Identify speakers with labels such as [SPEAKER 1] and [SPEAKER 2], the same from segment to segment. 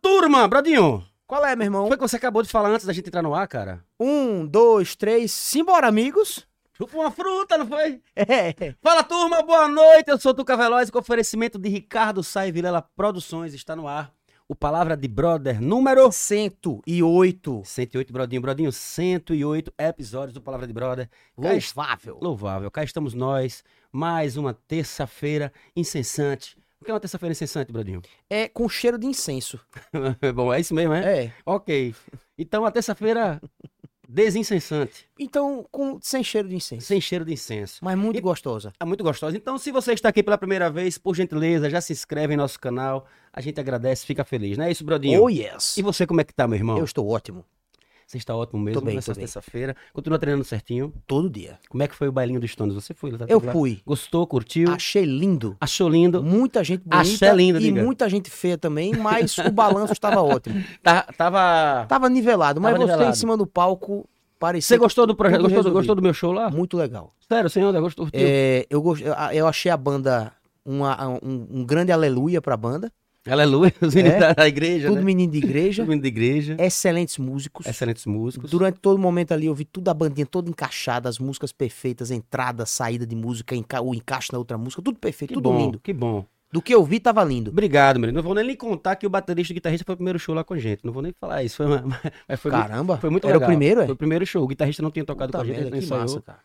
[SPEAKER 1] Bradman, Bradinho.
[SPEAKER 2] Qual é, meu irmão?
[SPEAKER 1] Foi o que você acabou de falar antes da gente entrar no ar, cara?
[SPEAKER 2] Um, dois, três, simbora, amigos.
[SPEAKER 1] Chupa uma fruta, não foi?
[SPEAKER 2] É.
[SPEAKER 1] Fala turma, boa noite. Eu sou Tuca Veloz e com oferecimento de Ricardo Sai Vilela Produções está no ar. O Palavra de Brother número
[SPEAKER 2] 108.
[SPEAKER 1] 108, Brodinho. Brodinho, 108 episódios do Palavra de Brother. Cá est-
[SPEAKER 2] Louvável.
[SPEAKER 1] Louvável. Cá estamos nós. Mais uma terça-feira incessante. O que é uma terça-feira incessante, Brodinho?
[SPEAKER 2] É com cheiro de incenso.
[SPEAKER 1] Bom, é isso mesmo, é?
[SPEAKER 2] É.
[SPEAKER 1] Ok. Então, a terça-feira desincensante.
[SPEAKER 2] Então, com, sem cheiro de incenso.
[SPEAKER 1] Sem cheiro de incenso.
[SPEAKER 2] Mas muito
[SPEAKER 1] E-
[SPEAKER 2] gostosa.
[SPEAKER 1] É muito gostosa. Então, se você está aqui pela primeira vez, por gentileza, já se inscreve em nosso canal. A gente agradece, fica feliz. Não é isso, Brodinho?
[SPEAKER 2] Oh, yes.
[SPEAKER 1] E você, como é que tá, meu irmão?
[SPEAKER 2] Eu estou ótimo.
[SPEAKER 1] Você está ótimo mesmo
[SPEAKER 2] Tô bem,
[SPEAKER 1] nessa
[SPEAKER 2] tô bem.
[SPEAKER 1] terça-feira. Continua treinando certinho.
[SPEAKER 2] Todo dia.
[SPEAKER 1] Como é que foi o bailinho dos Stones? Você foi? lá, tá
[SPEAKER 2] Eu
[SPEAKER 1] tudo lá?
[SPEAKER 2] fui.
[SPEAKER 1] Gostou, curtiu?
[SPEAKER 2] Achei lindo.
[SPEAKER 1] Achou lindo?
[SPEAKER 2] Muita gente bonita
[SPEAKER 1] Axé lindo,
[SPEAKER 2] e
[SPEAKER 1] diga.
[SPEAKER 2] muita gente feia também, mas o balanço estava ótimo.
[SPEAKER 1] Tá- tava.
[SPEAKER 2] Tava nivelado, mas
[SPEAKER 1] Tava
[SPEAKER 2] você
[SPEAKER 1] nivelado.
[SPEAKER 2] em cima do palco
[SPEAKER 1] Você
[SPEAKER 2] parecia
[SPEAKER 1] gostou do projeto?
[SPEAKER 2] tudo
[SPEAKER 1] Gostou do,
[SPEAKER 2] resolvido.
[SPEAKER 1] gostou do meu show lá?
[SPEAKER 2] muito legal.
[SPEAKER 1] Sério, senhor, gostou? Curtiu?
[SPEAKER 2] É, eu, gost- eu- eu achei a banda uma- um, um grande aleluia pra banda.
[SPEAKER 1] Aleluia, os meninos
[SPEAKER 2] É.
[SPEAKER 1] da- da igreja.
[SPEAKER 2] Tudo
[SPEAKER 1] né?
[SPEAKER 2] menino de igreja,
[SPEAKER 1] Tudo menino da igreja.
[SPEAKER 2] excelentes músicos.
[SPEAKER 1] Excelentes músicos.
[SPEAKER 2] Durante todo momento ali eu vi tudo a bandinha toda encaixada, as músicas perfeitas, entrada, saída de música, enca... o encaixe na outra música, tudo perfeito,
[SPEAKER 1] Que
[SPEAKER 2] tudo
[SPEAKER 1] bom,
[SPEAKER 2] lindo.
[SPEAKER 1] que bom.
[SPEAKER 2] Do que eu vi tava lindo.
[SPEAKER 1] Obrigado, menino. Não vou nem lhe contar que o baterista e o guitarrista foi o primeiro show lá com a gente. Não vou nem falar isso. Foi uma... Mas foi muito,
[SPEAKER 2] Caramba,
[SPEAKER 1] foi muito
[SPEAKER 2] É, era
[SPEAKER 1] legal.
[SPEAKER 2] o primeiro, é?
[SPEAKER 1] Foi o primeiro show. O guitarrista não tinha tocado
[SPEAKER 2] Puta
[SPEAKER 1] com a gente,
[SPEAKER 2] merda,
[SPEAKER 1] ele
[SPEAKER 2] que
[SPEAKER 1] ensaiou.
[SPEAKER 2] massa, cara.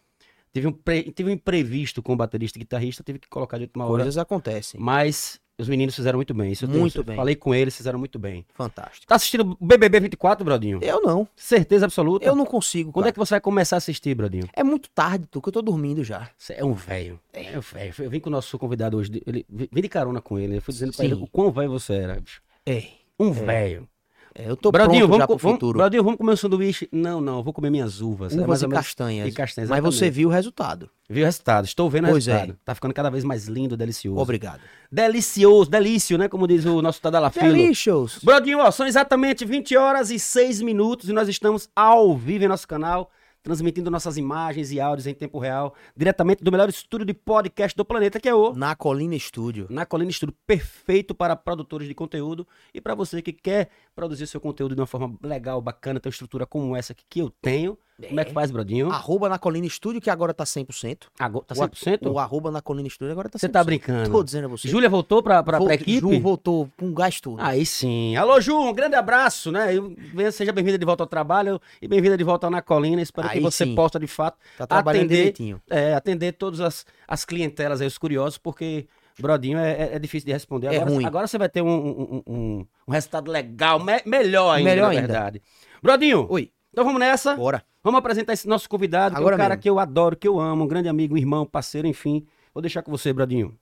[SPEAKER 1] Teve, um pre- Teve um imprevisto com o baterista e guitarrista, teve que colocar de última hora.
[SPEAKER 2] Coisas acontecem.
[SPEAKER 1] Mas os meninos fizeram muito bem. Isso eu tenho-
[SPEAKER 2] assim. Muito bem.
[SPEAKER 1] Falei com eles, fizeram muito bem.
[SPEAKER 2] Fantástico.
[SPEAKER 1] Tá assistindo BBB 24, Brodinho?
[SPEAKER 2] Eu não,
[SPEAKER 1] Certeza absoluta.
[SPEAKER 2] eu não consigo.
[SPEAKER 1] Quando é
[SPEAKER 2] cara.
[SPEAKER 1] que você vai começar a assistir, Brodinho?
[SPEAKER 2] É muito tarde, tu, que eu tô dormindo já.
[SPEAKER 1] Você é um velho. É um velho. Eu vim com o nosso convidado hoje. Ele... Vim de carona com ele. né? Eu fui dizendo pra
[SPEAKER 2] Sim.
[SPEAKER 1] ele o quão velho você era, bicho.
[SPEAKER 2] Ei,
[SPEAKER 1] Um velho.
[SPEAKER 2] é, eu tô
[SPEAKER 1] Bradinho,
[SPEAKER 2] pronto
[SPEAKER 1] vamos,
[SPEAKER 2] já pro
[SPEAKER 1] co- vamos-
[SPEAKER 2] futuro.
[SPEAKER 1] Bradinho, vamos comer um sanduíche? Não, não, eu vou comer minhas uvas. É
[SPEAKER 2] Uvas
[SPEAKER 1] mais
[SPEAKER 2] e
[SPEAKER 1] ou menos-
[SPEAKER 2] castanhas.
[SPEAKER 1] e castanhas,
[SPEAKER 2] Mas você
[SPEAKER 1] exatamente.
[SPEAKER 2] viu o resultado.
[SPEAKER 1] Viu o resultado? Estou vendo o
[SPEAKER 2] Pois é.
[SPEAKER 1] resultado. Tá ficando cada vez mais lindo, delicioso.
[SPEAKER 2] Obrigado. é
[SPEAKER 1] Delicioso, delício, né? Como diz o nosso Tadalafilo.
[SPEAKER 2] Delicious.
[SPEAKER 1] Bradinho, ó, são exatamente 20 horas e 6 minutos e nós estamos ao vivo em nosso canal, transmitindo nossas imagens e áudios em tempo real, diretamente do melhor estúdio de podcast do planeta, que é o
[SPEAKER 2] Na Colina Estúdio.
[SPEAKER 1] na Colina Estúdio, perfeito para produtores de conteúdo e para você que quer produzir seu conteúdo de uma forma legal, bacana, ter uma estrutura como essa aqui que eu tenho. Como é que faz, Brodinho?
[SPEAKER 2] Arroba na Colina Estúdio, que agora tá 100%.
[SPEAKER 1] Agora, tá
[SPEAKER 2] Ah, o a-
[SPEAKER 1] 100%?
[SPEAKER 2] O arroba na Colina Estúdio agora tá
[SPEAKER 1] Você
[SPEAKER 2] 100%.
[SPEAKER 1] tá
[SPEAKER 2] Tô
[SPEAKER 1] brincando.
[SPEAKER 2] dizendo a você.
[SPEAKER 1] Júlia voltou pra, pra,
[SPEAKER 2] Vol-
[SPEAKER 1] pra equipe? Ah,
[SPEAKER 2] Ju voltou com gás tudo.
[SPEAKER 1] Aí sim. Alô, Ju, um grande abraço, né? Eu- venha- Seja bem-vinda de volta ao trabalho e bem-vinda de volta na Colina. Espero que
[SPEAKER 2] Aí
[SPEAKER 1] você
[SPEAKER 2] sim.
[SPEAKER 1] possa, de fato,
[SPEAKER 2] tá trabalhando
[SPEAKER 1] atender-
[SPEAKER 2] direitinho.
[SPEAKER 1] é, atender todas as, as clientelas aí, os curiosos, porque Brodinho é, é- é difícil de responder.
[SPEAKER 2] É
[SPEAKER 1] Agora,
[SPEAKER 2] ruim.
[SPEAKER 1] agora você vai ter um, um, um- um- um resultado legal, me- melhor ainda,
[SPEAKER 2] Melhor
[SPEAKER 1] na
[SPEAKER 2] ainda.
[SPEAKER 1] verdade. Brodinho,
[SPEAKER 2] Oi,
[SPEAKER 1] então vamos nessa.
[SPEAKER 2] bora.
[SPEAKER 1] Vamos apresentar esse nosso convidado, que é um
[SPEAKER 2] Agora
[SPEAKER 1] cara
[SPEAKER 2] mesmo.
[SPEAKER 1] que eu adoro, que eu amo, um grande amigo, um irmão, parceiro, enfim. Vou deixar com você, Brodinho.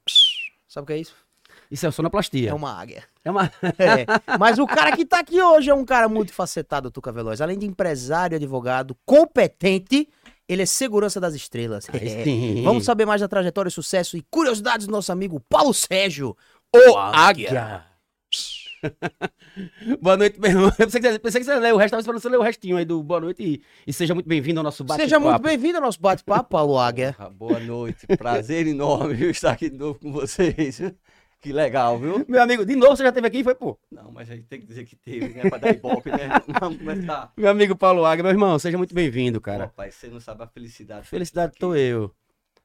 [SPEAKER 2] Sabe o que é isso?
[SPEAKER 1] Isso é sonoplastia.
[SPEAKER 2] É uma águia.
[SPEAKER 1] É uma-
[SPEAKER 2] É. Mas o cara que tá aqui hoje é um cara multifacetado, Tuca Veloz. Além de empresário, advogado, competente, ele é segurança das estrelas. É,
[SPEAKER 1] Aí sim.
[SPEAKER 2] Vamos saber mais da trajetória, sucesso e curiosidades do nosso amigo Paulo Sérgio, o Águia.
[SPEAKER 1] Boa noite, meu irmão. Eu pensei que você, pensei que você ia ler o resto, tava esperando você ler o restinho aí do boa noite e, e seja muito bem-vindo ao nosso bate-papo.
[SPEAKER 2] Seja muito bem-vindo ao nosso bate-papo, Paulo Águia.
[SPEAKER 3] Porra, Ah, boa noite, prazer enorme viu, estar aqui de novo com vocês. Que legal, viu?
[SPEAKER 1] Meu amigo, de novo você já esteve aqui e foi, pô.
[SPEAKER 3] Não, mas a gente tem que dizer que teve, né? Pra dar ibope, né? Vamos começar.
[SPEAKER 1] Meu amigo Paulo Águia, meu irmão, seja muito bem-vindo, cara.
[SPEAKER 3] Rapaz, você não sabe a felicidade.
[SPEAKER 1] Felicidade
[SPEAKER 3] que-
[SPEAKER 1] tô eu.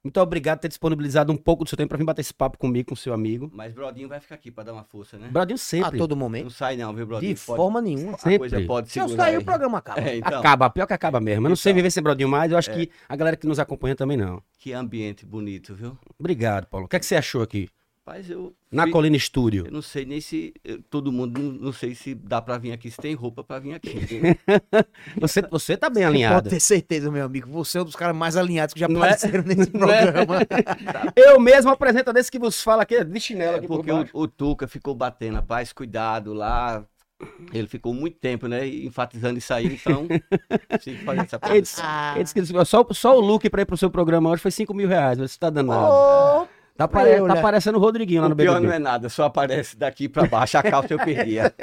[SPEAKER 1] Muito obrigado por ter disponibilizado um pouco do seu tempo pra vir bater esse papo comigo, com seu amigo.
[SPEAKER 3] Mas Brodinho vai ficar aqui pra dar uma força, né?
[SPEAKER 1] Bradinho
[SPEAKER 2] A
[SPEAKER 1] sempre.
[SPEAKER 2] todo
[SPEAKER 3] Não
[SPEAKER 2] momento.
[SPEAKER 3] sai não, viu, Brodinho?
[SPEAKER 2] De forma nenhuma.
[SPEAKER 3] A coisa
[SPEAKER 1] Sempre.
[SPEAKER 3] pode
[SPEAKER 2] Se eu
[SPEAKER 3] segurar
[SPEAKER 2] sair,
[SPEAKER 3] aí.
[SPEAKER 2] o programa acaba.
[SPEAKER 3] É, então,
[SPEAKER 1] Acaba, pior que acaba mesmo. Eu não sei
[SPEAKER 3] Então.
[SPEAKER 1] viver sem Brodinho mais, eu acho que a galera que nos acompanha também não.
[SPEAKER 3] que ambiente bonito, viu?
[SPEAKER 1] Obrigado, Paulo. O que é que você achou aqui?
[SPEAKER 3] Rapaz, eu...
[SPEAKER 1] Na
[SPEAKER 3] fui-
[SPEAKER 1] Colina
[SPEAKER 3] Eu
[SPEAKER 1] Estúdio.
[SPEAKER 3] não sei nem se... eu- todo mundo, não, não sei se dá pra vir aqui, se tem roupa pra vir aqui. viu?
[SPEAKER 1] Você, você tá bem
[SPEAKER 2] Pode
[SPEAKER 1] alinhado.
[SPEAKER 2] ter certeza, meu amigo. Você é um dos caras mais alinhados que já
[SPEAKER 1] Não é?
[SPEAKER 2] apareceram nesse
[SPEAKER 1] Não é?
[SPEAKER 2] programa.
[SPEAKER 1] Eu mesmo apresento desse que vos fala aqui, de chinelo
[SPEAKER 3] É
[SPEAKER 1] aqui por
[SPEAKER 3] porque o,
[SPEAKER 1] baixo.
[SPEAKER 3] o Tuca ficou batendo, rapaz, cuidado lá. Ele ficou muito tempo, né? Enfatizando isso aí, então. tem que fazer essa
[SPEAKER 1] Ele disse-
[SPEAKER 2] Ah,
[SPEAKER 3] produção.
[SPEAKER 1] ele disse que só, só o look pra ir pro seu programa hoje foi 5 mil reais, mas você tá danado. Tá, pare...
[SPEAKER 2] Eu,
[SPEAKER 1] tá
[SPEAKER 2] né?
[SPEAKER 1] parecendo o Rodriguinho lá
[SPEAKER 3] O
[SPEAKER 1] no
[SPEAKER 3] pior
[SPEAKER 1] BBB.
[SPEAKER 3] não é nada, só aparece daqui pra baixo. A calça eu perdia.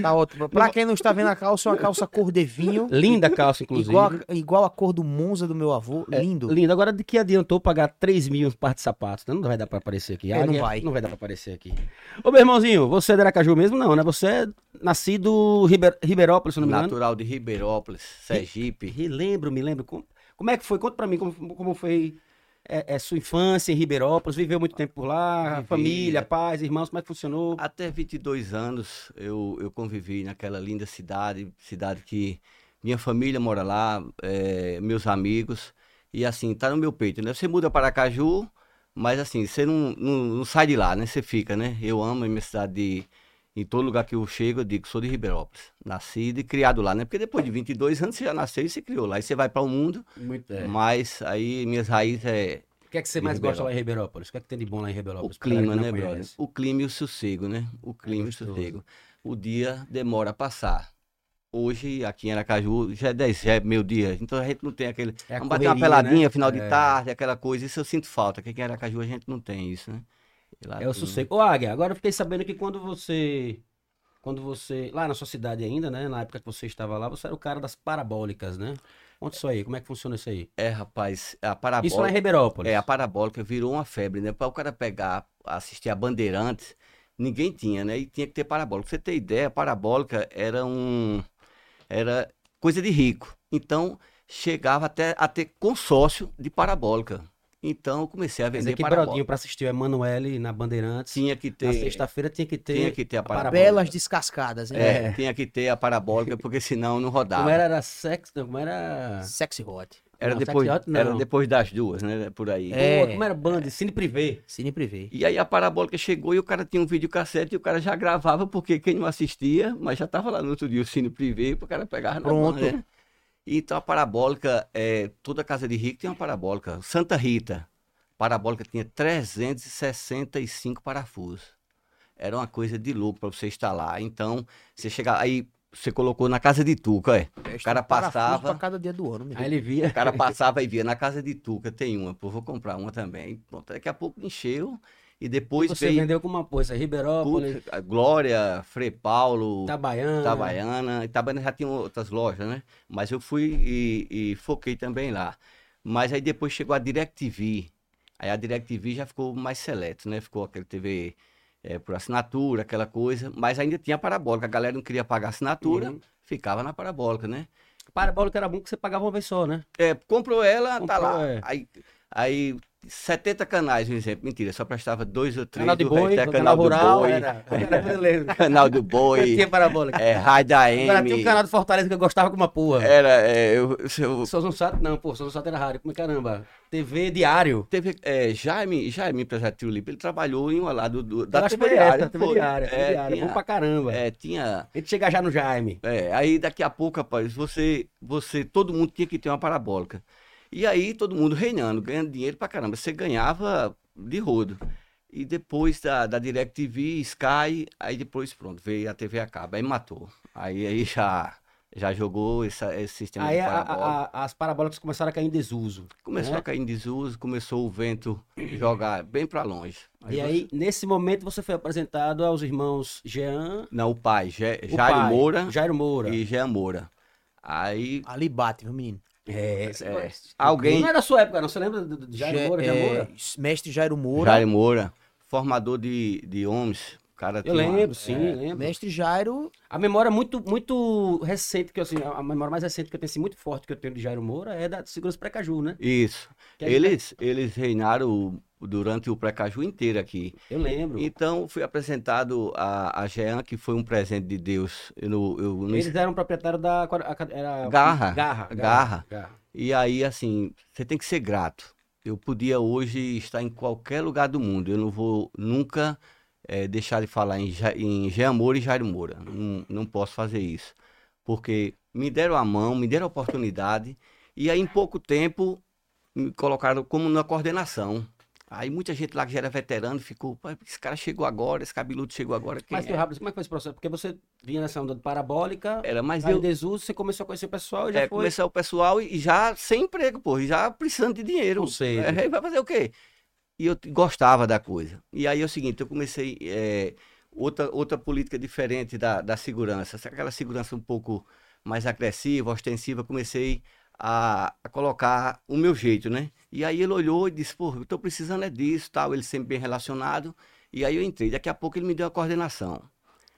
[SPEAKER 2] Tá ótimo. Pra quem não está vendo a calça, é uma calça cor de vinho.
[SPEAKER 3] é
[SPEAKER 1] Linda a calça, inclusive.
[SPEAKER 2] Igual a, igual a cor do Monza do meu avô.
[SPEAKER 3] É,
[SPEAKER 2] Lindo.
[SPEAKER 1] Lindo. Agora, de que adiantou pagar 3 mil em parte de sapato? Não vai dar pra aparecer aqui.
[SPEAKER 2] É, não
[SPEAKER 1] Águia,
[SPEAKER 2] vai.
[SPEAKER 1] Não vai dar pra aparecer aqui. Ô, meu irmãozinho, você é de Aracaju mesmo? Não, né? Você é nascido Ribe... Ribeirópolis, se não me engano.
[SPEAKER 3] Natural de Ribeirópolis, Sergipe.
[SPEAKER 1] Re- Lembro, me lembro. Como, como é que foi? Conta pra mim como, como foi é, é, sua infância em Ribeirópolis. Viveu muito tempo por lá?
[SPEAKER 3] Vivi.
[SPEAKER 1] Família, pais, irmãos, como é que funcionou?
[SPEAKER 3] Até 22 anos eu, eu convivi naquela linda cidade, cidade que minha família mora lá, eh, meus amigos, e assim, tá no meu peito, né? Você muda para Caju, mas assim, você não, não, não sai de lá, né? Você fica, né? Eu amo a minha cidade de- Em todo lugar que eu chego, eu digo que sou de Ribeirópolis. Nascido e criado lá, né? Porque depois de 22 anos você já nasceu e se criou lá. Aí você vai para o mundo,
[SPEAKER 1] Muito.
[SPEAKER 3] é. mas aí minhas raízes é,
[SPEAKER 1] O que é que você
[SPEAKER 3] De
[SPEAKER 1] mais gosta
[SPEAKER 3] Ribeirópolis.
[SPEAKER 1] lá em Ribeirópolis? O que é que tem de bom lá em
[SPEAKER 3] O
[SPEAKER 1] Ribeirópolis? Pra galera
[SPEAKER 3] clima,
[SPEAKER 1] que não
[SPEAKER 3] né, brother?
[SPEAKER 1] conhece. É
[SPEAKER 3] O clima e o sossego, né? O clima e o
[SPEAKER 1] gostoso.
[SPEAKER 3] sossego. O dia demora a passar. Hoje, aqui em Aracaju, já é 10, já é meio-dia. Então a gente não tem aquele.
[SPEAKER 1] É a
[SPEAKER 3] Vamos bater uma
[SPEAKER 1] correria, né?
[SPEAKER 3] peladinha, final de
[SPEAKER 1] É.
[SPEAKER 3] tarde, aquela coisa. Isso eu sinto falta. Que aqui em Aracaju a gente não tem isso, né? E lá
[SPEAKER 1] É o
[SPEAKER 3] tem.
[SPEAKER 1] sossego. Ô, Águia, agora eu fiquei sabendo que quando você. Quando você. Lá na sua cidade ainda, né? Na época que você estava lá, você era o cara das parabólicas, né? Conta isso aí, como é que funciona isso aí?
[SPEAKER 3] É, rapaz, a
[SPEAKER 1] Isso lá em
[SPEAKER 3] parabólica.
[SPEAKER 1] Ribeirópolis.
[SPEAKER 3] É, a parabólica virou uma febre, né? Para o cara pegar, assistir a Bandeirantes, ninguém tinha, né? E tinha que ter parabólica. Pra você ter ideia, a parabólica era um. Era coisa de rico. Então, chegava até a ter consórcio de parabólica. Então, eu comecei a
[SPEAKER 1] Quer
[SPEAKER 3] vender
[SPEAKER 1] dizer é que
[SPEAKER 3] parabólica.
[SPEAKER 1] Brodinho pra assistir o Emanuele na Bandeirantes.
[SPEAKER 3] Tinha que
[SPEAKER 1] Na
[SPEAKER 3] ter.
[SPEAKER 1] sexta-feira tinha que ter.
[SPEAKER 3] Tinha que ter a parabólica.
[SPEAKER 2] Belas descascadas, hein?
[SPEAKER 3] É, tinha que ter a parabólica, porque senão não rodava.
[SPEAKER 1] né? Como era, era sexo, não, como era.
[SPEAKER 2] Sexy hot.
[SPEAKER 3] Era,
[SPEAKER 1] Não,
[SPEAKER 3] depois,
[SPEAKER 1] sexy hot não.
[SPEAKER 3] era depois das duas, né? Por aí.
[SPEAKER 2] É.
[SPEAKER 1] Pô, como era banda, cine privê.
[SPEAKER 2] Cine privê.
[SPEAKER 3] E aí a parabólica chegou e o cara tinha um videocassete e o cara já gravava, porque quem não assistia, mas já estava lá no outro dia o cine privê, o cara pegava na mão,
[SPEAKER 2] Pronto.
[SPEAKER 3] né? Então a parabólica, é, toda casa de rico tem uma parabólica. Santa Rita, parabólica tinha 365 parafusos. Era uma coisa de louco para você instalar. Então, você chegava, aí você colocou na casa de Tuca, é.
[SPEAKER 2] O
[SPEAKER 3] cara passava-
[SPEAKER 2] Pra cada dia do ano, meu
[SPEAKER 1] Aí
[SPEAKER 2] irmão.
[SPEAKER 1] ele via.
[SPEAKER 3] O cara passava e via, na casa de Tuca tem uma, pô, vou comprar uma também. Pronto, daqui a pouco encheu e depois
[SPEAKER 1] Você
[SPEAKER 3] veio...
[SPEAKER 1] vendeu com uma coisa, Ribeirópolis,
[SPEAKER 3] Puta, Glória, Frei Paulo,
[SPEAKER 1] Itabaiana.
[SPEAKER 3] Itabaiana. Itabaiana já tinha outras lojas, né? Mas eu fui e, e foquei também lá. Mas aí depois chegou a DirecTV. Aí a DirecTV já ficou mais seleto, né? Ficou aquele TV eh, por assinatura, aquela coisa. Mas ainda tinha a parabólica. A galera não queria pagar assinatura,
[SPEAKER 1] Uhum.
[SPEAKER 3] ficava na parabólica, né?
[SPEAKER 1] Parabólica era bom que você pagava uma vez só, né?
[SPEAKER 3] É, comprou ela, tá
[SPEAKER 1] Comprou,
[SPEAKER 3] lá.
[SPEAKER 1] é.
[SPEAKER 3] Aí, aí 70 canais, um exemplo. Mentira, só prestava dois ou três.
[SPEAKER 1] Canal de
[SPEAKER 3] do resto
[SPEAKER 1] boi,
[SPEAKER 3] era
[SPEAKER 1] canal,
[SPEAKER 3] canal do
[SPEAKER 1] rural,
[SPEAKER 3] boi,
[SPEAKER 1] era. Era beleza.
[SPEAKER 3] Canal do boi.
[SPEAKER 1] Tinha parabólica.
[SPEAKER 3] É, Raida
[SPEAKER 1] Agora tinha um
[SPEAKER 3] M.
[SPEAKER 1] canal de Fortaleza que eu gostava com uma porra.
[SPEAKER 3] Era, é, eu, eu,
[SPEAKER 1] Souza Sato não, pô, Souza Sato era raro. Como é caramba? TV Diário.
[SPEAKER 3] teve, é, Jaime, Jaime Empresário Tiro Limpo, ele trabalhou em uma lá do, do-
[SPEAKER 1] Eu
[SPEAKER 3] da
[SPEAKER 1] acho que
[SPEAKER 3] TV
[SPEAKER 1] foi essa,
[SPEAKER 3] Diário,
[SPEAKER 1] TV
[SPEAKER 3] foi.
[SPEAKER 1] Diário, TV
[SPEAKER 3] É,
[SPEAKER 1] Diário.
[SPEAKER 3] tinha-
[SPEAKER 1] Bom pra caramba.
[SPEAKER 3] é, tinha,
[SPEAKER 1] A gente chega já no Jaime.
[SPEAKER 3] é, aí daqui a pouco, rapaz, você, você, todo mundo tinha que ter uma parabólica. E aí todo mundo reinando, ganhando dinheiro pra caramba. Você ganhava de rodo. E depois da, da DirecTV, Sky, aí depois pronto, veio a TV acaba, aí matou. Aí, aí já, já jogou essa- esse sistema
[SPEAKER 1] Aí
[SPEAKER 3] de
[SPEAKER 1] a- a-
[SPEAKER 3] parabólica.
[SPEAKER 1] a- as parabólicas começaram a cair em desuso.
[SPEAKER 3] Começou
[SPEAKER 1] né?
[SPEAKER 3] a cair em desuso, começou o vento jogar bem pra longe.
[SPEAKER 1] E aí, nesse momento, você foi apresentado aos irmãos Jean,
[SPEAKER 3] Não, o pai, Jé-
[SPEAKER 1] o
[SPEAKER 3] Jairo
[SPEAKER 1] pai,
[SPEAKER 3] Moura
[SPEAKER 1] Jairo Moura.
[SPEAKER 3] e Jean Moura. Aí
[SPEAKER 2] Ali bate, meu menino.
[SPEAKER 1] É, você
[SPEAKER 3] É,
[SPEAKER 1] conhece.
[SPEAKER 3] alguém-
[SPEAKER 1] Não era da sua época, não. Você lembra do- do Jairo
[SPEAKER 2] Je-
[SPEAKER 1] Moura, Jean
[SPEAKER 2] é,
[SPEAKER 1] Moura?
[SPEAKER 2] Mestre Jairo Moura.
[SPEAKER 3] Jairo Moura, formador de, de homens, cara
[SPEAKER 1] Eu
[SPEAKER 3] tinha uma-
[SPEAKER 1] lembro, sim,
[SPEAKER 3] é,
[SPEAKER 1] lembro.
[SPEAKER 2] Mestre Jairo.
[SPEAKER 1] A memória muito, muito recente, que eu, assim, a memória mais recente que eu tenho, assim, muito forte que eu tenho de Jairo Moura é da Segurança Precaju, né?
[SPEAKER 3] Isso.
[SPEAKER 1] Que a gente-
[SPEAKER 3] Eles, eles reinaram durante o Precaju inteiro aqui.
[SPEAKER 1] Eu lembro.
[SPEAKER 3] Então, fui apresentado a, a Jean, que foi um presente de Deus. Eu, não- eu não
[SPEAKER 1] Eles eram proprietários da. aqua- Era...
[SPEAKER 3] Garra.
[SPEAKER 1] Garra.
[SPEAKER 3] Garra. E aí, assim, você tem que ser grato. Eu podia hoje estar em qualquer lugar do mundo. Eu não vou nunca eh, deixar de falar em, Ja- em Jean Moura e Jairo Moura. Não, não posso fazer isso. Porque me deram a mão, me deram a oportunidade. E aí, em pouco tempo, me colocaram como na coordenação. Aí muita gente lá que já era veterano ficou, "Pai, esse cara chegou agora, esse cabeludo chegou agora. Quem
[SPEAKER 1] Mas,
[SPEAKER 3] é?"
[SPEAKER 1] tio Rápido, como é que foi esse processo? Porque você vinha nessa onda de parabólica,
[SPEAKER 3] Era, É, mas
[SPEAKER 1] caiu
[SPEAKER 3] eu,
[SPEAKER 1] em desuso, você começou a conhecer o pessoal e já
[SPEAKER 3] É,
[SPEAKER 1] foi.
[SPEAKER 3] começar o pessoal e e já sem emprego, pô, e já precisando de dinheiro.
[SPEAKER 1] Ou seja-
[SPEAKER 3] É, vai É, fazer o quê? E eu t- gostava da coisa. E aí é o seguinte, eu comecei é, outra, outra política diferente da, da segurança. Aquela segurança um pouco mais agressiva, ostensiva, comecei a, a colocar o meu jeito, né? E aí ele olhou e disse, pô, eu tô precisando é disso, tal, ele sempre bem relacionado. E aí eu entrei. Daqui a pouco ele me deu a coordenação.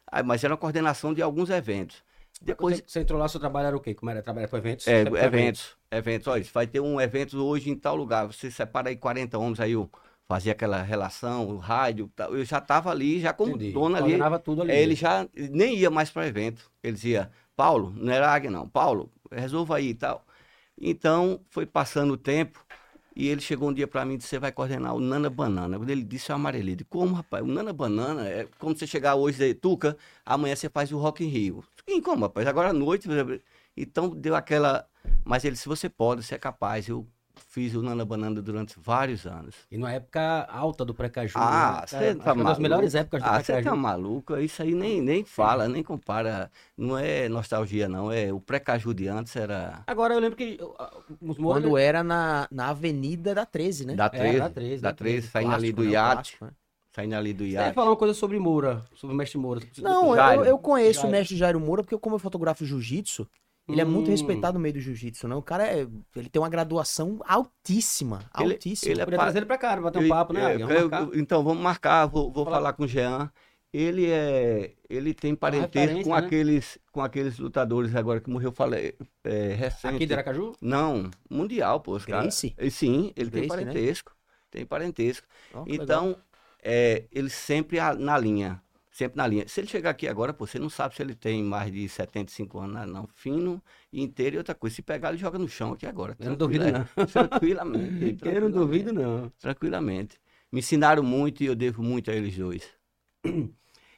[SPEAKER 3] Ah, mas era uma coordenação de alguns eventos. Depois,
[SPEAKER 1] Você, você entrou lá, seu trabalho era o quê? Como era? Trabalhar com eventos?
[SPEAKER 3] é,
[SPEAKER 1] Você-
[SPEAKER 3] eventos, eventos. Olha, vai ter um evento hoje em tal lugar. Você separa aí 40 homens, aí eu fazia aquela relação, o rádio, tal. eu já estava ali, já como
[SPEAKER 1] Entendi.
[SPEAKER 3] dono ali.
[SPEAKER 1] Coordenava tudo ali.
[SPEAKER 3] É, ele já nem ia mais para evento. Ele dizia, Paulo, não era águia não, Paulo, resolva aí e tal. Então, foi passando o tempo e ele chegou um dia para mim e disse, você vai coordenar o Nana Banana. Quando ele disse, eu amarelei. Ele, Como, rapaz? O Nana Banana é como você chegar hoje de Tuca, amanhã você faz o Rock in Rio. Em como, rapaz? Agora à noite... você- Então, deu aquela... Mas ele disse, você pode, você é capaz. Eu fiz o Nana Banana durante vários anos.
[SPEAKER 1] E na época alta do Precaju.
[SPEAKER 3] Ah,
[SPEAKER 1] né?
[SPEAKER 3] você
[SPEAKER 1] Acho que
[SPEAKER 3] tá
[SPEAKER 1] Uma das
[SPEAKER 3] maluco.
[SPEAKER 1] melhores épocas do
[SPEAKER 3] Ah, você
[SPEAKER 1] Precaju.
[SPEAKER 3] tá maluco? Isso aí nem, nem fala, nem compara. Não é nostalgia, não. É o pré-caju de antes era
[SPEAKER 1] Agora eu lembro que ah, os Moura...
[SPEAKER 2] Quando era na, na Avenida da 13, né?
[SPEAKER 3] da
[SPEAKER 1] É,
[SPEAKER 3] 13.
[SPEAKER 1] da 13,
[SPEAKER 3] da
[SPEAKER 1] da 13,
[SPEAKER 3] 13, saindo ali
[SPEAKER 2] Plástico,
[SPEAKER 3] do
[SPEAKER 2] né? O
[SPEAKER 3] iate.
[SPEAKER 2] plástico, né?
[SPEAKER 3] Saindo ali do
[SPEAKER 1] Você ia
[SPEAKER 3] iate.
[SPEAKER 1] falar uma coisa sobre Moura, sobre o mestre Moura.
[SPEAKER 2] Não, eu,
[SPEAKER 3] Jairo.
[SPEAKER 2] eu conheço
[SPEAKER 1] Jairo.
[SPEAKER 2] o mestre Jairo Moura porque como eu fotografo jiu-jitsu, ele é muito
[SPEAKER 1] Hum.
[SPEAKER 2] respeitado no meio do jiu-jitsu, não? O cara é, ele tem uma graduação altíssima,
[SPEAKER 3] Ele-
[SPEAKER 2] altíssima.
[SPEAKER 1] Eu
[SPEAKER 3] ele é
[SPEAKER 1] podia
[SPEAKER 3] pa-
[SPEAKER 1] trazer ele pra cá, pra bater um
[SPEAKER 3] Eu-
[SPEAKER 1] papo, né?
[SPEAKER 3] é,
[SPEAKER 1] Águia?
[SPEAKER 3] eu-
[SPEAKER 1] Vamos marcar.
[SPEAKER 3] eu- então, vamos marcar, vou, vou
[SPEAKER 1] Falar-
[SPEAKER 3] falar com o Jean. Ele é. Ele tem parentesco
[SPEAKER 1] referência,
[SPEAKER 3] com,
[SPEAKER 1] né?
[SPEAKER 3] aqueles, com aqueles lutadores agora que morreu, falei, é, recente.
[SPEAKER 1] Aqui de Aracaju?
[SPEAKER 3] Não, mundial, pô. os caras.
[SPEAKER 2] Gracie?
[SPEAKER 3] E Sim, ele tem
[SPEAKER 2] Gracie, né?
[SPEAKER 3] parentesco. Tem parentesco.
[SPEAKER 2] Ó, que legal.
[SPEAKER 3] Então, é, ele sempre a- na linha. Sempre na linha. Se ele chegar aqui agora, pô, você não sabe se ele tem mais de 75 anos, não, não. Fino, inteiro e outra coisa. Se pegar, ele joga no chão aqui agora.
[SPEAKER 1] Eu não duvido,
[SPEAKER 3] tranquila- Tranquilamente.
[SPEAKER 1] Eu não duvido, não.
[SPEAKER 3] Tranquilamente. Me ensinaram muito e eu devo muito a eles dois.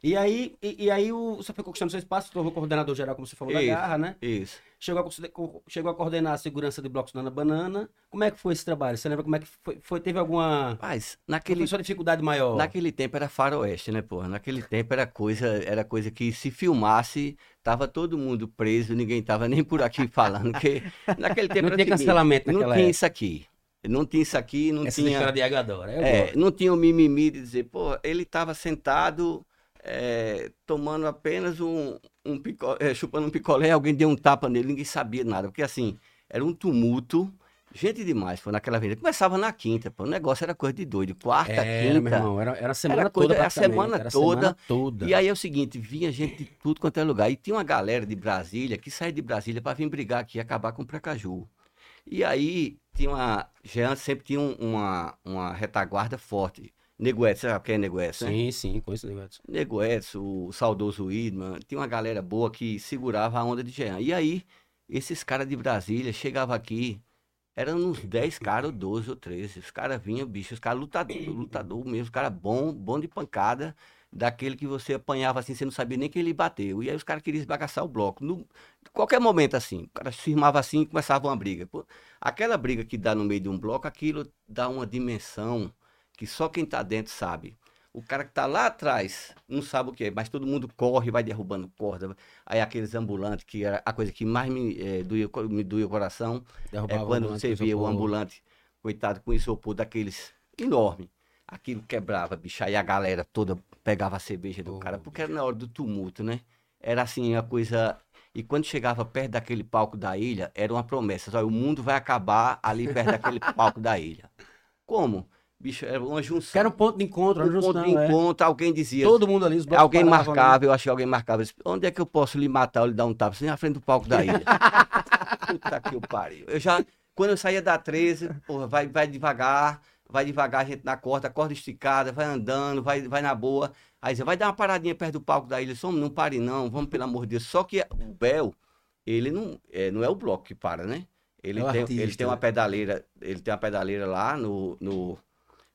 [SPEAKER 1] E aí, e, e aí o, você foi conquistando seu espaço, se tornou coordenador geral, como você falou,
[SPEAKER 3] Isso.
[SPEAKER 1] da Garra, né?
[SPEAKER 3] Isso.
[SPEAKER 1] Chegou a, consider- co- chegou a coordenar a segurança de blocos na Banana. Como é que foi esse trabalho? Você lembra como é que foi? foi- teve alguma
[SPEAKER 3] Mas,
[SPEAKER 1] foi
[SPEAKER 3] naquele
[SPEAKER 1] sua dificuldade maior?
[SPEAKER 3] Naquele tempo era faroeste, né, porra? Naquele tempo era coisa, era coisa que se filmasse, tava todo mundo preso, ninguém tava nem por aqui falando. Que naquele tempo
[SPEAKER 1] Não
[SPEAKER 3] era
[SPEAKER 1] tinha
[SPEAKER 3] o seguinte,
[SPEAKER 1] cancelamento
[SPEAKER 3] não
[SPEAKER 1] naquela
[SPEAKER 3] tinha
[SPEAKER 1] época.
[SPEAKER 3] isso aqui. Não tinha isso aqui, não
[SPEAKER 1] Essa
[SPEAKER 3] tinha.
[SPEAKER 1] história de Agadora. Eu
[SPEAKER 3] É,
[SPEAKER 1] gosto.
[SPEAKER 3] não tinha o mimimi de dizer, pô, ele estava sentado é, tomando apenas um, um picolé, é, chupando um picolé, alguém deu um tapa nele, ninguém sabia nada, porque assim, era um tumulto, gente demais, foi naquela avenida. Começava na quinta, pô, o negócio era coisa de doido, quarta,
[SPEAKER 1] Era,
[SPEAKER 3] quinta.
[SPEAKER 1] É, meu irmão, era, era a semana
[SPEAKER 3] Era
[SPEAKER 1] toda.
[SPEAKER 3] coisa- era a
[SPEAKER 1] praticamente,
[SPEAKER 3] semana
[SPEAKER 1] era a
[SPEAKER 3] toda.
[SPEAKER 1] semana toda.
[SPEAKER 3] E aí é o seguinte, vinha gente de tudo quanto é lugar. E tinha uma galera de Brasília que saía de Brasília para vir brigar aqui e acabar com o Precaju. E aí tinha uma. Jean sempre tinha um- uma, uma retaguarda forte. Nego Edson, sabe quem é Nego Edson? né?
[SPEAKER 1] Sim, sim, com esse negócio.
[SPEAKER 3] Nego Edson, o saudoso Widman, tinha uma galera boa que segurava a onda de Jean. E aí, esses caras de Brasília chegavam aqui, eram uns 10 caras, ou 12 ou 13. Os caras vinham, bicho, os caras lutador, lutador mesmo, os caras bom, bom de pancada, daquele que você apanhava assim, você não sabia nem que ele bateu. E aí os caras queriam esbagaçar o bloco. No, qualquer momento assim, o cara se firmava assim e começava uma briga. Pô, aquela briga que dá no meio de um bloco, aquilo dá uma dimensão que só quem tá dentro sabe. O cara que tá lá atrás não sabe o que é, mas todo mundo corre, vai derrubando corda. Aí aqueles ambulantes, que era a coisa que mais me, eh, doía, o co- me doía o coração, é
[SPEAKER 1] Derrubava o
[SPEAKER 3] quando
[SPEAKER 1] ambulante,
[SPEAKER 3] você via o
[SPEAKER 1] isopor.
[SPEAKER 3] ambulante, coitado, com isopor daqueles enorme. Aquilo quebrava, bicho. Aí a galera toda pegava a cerveja do
[SPEAKER 1] Oh,
[SPEAKER 3] cara, porque era na hora do tumulto, né? Era assim, a coisa. E quando chegava perto daquele palco da ilha, era uma promessa. Olha, o mundo vai acabar ali perto daquele palco da ilha. Como? Bicho, era uma junção.
[SPEAKER 1] Que era um ponto de encontro, era
[SPEAKER 3] um ponto de
[SPEAKER 1] junção, é.
[SPEAKER 3] encontro, alguém dizia. assim,
[SPEAKER 1] Todo mundo ali, os blocos
[SPEAKER 3] Alguém
[SPEAKER 1] paravam ali.
[SPEAKER 3] marcava, eu achei alguém marcava. eu disse, Onde é que eu posso lhe matar ou lhe dar um tapa? Assim, na frente do palco da ilha. Puta que eu pariu. Eu já, quando eu saía da 13, porra, vai, vai devagar, vai devagar, a gente na corda, corda esticada, vai andando, vai, vai na boa. Aí dizia, vai dar uma paradinha perto do palco da ilha, só um não pare não, vamos pelo amor de Deus. Só que o Bel, ele não é, não é o bloco que para, né? Ele,
[SPEAKER 1] É o
[SPEAKER 3] tem,
[SPEAKER 1] artista,
[SPEAKER 3] ele tem uma
[SPEAKER 1] né?
[SPEAKER 3] pedaleira, ele tem uma pedaleira lá no, no,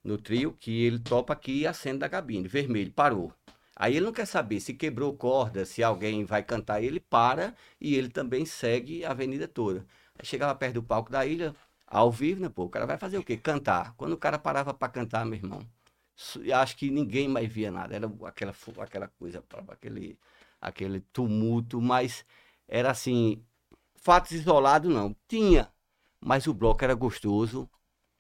[SPEAKER 3] no trio que ele topa aqui e acende da cabine, vermelho, parou. Aí ele não quer saber se quebrou corda, se alguém vai cantar, ele para e ele também segue a avenida toda. Aí chegava perto do palco da ilha, ao vivo, né, pô? O cara vai fazer o quê? Cantar. Quando o cara parava pra cantar, meu irmão, su- eu acho que ninguém mais via nada. Era aquela, fu- aquela coisa, pá, aquele, aquele tumulto, mas era assim, fatos isolados não. Tinha, mas o bloco era gostoso,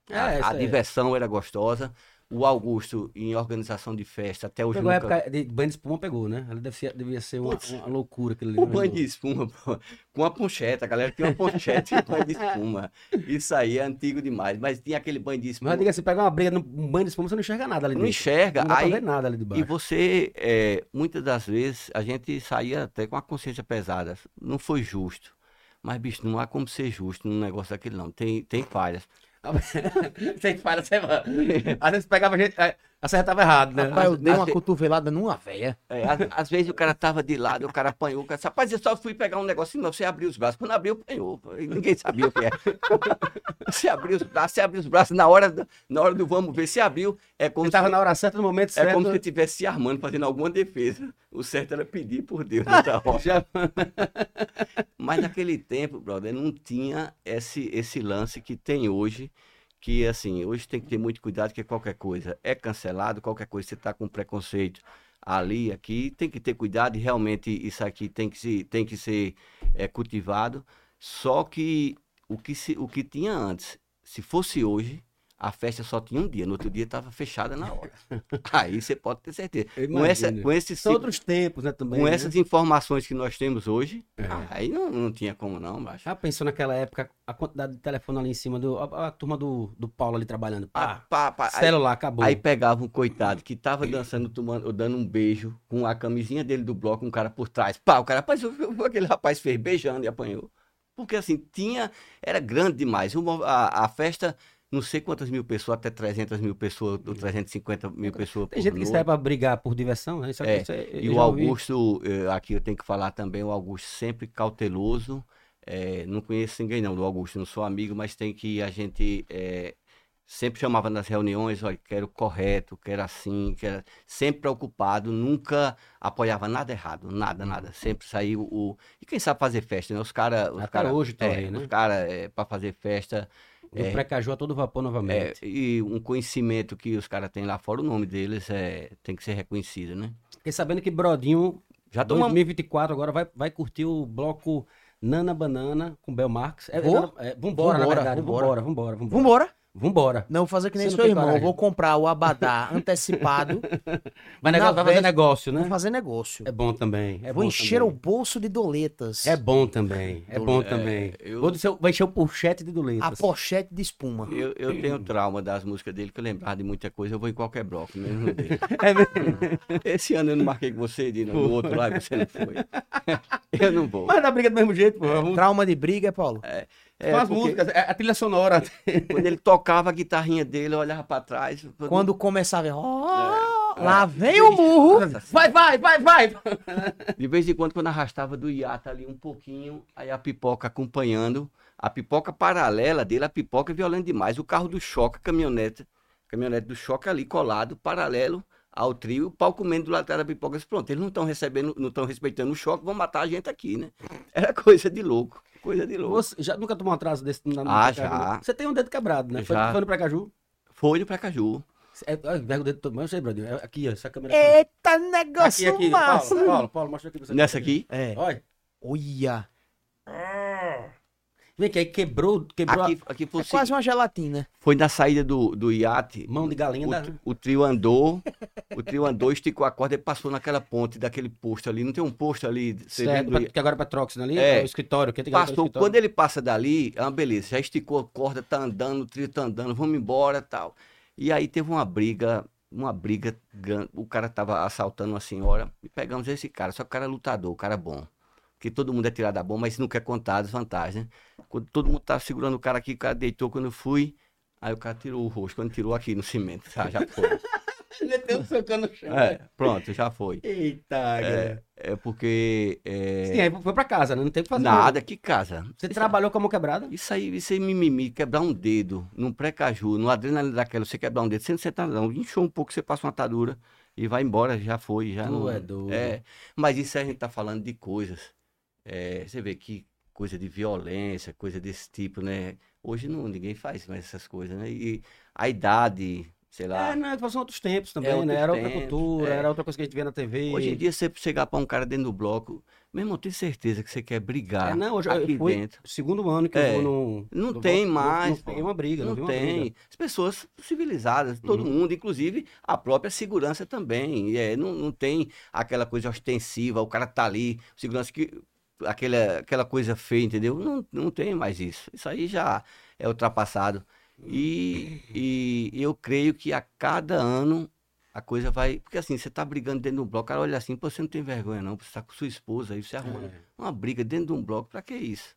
[SPEAKER 1] É,
[SPEAKER 3] a, a Ah,
[SPEAKER 1] isso aí.
[SPEAKER 3] diversão era gostosa. O Augusto, em organização de festa, até hoje
[SPEAKER 1] Pegou a
[SPEAKER 3] nunca...
[SPEAKER 1] época de banho de espuma, pegou, né? Ela deve ser, devia ser uma,
[SPEAKER 3] Putz. Um
[SPEAKER 1] uma loucura né? aquele
[SPEAKER 3] O banho de espuma, pô, com a poncheta, a galera tinha uma ponchete e banho de espuma. Isso aí é antigo demais, mas tinha aquele banho de
[SPEAKER 1] Mas
[SPEAKER 3] espuma.
[SPEAKER 1] eu digo assim, pegar uma briga num um banho de espuma, você não enxerga nada ali
[SPEAKER 3] Não
[SPEAKER 1] dentro.
[SPEAKER 3] enxerga.
[SPEAKER 1] Não dá pra
[SPEAKER 3] aí,
[SPEAKER 1] ver nada ali de
[SPEAKER 3] e
[SPEAKER 1] baixo.
[SPEAKER 3] você, é, muitas das vezes, a gente saía até com a consciência pesada. Não foi justo. Mas, bicho, não há como ser justo num negócio daquele, não. Tem, tem falhas.
[SPEAKER 1] Sem falha, sem falha. Às vezes pegava a gente, é, acertava errado, né?
[SPEAKER 2] Rapaz, eu dei uma
[SPEAKER 3] Assim-
[SPEAKER 2] cotovelada numa véia.
[SPEAKER 3] É, às, às vezes o cara tava de lado, o cara apanhou, o cara disse, rapaz, eu só fui pegar um negocinho, mas você abriu os braços. Quando abriu, apanhou. E Ninguém sabia o que é. você abriu os braços, você abriu os braços na hora, do- na hora do vamos ver, você abriu. É como,
[SPEAKER 1] Ele
[SPEAKER 3] se,
[SPEAKER 1] tava na hora certa, no momento
[SPEAKER 3] é
[SPEAKER 1] certo. né?
[SPEAKER 3] como se você estivesse se armando, fazendo alguma defesa. O certo era pedir por Deus nessa hora.
[SPEAKER 1] Já-
[SPEAKER 3] Mas naquele tempo, brother, não tinha esse, esse lance que tem hoje, que assim, hoje tem que ter muito cuidado, que qualquer coisa é cancelado, qualquer coisa você está com preconceito ali, aqui, tem que ter cuidado e realmente isso aqui tem que, se, tem que ser é, cultivado. Só que o que, se, o que tinha antes, se fosse hoje, a festa só tinha um dia, no outro dia estava fechada na hora. Aí você pode ter certeza.
[SPEAKER 1] Eu
[SPEAKER 3] Com, essa,
[SPEAKER 1] imagino.
[SPEAKER 3] com esse
[SPEAKER 1] São
[SPEAKER 3] ciclo-
[SPEAKER 1] outros tempos, né, também.
[SPEAKER 3] com
[SPEAKER 1] né?
[SPEAKER 3] essas informações que nós temos hoje,
[SPEAKER 1] É.
[SPEAKER 3] aí não, não tinha como não, macho.
[SPEAKER 1] Já pensou naquela época a quantidade de telefone ali em cima do. A, a turma do, do Paulo ali trabalhando.
[SPEAKER 3] Ah,
[SPEAKER 1] Pá,
[SPEAKER 3] pá, pá. Aí,
[SPEAKER 1] celular, acabou.
[SPEAKER 3] aí pegava um coitado que tava dançando, tomando, ou dando um beijo com a camisinha dele do bloco, um cara por trás. Pá, o cara, rapaz, o- o- aquele rapaz fez beijando e apanhou. Porque assim, tinha, era grande demais. O mov- a, a festa, não sei quantas mil pessoas, até 300 mil pessoas, ou 350 mil pessoas por
[SPEAKER 1] Tem gente que
[SPEAKER 3] noite.
[SPEAKER 1] sai pra brigar por diversão, né? Isso,
[SPEAKER 3] É,
[SPEAKER 1] isso eu
[SPEAKER 3] E
[SPEAKER 1] já
[SPEAKER 3] o
[SPEAKER 1] ouvi.
[SPEAKER 3] Augusto, eh, aqui eu tenho que falar também, o Augusto sempre cauteloso. eh, não conheço ninguém não do Augusto, não sou amigo, mas tem que a gente eh, sempre chamava nas reuniões, olha, quero correto, quero assim, quero... sempre preocupado, nunca apoiava nada errado,
[SPEAKER 1] Uhum.
[SPEAKER 3] nada, nada. Sempre saiu o... E quem sabe fazer festa, né? Os caras... Os
[SPEAKER 1] Até
[SPEAKER 3] cara,
[SPEAKER 1] hoje
[SPEAKER 3] é,
[SPEAKER 1] também, né?
[SPEAKER 3] Os caras, para fazer festa...
[SPEAKER 1] Do Precaju a todo vapor
[SPEAKER 3] É,
[SPEAKER 1] novamente.
[SPEAKER 3] e um conhecimento que os caras têm lá fora, o nome deles é, tem que ser reconhecido, né?
[SPEAKER 1] Fiquei sabendo que Brodinho,
[SPEAKER 3] Já tomamos
[SPEAKER 1] 2024, agora vai, vai curtir o bloco Nana Banana com Bel Marx. É,
[SPEAKER 2] Vou?
[SPEAKER 1] é, é, vambora, na
[SPEAKER 2] Vambora,
[SPEAKER 1] verdade. Vambora,
[SPEAKER 2] vambora.
[SPEAKER 1] vambora, vambora.
[SPEAKER 2] Vambora.
[SPEAKER 1] Vambora.
[SPEAKER 2] Não, vou fazer que nem
[SPEAKER 1] Você não
[SPEAKER 2] seu
[SPEAKER 1] tem
[SPEAKER 2] irmão.
[SPEAKER 1] coragem.
[SPEAKER 2] Vou comprar o abadá antecipado.
[SPEAKER 1] Vai, negócio, vai fazer
[SPEAKER 2] véspera-
[SPEAKER 1] negócio, né?
[SPEAKER 2] Vou fazer negócio.
[SPEAKER 1] É bom também. É
[SPEAKER 2] vou
[SPEAKER 1] bom
[SPEAKER 2] encher
[SPEAKER 1] também.
[SPEAKER 2] o bolso de doletas.
[SPEAKER 1] É bom também. É
[SPEAKER 3] Do-
[SPEAKER 1] bom
[SPEAKER 3] é,
[SPEAKER 1] também.
[SPEAKER 3] eu- Ah,
[SPEAKER 1] Vou do seu- vai encher o pochete de doleta.
[SPEAKER 2] a pochete de espuma.
[SPEAKER 3] Eu, eu tenho
[SPEAKER 2] Hum.
[SPEAKER 3] trauma das músicas dele, que eu lembrava de muita coisa, eu vou em qualquer bloco, mesmo dele.
[SPEAKER 1] É mesmo.
[SPEAKER 3] Esse ano eu não marquei com você, Dino, no outro lá e você não foi. Eu não vou.
[SPEAKER 1] Mas dá briga do mesmo jeito, pô. Vamos-
[SPEAKER 2] Trauma de briga, Paulo.
[SPEAKER 3] É,
[SPEAKER 1] com as
[SPEAKER 3] porque
[SPEAKER 1] músicas, tá, é a trilha sonora.
[SPEAKER 3] Quando ele tocava a guitarrinha dele, eu olhava pra trás.
[SPEAKER 2] Quando começava,
[SPEAKER 1] É,
[SPEAKER 2] ó, lá vem o murro.
[SPEAKER 1] Vai, vai, vai, vai!
[SPEAKER 3] De vez em quando, quando arrastava do hiato ali um pouquinho, aí a pipoca acompanhando, a pipoca paralela dele, a pipoca é violenta demais. O carro do choque, a caminhonete, a caminhonete do choque ali colado, paralelo ao trio, o pau comendo do lado da pipoca. Eu disse, Pronto, eles não estão recebendo, não estão respeitando o choque, vão matar a gente aqui, né? Era coisa de louco, coisa de louco.
[SPEAKER 1] Você já nunca tomou um atraso desse na
[SPEAKER 3] Ah,
[SPEAKER 1] Precaju,
[SPEAKER 3] já.
[SPEAKER 1] né? Você tem um dedo quebrado, né? Foi,
[SPEAKER 3] Já.
[SPEAKER 1] foi no Precaju?
[SPEAKER 3] Foi no Precaju.
[SPEAKER 1] É, ó, pega o dedo todo. Mostra aí, Bradinho. É Aqui, ó, essa câmera. aqui.
[SPEAKER 2] Eita,
[SPEAKER 1] aqui,
[SPEAKER 2] negócio
[SPEAKER 1] aqui.
[SPEAKER 2] massa.
[SPEAKER 1] Paulo, Paulo, Paulo, mostra aqui. pra você.
[SPEAKER 3] Nessa aqui,
[SPEAKER 2] É.
[SPEAKER 1] Olha.
[SPEAKER 2] Olha. É
[SPEAKER 1] Vem que aí quebrou, quebrou
[SPEAKER 3] aqui, aqui foi,
[SPEAKER 2] É
[SPEAKER 3] o
[SPEAKER 2] quase uma gelatina.
[SPEAKER 3] seguinte, foi na saída do, do
[SPEAKER 1] a
[SPEAKER 3] iate.
[SPEAKER 1] mão de galinha.
[SPEAKER 3] O,
[SPEAKER 1] da-
[SPEAKER 3] tri- o trio andou, o trio andou, esticou a corda e passou naquela ponte daquele posto ali. Não tem um posto ali
[SPEAKER 1] Certo,
[SPEAKER 3] servindo.
[SPEAKER 1] pra- que agora é Petrox, né? Ali
[SPEAKER 3] É.
[SPEAKER 1] é, o escritório. Que tem que ir pro
[SPEAKER 3] Passou,
[SPEAKER 1] escritório.
[SPEAKER 3] quando ele passa dali, é uma beleza, já esticou a corda, tá andando, o trio tá andando, vamos embora tal. E aí teve uma briga, uma briga grande. O cara tava assaltando uma senhora e pegamos esse cara, só que o cara é lutador, o cara é bom. Porque todo mundo é tirado a bom, mas não quer contar as vantagens, né? Quando todo mundo tava segurando o cara aqui, o cara deitou, quando eu fui, aí o cara tirou o rosto, quando tirou aqui no cimento, tá, já foi.
[SPEAKER 1] Ele tem um socão no chão.
[SPEAKER 3] É, pronto, já foi.
[SPEAKER 1] Eita, galera.
[SPEAKER 3] É porque. é,
[SPEAKER 1] Sim, aí foi pra casa, né? Não teve o que fazer.
[SPEAKER 3] nada, que casa.
[SPEAKER 1] Você trabalhou com a mão quebrada?
[SPEAKER 3] Isso aí, isso aí mimimi, quebrar um dedo, num pré-caju, numa adrenalina daquela, você quebrar um dedo, você não senta não, inchou um pouco, você passa uma atadura e vai embora, já foi, já
[SPEAKER 1] Tu
[SPEAKER 3] não.
[SPEAKER 1] é doido.
[SPEAKER 3] É, mas isso aí a gente tá falando de coisas. é, você vê que coisa de violência, coisa desse tipo, né? Hoje não, ninguém faz mais essas coisas, né? E a idade, sei lá.
[SPEAKER 1] É, não, passou outros tempos também,
[SPEAKER 3] É, outros
[SPEAKER 1] né? Era outra
[SPEAKER 3] tempos,
[SPEAKER 1] cultura,
[SPEAKER 3] é.
[SPEAKER 1] era outra coisa que a gente via na TV.
[SPEAKER 3] Hoje em dia, você chegar pra um cara dentro do bloco, meu irmão, tenho certeza que você quer brigar
[SPEAKER 1] É, não, hoje eu
[SPEAKER 3] tá aqui
[SPEAKER 1] fui-
[SPEAKER 3] dentro.
[SPEAKER 1] Segundo ano que
[SPEAKER 3] É.
[SPEAKER 1] eu vou no.
[SPEAKER 3] Não
[SPEAKER 1] no
[SPEAKER 3] tem
[SPEAKER 1] voto,
[SPEAKER 3] mais,
[SPEAKER 1] Não, não
[SPEAKER 3] pô.
[SPEAKER 1] tem uma briga, não, tem.
[SPEAKER 3] Não
[SPEAKER 1] Uma
[SPEAKER 3] tem.
[SPEAKER 1] briga.
[SPEAKER 3] As pessoas civilizadas, todo
[SPEAKER 1] Uhum.
[SPEAKER 3] mundo, inclusive a própria segurança também. E é, não, não tem aquela coisa ostensiva, o cara tá ali, segurança que. Aquela, aquela coisa feia, entendeu? Não, não tem mais isso. Isso aí já é ultrapassado. E, e eu creio que a cada ano a coisa vai. Porque assim, você tá brigando dentro de um bloco, o cara olha assim, pô, você não tem vergonha, não. Você tá com sua esposa aí, você arruma
[SPEAKER 1] É,
[SPEAKER 3] uma briga dentro de um bloco, pra que isso?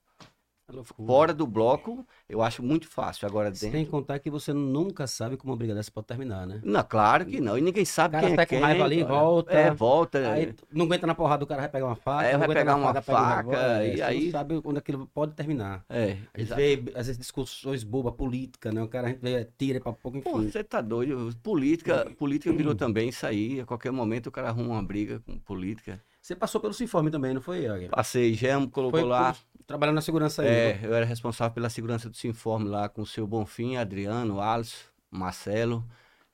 [SPEAKER 1] é loucura.
[SPEAKER 3] Fora do bloco, eu acho muito fácil. Agora dentro.
[SPEAKER 1] Sem contar que você nunca sabe como uma briga dessa pode terminar, né?
[SPEAKER 3] Não, claro que não. E ninguém
[SPEAKER 1] O
[SPEAKER 3] sabe
[SPEAKER 1] cara
[SPEAKER 3] quem
[SPEAKER 1] sai
[SPEAKER 3] é
[SPEAKER 1] com
[SPEAKER 3] quem.
[SPEAKER 1] raiva ali,
[SPEAKER 3] cara.
[SPEAKER 1] volta.
[SPEAKER 3] É, volta.
[SPEAKER 1] Aí tu não aguenta na porrada, o cara vai pegar uma faca.
[SPEAKER 3] É,
[SPEAKER 1] não
[SPEAKER 3] vai
[SPEAKER 1] aguenta
[SPEAKER 3] pegar
[SPEAKER 1] na
[SPEAKER 3] uma
[SPEAKER 1] pega um
[SPEAKER 3] faca,
[SPEAKER 1] revólver,
[SPEAKER 3] e
[SPEAKER 1] você
[SPEAKER 3] aí-
[SPEAKER 1] não sabe onde aquilo pode terminar.
[SPEAKER 3] É,
[SPEAKER 1] A gente
[SPEAKER 3] exato.
[SPEAKER 1] vê, às vezes, discussões bobas, política, né? O cara a gente vê, tira pra pouco,
[SPEAKER 3] Pô,
[SPEAKER 1] enfim.
[SPEAKER 3] você tá doido. Política, política virou também isso aí. A qualquer momento o cara arruma uma briga com política.
[SPEAKER 1] Você passou pelo Sinforme também, não foi, Iago?
[SPEAKER 3] Passei, Gemo colocou
[SPEAKER 1] Foi
[SPEAKER 3] lá.
[SPEAKER 1] por- trabalhando na segurança aí. né?
[SPEAKER 3] É, eu era responsável pela segurança do Sinforme lá com o seu Bonfim, Adriano, Alisson, Marcelo.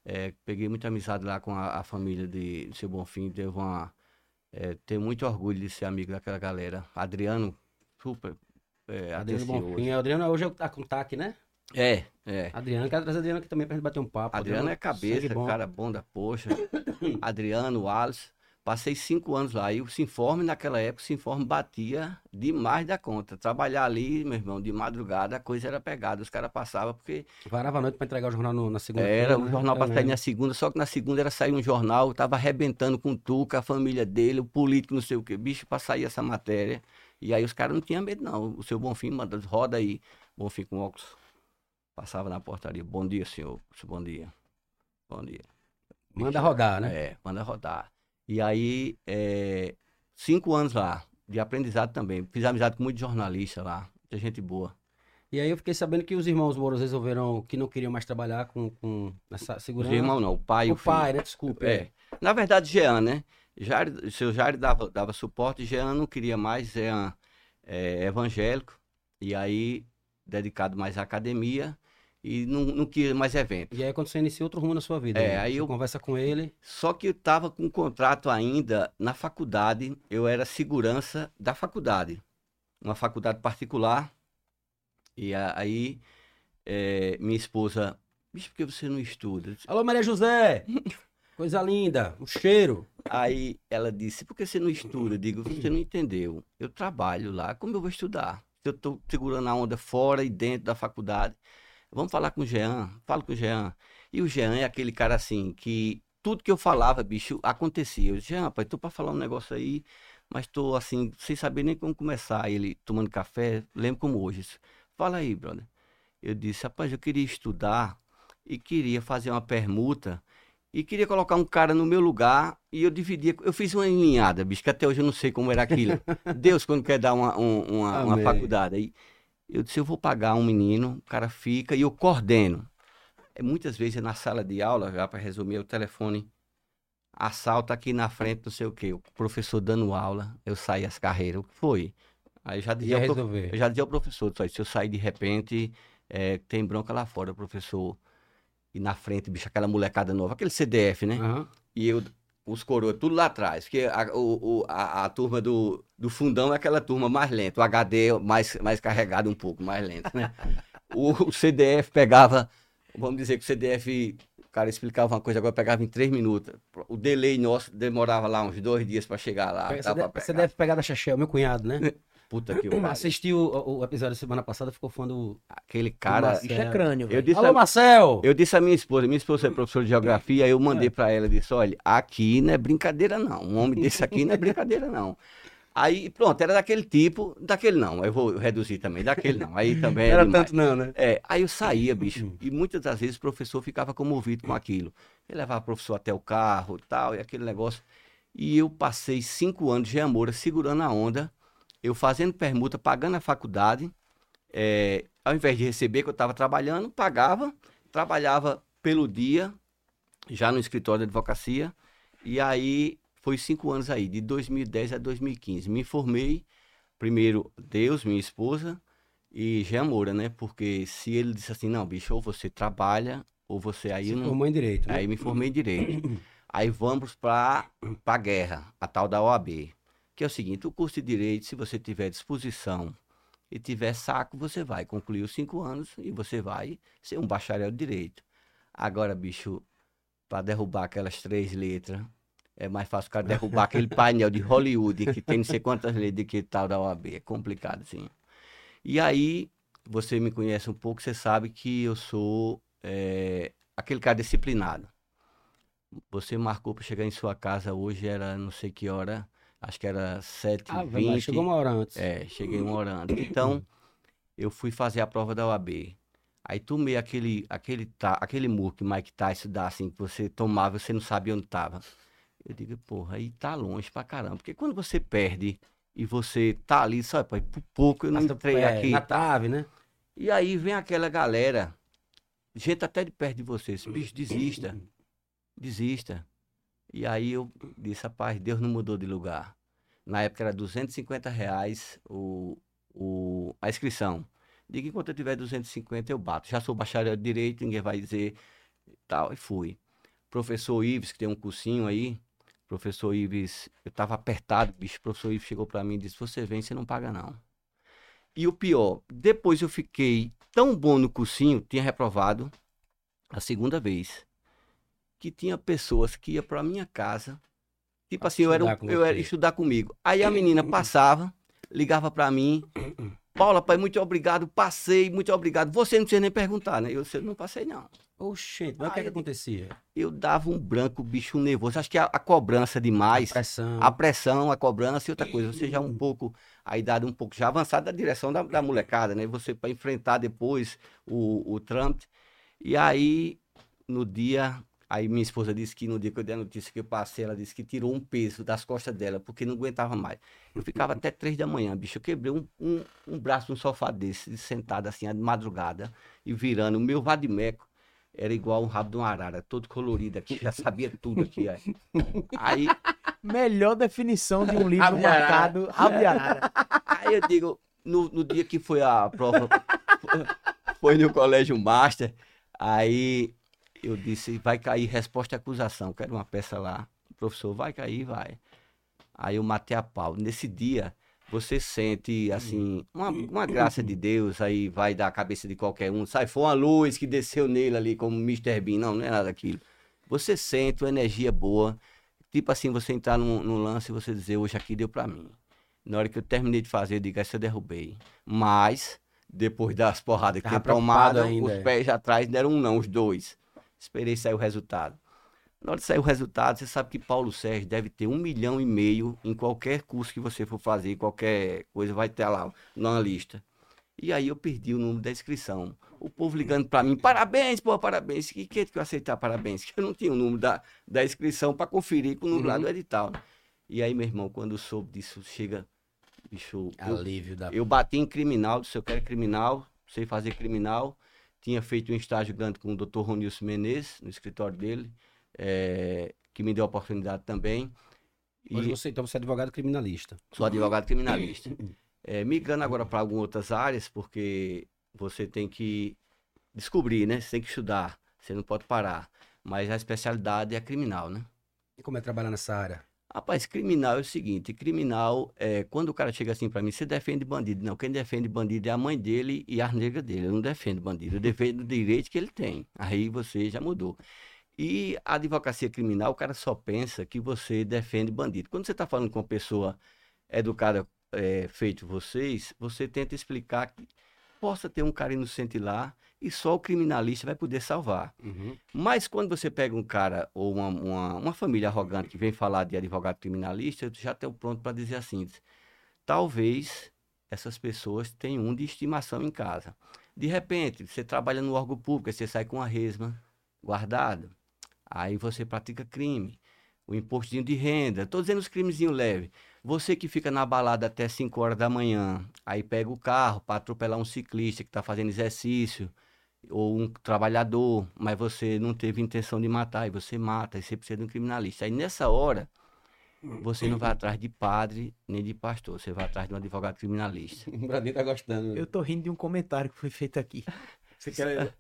[SPEAKER 3] É, peguei muita amizade lá com a, a família de, do seu Bonfim. Teve uma. É, tenho muito orgulho de ser amigo daquela galera. Adriano, super. É,
[SPEAKER 1] Adriano
[SPEAKER 3] atencioso.
[SPEAKER 1] Bonfim. Adriano hoje é o- a contact, né?
[SPEAKER 3] É, é.
[SPEAKER 1] Adriano, quero trazer Adriano aqui também pra gente bater um papo.
[SPEAKER 3] Adriano é cabeça,
[SPEAKER 1] sangue bom.
[SPEAKER 3] cara bom da poxa. Adriano, Wallace. Passei cinco anos lá. E o Sinforme, naquela época, o Sinforme batia demais da conta. Trabalhar ali, meu irmão, de madrugada, a coisa era pegada. Os caras passavam porque
[SPEAKER 1] Varava a noite pra entregar o jornal no- na segunda
[SPEAKER 3] era o jornal para sair
[SPEAKER 1] né?
[SPEAKER 3] na segunda, só que na segunda era sair um jornal, tava arrebentando com o Tuca, a família dele, o político, não sei o quê, bicho, para sair essa matéria. E aí os caras não tinham medo, não. O seu Bonfim manda, roda aí. Bonfim com óculos. Passava na portaria. Bom dia, senhor. Bom dia. Bom dia.
[SPEAKER 1] Manda rodar, né?
[SPEAKER 3] É, manda rodar. E aí, é, cinco anos lá, de aprendizado também. Fiz amizade com muito jornalista lá, muita gente boa.
[SPEAKER 1] E aí eu fiquei sabendo que os irmãos Mouros resolveram que não queriam mais trabalhar com, com essa
[SPEAKER 3] Os
[SPEAKER 1] segurança.
[SPEAKER 3] irmãos não, o pai e o
[SPEAKER 1] Uhum. o
[SPEAKER 3] filho.
[SPEAKER 1] pai, né? Desculpa.
[SPEAKER 3] É. Na verdade, Jean, né? Jair, seu Jair dava, dava suporte, Jean não queria mais, Jean é evangélico, e aí dedicado mais à academia, e não, não queria mais evento.
[SPEAKER 1] E aí quando você inicia outro rumo na sua vida.
[SPEAKER 3] É,
[SPEAKER 1] né?
[SPEAKER 3] aí
[SPEAKER 1] Você
[SPEAKER 3] eu-
[SPEAKER 1] conversa com ele.
[SPEAKER 3] Só que eu estava com um contrato ainda na faculdade, eu era segurança da faculdade, uma faculdade particular. E a- aí eh, minha esposa, bicho, por que você não estuda? Eu disse,
[SPEAKER 1] Alô, Maria José! Coisa linda, um cheiro.
[SPEAKER 3] Aí ela disse, por que você não estuda? Eu digo, você não entendeu. Eu trabalho lá, como eu vou estudar? Se Eu estou segurando a onda fora e dentro da faculdade. Vamos falar com o Jean, falo com o Jean. E o Jean é aquele cara assim, que tudo que eu falava, bicho, acontecia. Eu disse, Jean, rapaz, tô para falar um negócio aí, mas tô assim, sem saber nem como começar. Ele tomando café, lembro como hoje. Disse, Fala aí, brother. Eu disse, rapaz, eu queria estudar e queria fazer uma permuta e queria colocar um cara no meu lugar e eu dividia. Eu fiz uma ninhada, bicho, que até hoje eu não sei como era aquilo. Deus, quando quer dar uma, um- uma, uma
[SPEAKER 1] Amém.
[SPEAKER 3] faculdade. Aí eu disse, eu vou pagar um menino, o cara fica e eu coordeno. É, Muitas vezes na sala de aula, já para resumir, o telefone assalta aqui na frente, não sei o quê. O professor dando aula, eu saí as carreiras. O que foi? Aí já
[SPEAKER 1] Ia
[SPEAKER 3] dizia, o prof-
[SPEAKER 1] resolver.
[SPEAKER 3] eu já dizia ao professor, disse, "Olha, se eu sair de repente, é, tem bronca lá fora, professor. E na frente, bicho, aquela molecada nova, aquele CDF, né?
[SPEAKER 1] Aham.
[SPEAKER 3] E eu, os coroas, tudo lá atrás. Porque a, o- o- a, a turma do, do fundão é aquela turma mais lenta. O HD é mais, mais carregado um pouco, mais lento, né? o, o CDF pegava, vamos dizer que o CDF, o cara explicava uma coisa, agora pegava em três minutos. O delay nosso demorava lá uns dois dias pra chegar lá.
[SPEAKER 1] Você,
[SPEAKER 3] Ah, dá pra
[SPEAKER 1] deve, você
[SPEAKER 3] pegar.
[SPEAKER 1] deve pegar da Xaxé, o meu cunhado, né?
[SPEAKER 3] Puta que pariu.
[SPEAKER 1] Assistiu o, o episódio semana passada, ficou fã do.
[SPEAKER 3] Aquele cara...
[SPEAKER 1] Nossa,
[SPEAKER 2] Isso é
[SPEAKER 1] É.
[SPEAKER 2] crânio,
[SPEAKER 3] Eu
[SPEAKER 2] velho.
[SPEAKER 3] disse,
[SPEAKER 1] Alô,
[SPEAKER 3] a,
[SPEAKER 1] Marcel!
[SPEAKER 3] eu disse a minha esposa, minha esposa é professora de geografia, aí eu mandei pra ela, disse, olha, aqui não é brincadeira não, um homem desse aqui não é brincadeira não. Aí, pronto, era daquele tipo, daquele não, eu vou reduzir também, daquele não, aí também
[SPEAKER 1] Não
[SPEAKER 3] é
[SPEAKER 1] era
[SPEAKER 3] demais.
[SPEAKER 1] tanto, não, né?
[SPEAKER 3] É, aí eu saía, bicho, e muitas das vezes o professor ficava comovido com aquilo. Ele levava o professor até o carro e tal, e aquele negócio. E eu passei cinco anos de Moura segurando a onda, eu fazendo permuta, pagando a faculdade, é, ao invés de receber que eu estava trabalhando, pagava, trabalhava pelo dia, já no escritório de advocacia, e aí foi cinco anos aí, de 2010 a 2015. Me formei, primeiro Deus, minha esposa, e Jean Moura, né? Porque se ele disse assim, não, bicho, ou você trabalha, ou você aí eu não.
[SPEAKER 1] Formou em direito. né?
[SPEAKER 3] Aí me formei em direito. Aí vamos para a guerra, a tal da OAB. Que é o seguinte, o curso de direito, se você tiver disposição e tiver saco, você vai concluir os cinco anos e você vai ser um bacharel de direito. Agora, bicho, para derrubar aquelas três letras, é mais fácil o cara derrubar aquele painel de Hollywood que tem não sei quantas leis de que tal da OAB. É complicado, sim. E aí, você me conhece um pouco, você sabe que eu sou eh, aquele cara disciplinado. Você marcou para chegar em sua casa hoje, era não sei que hora, acho que era
[SPEAKER 1] Ah, velho, mas
[SPEAKER 3] 7h20.
[SPEAKER 1] chegou uma hora antes.
[SPEAKER 3] É, cheguei uma hora antes. Então, eu fui fazer a prova da OAB. Aí tomei aquele, aquele, ta- aquele murro que Mike Tyson dá, assim, que você tomava e você não sabia onde estava. Eu digo, porra, aí tá longe pra caramba. Porque quando você perde e você tá ali, só, pô, por pouco eu não
[SPEAKER 1] Passa,
[SPEAKER 3] entrei
[SPEAKER 1] é,
[SPEAKER 3] aqui.
[SPEAKER 1] Na trave, né?
[SPEAKER 3] E aí vem aquela galera, gente até de perto de você, esse bicho desista, desista. E aí eu disse, rapaz, Deus não mudou de lugar. Na época era 250 reais o, o, a inscrição. Digo, enquanto eu tiver 250 eu bato. Já sou bacharel de Direito, ninguém vai dizer tal, e fui. Professor Ives, que tem um cursinho aí, professor Ives, eu tava apertado, bicho, o professor Ives chegou pra mim e disse, você vem, você não paga não. E o pior, depois eu fiquei tão bom no cursinho, tinha reprovado a segunda vez, que tinha pessoas que iam pra minha casa, tipo
[SPEAKER 1] Pra
[SPEAKER 3] assim, eu era,
[SPEAKER 1] estudar
[SPEAKER 3] um-
[SPEAKER 1] com
[SPEAKER 3] eu era
[SPEAKER 1] você.
[SPEAKER 3] estudar comigo. Aí a menina passava, ligava pra mim, Paula, pai, muito obrigado, passei, muito obrigado. Você não precisa nem perguntar, né? Eu, disse, eu não passei, não.
[SPEAKER 1] Oxente, mas o que, é que
[SPEAKER 3] Aí-
[SPEAKER 1] acontecia?
[SPEAKER 3] Eu dava um branco, bicho nervoso. Acho que a, a cobrança demais,
[SPEAKER 1] Pressão.
[SPEAKER 3] a pressão, a cobrança e outra coisa. Você já um pouco, a idade um pouco já avançada da direção da, da molecada, né? Você para enfrentar depois o, o Trump. E aí, no dia, aí minha esposa disse que no dia que eu dei a notícia que eu passei, ela disse que tirou um peso das costas dela, porque não aguentava mais. Eu ficava até três da manhã, bicho. Eu quebrei um, um, um braço num sofá desse, sentado assim, de madrugada, e virando. O meu vadimeco era igual um rabo de uma arara, todo colorido aqui, já sabia tudo aqui. ó. Aí,
[SPEAKER 2] Melhor definição de um livro
[SPEAKER 3] Rabo de arara.
[SPEAKER 2] marcado. Rabo de arara.
[SPEAKER 3] aí eu digo, no, no dia que foi a prova, foi no colégio master, aí eu disse, vai cair resposta à acusação, quero uma peça lá. O professor, vai cair, vai. Aí eu matei a pau. Nesse dia, você sente, assim, uma, uma graça de Deus, aí vai da cabeça de qualquer um, sai, foi uma luz que desceu nele ali, como Mr. Bean, não, não é nada daquilo. Você sente uma energia boa, tipo assim, você entrar num, num lance e você dizer, hoje aqui deu pra mim. Na hora que eu terminei de fazer, eu digo, essa eu derrubei. Mas, depois das porradas que
[SPEAKER 1] Tava
[SPEAKER 3] tinha tomado,
[SPEAKER 1] preocupado ainda,
[SPEAKER 3] os
[SPEAKER 1] é.
[SPEAKER 3] pés atrás deram um não, os dois. Esperei sair o resultado. Na hora de sair o resultado, você sabe que Paulo Sérgio deve ter um milhão e meio em qualquer curso que você for fazer, qualquer coisa, vai ter lá numa lista. E aí eu perdi o número da inscrição. O povo ligando pra mim, parabéns, pô, parabéns. E que que eu aceitar parabéns? Que eu não tinha o número da, da inscrição pra conferir com o número lá do edital. E aí, meu irmão, quando eu soube disso, chega, bicho,
[SPEAKER 1] Ah,
[SPEAKER 3] eu
[SPEAKER 1] Alívio da.
[SPEAKER 3] eu bati em criminal, disse eu quero criminal, sei fazer criminal. Tinha feito um estágio grande com o Dr. Ronilson Menezes, no escritório dele, eh, que me deu a oportunidade também. E
[SPEAKER 1] Hoje você, então, você é advogado criminalista.
[SPEAKER 3] sou advogado criminalista. Eh, migrando agora para algumas outras áreas, porque você tem que descobrir, né? Você tem que estudar, você não pode parar. Mas a especialidade é a criminal, né?
[SPEAKER 1] E como é trabalhar nessa área?
[SPEAKER 3] Rapaz, criminal é o seguinte, criminal é quando o cara chega assim pra mim, você defende bandido. Não, quem defende bandido é a mãe dele e a negra dele. Eu não defendo bandido, eu defendo o direito que ele tem. Aí você já mudou. E a advocacia criminal, o cara só pensa que você defende bandido. Quando você tá falando com uma pessoa educada, é, feito vocês, você tenta explicar que possa ter um cara inocente lá e só o criminalista vai poder salvar. Mas quando você pega um cara ou uma, uma, uma família arrogante que vem falar de advogado criminalista, eu já estou pronto para dizer assim: talvez essas pessoas tenham um de estimação em casa. De repente, você trabalha no órgão público, aí você sai com a resma guardada, aí você pratica crime, o impostinho de renda, estou dizendo os crimezinhos leves. Você que fica na balada até 5 horas da manhã, aí pega o carro para atropelar um ciclista que está fazendo exercício, ou um trabalhador, mas você não teve intenção de matar, e você mata, e você precisa de um criminalista. Aí nessa hora, você não vai atrás de padre nem de pastor, você vai atrás de um advogado criminalista.
[SPEAKER 1] O Bradinho tá gostando.
[SPEAKER 2] Eu tô rindo de um comentário que foi feito aqui.
[SPEAKER 1] Você quer...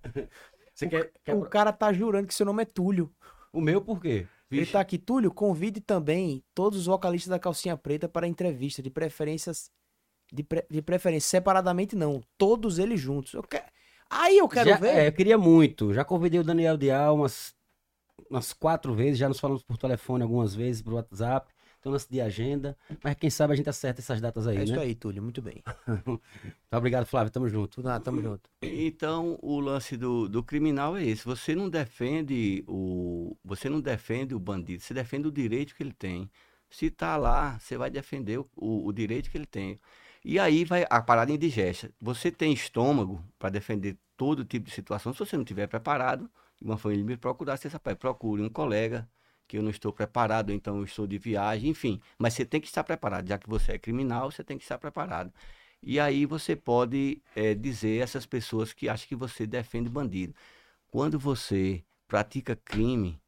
[SPEAKER 1] Você
[SPEAKER 2] o,
[SPEAKER 1] quer, quer-
[SPEAKER 2] o cara tá jurando que seu nome é Túlio.
[SPEAKER 1] O meu por quê?
[SPEAKER 2] Ele
[SPEAKER 3] Vixe,
[SPEAKER 2] tá aqui, Túlio, convide também todos os vocalistas da Calcinha Preta para entrevista, de preferências. De, pre- de preferência, separadamente não. Todos eles juntos. Eu que- Aí eu quero
[SPEAKER 1] Já-
[SPEAKER 2] ver.
[SPEAKER 1] é, eu queria muito. Já convidei o Daniel Dial umas, umas quatro vezes, já nos falamos por telefone algumas vezes, por WhatsApp. Então, lance de agenda. Mas quem sabe a gente acerta essas datas aí,
[SPEAKER 2] É isso
[SPEAKER 1] né?
[SPEAKER 2] aí, Túlio. Muito bem.
[SPEAKER 1] Tá, obrigado, Flávio. Tamo junto.
[SPEAKER 2] Tudo, ah, tamo junto.
[SPEAKER 3] Então, o lance do, do criminal é esse. Você não defende o, você não defende o bandido, você defende o direito que ele tem. Se tá lá, você vai defender o, o- o direito que ele tem. E aí vai a parada indigesta. Você tem estômago para defender todo tipo de situação. Se você não estiver preparado, e uma família me procurar, você sabe, procure um colega que eu não estou preparado, ou então eu estou de viagem, enfim. Mas você tem que estar preparado. Já que você é criminal, você tem que estar preparado. E aí você pode eh, dizer a essas pessoas que acham que você defende bandido. Quando você pratica crime,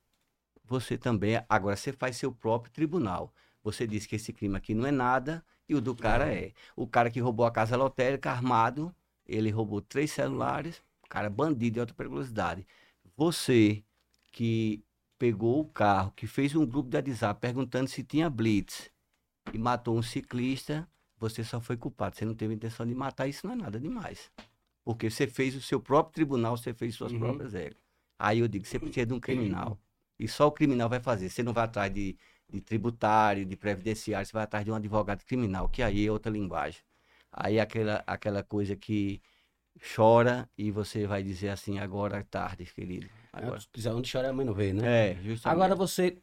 [SPEAKER 3] você também. Agora você faz seu próprio tribunal. Você diz que esse crime aqui não é nada e o do cara é. O cara que roubou a casa lotérica armado, ele roubou três celulares, cara é bandido de alta periculosidade. Você que pegou o carro, que fez um grupo de WhatsApp perguntando se tinha blitz e matou um ciclista, você só foi culpado. Você não teve intenção de matar, isso não é nada demais. Porque você fez o seu próprio tribunal, você fez suas
[SPEAKER 1] Uhum.
[SPEAKER 3] próprias regras. Aí eu digo, você precisa de um criminal. E só o criminal vai fazer. Você não vai atrás de, de tributário, de previdenciário, você vai atrás de um advogado criminal, que aí é outra linguagem. Aí é aquela, aquela coisa que chora e você vai dizer assim, agora é tarde, querido. Agora.
[SPEAKER 1] Se quiser onde chorar, a mãe não vê, né?
[SPEAKER 3] É, justamente.
[SPEAKER 1] Agora você,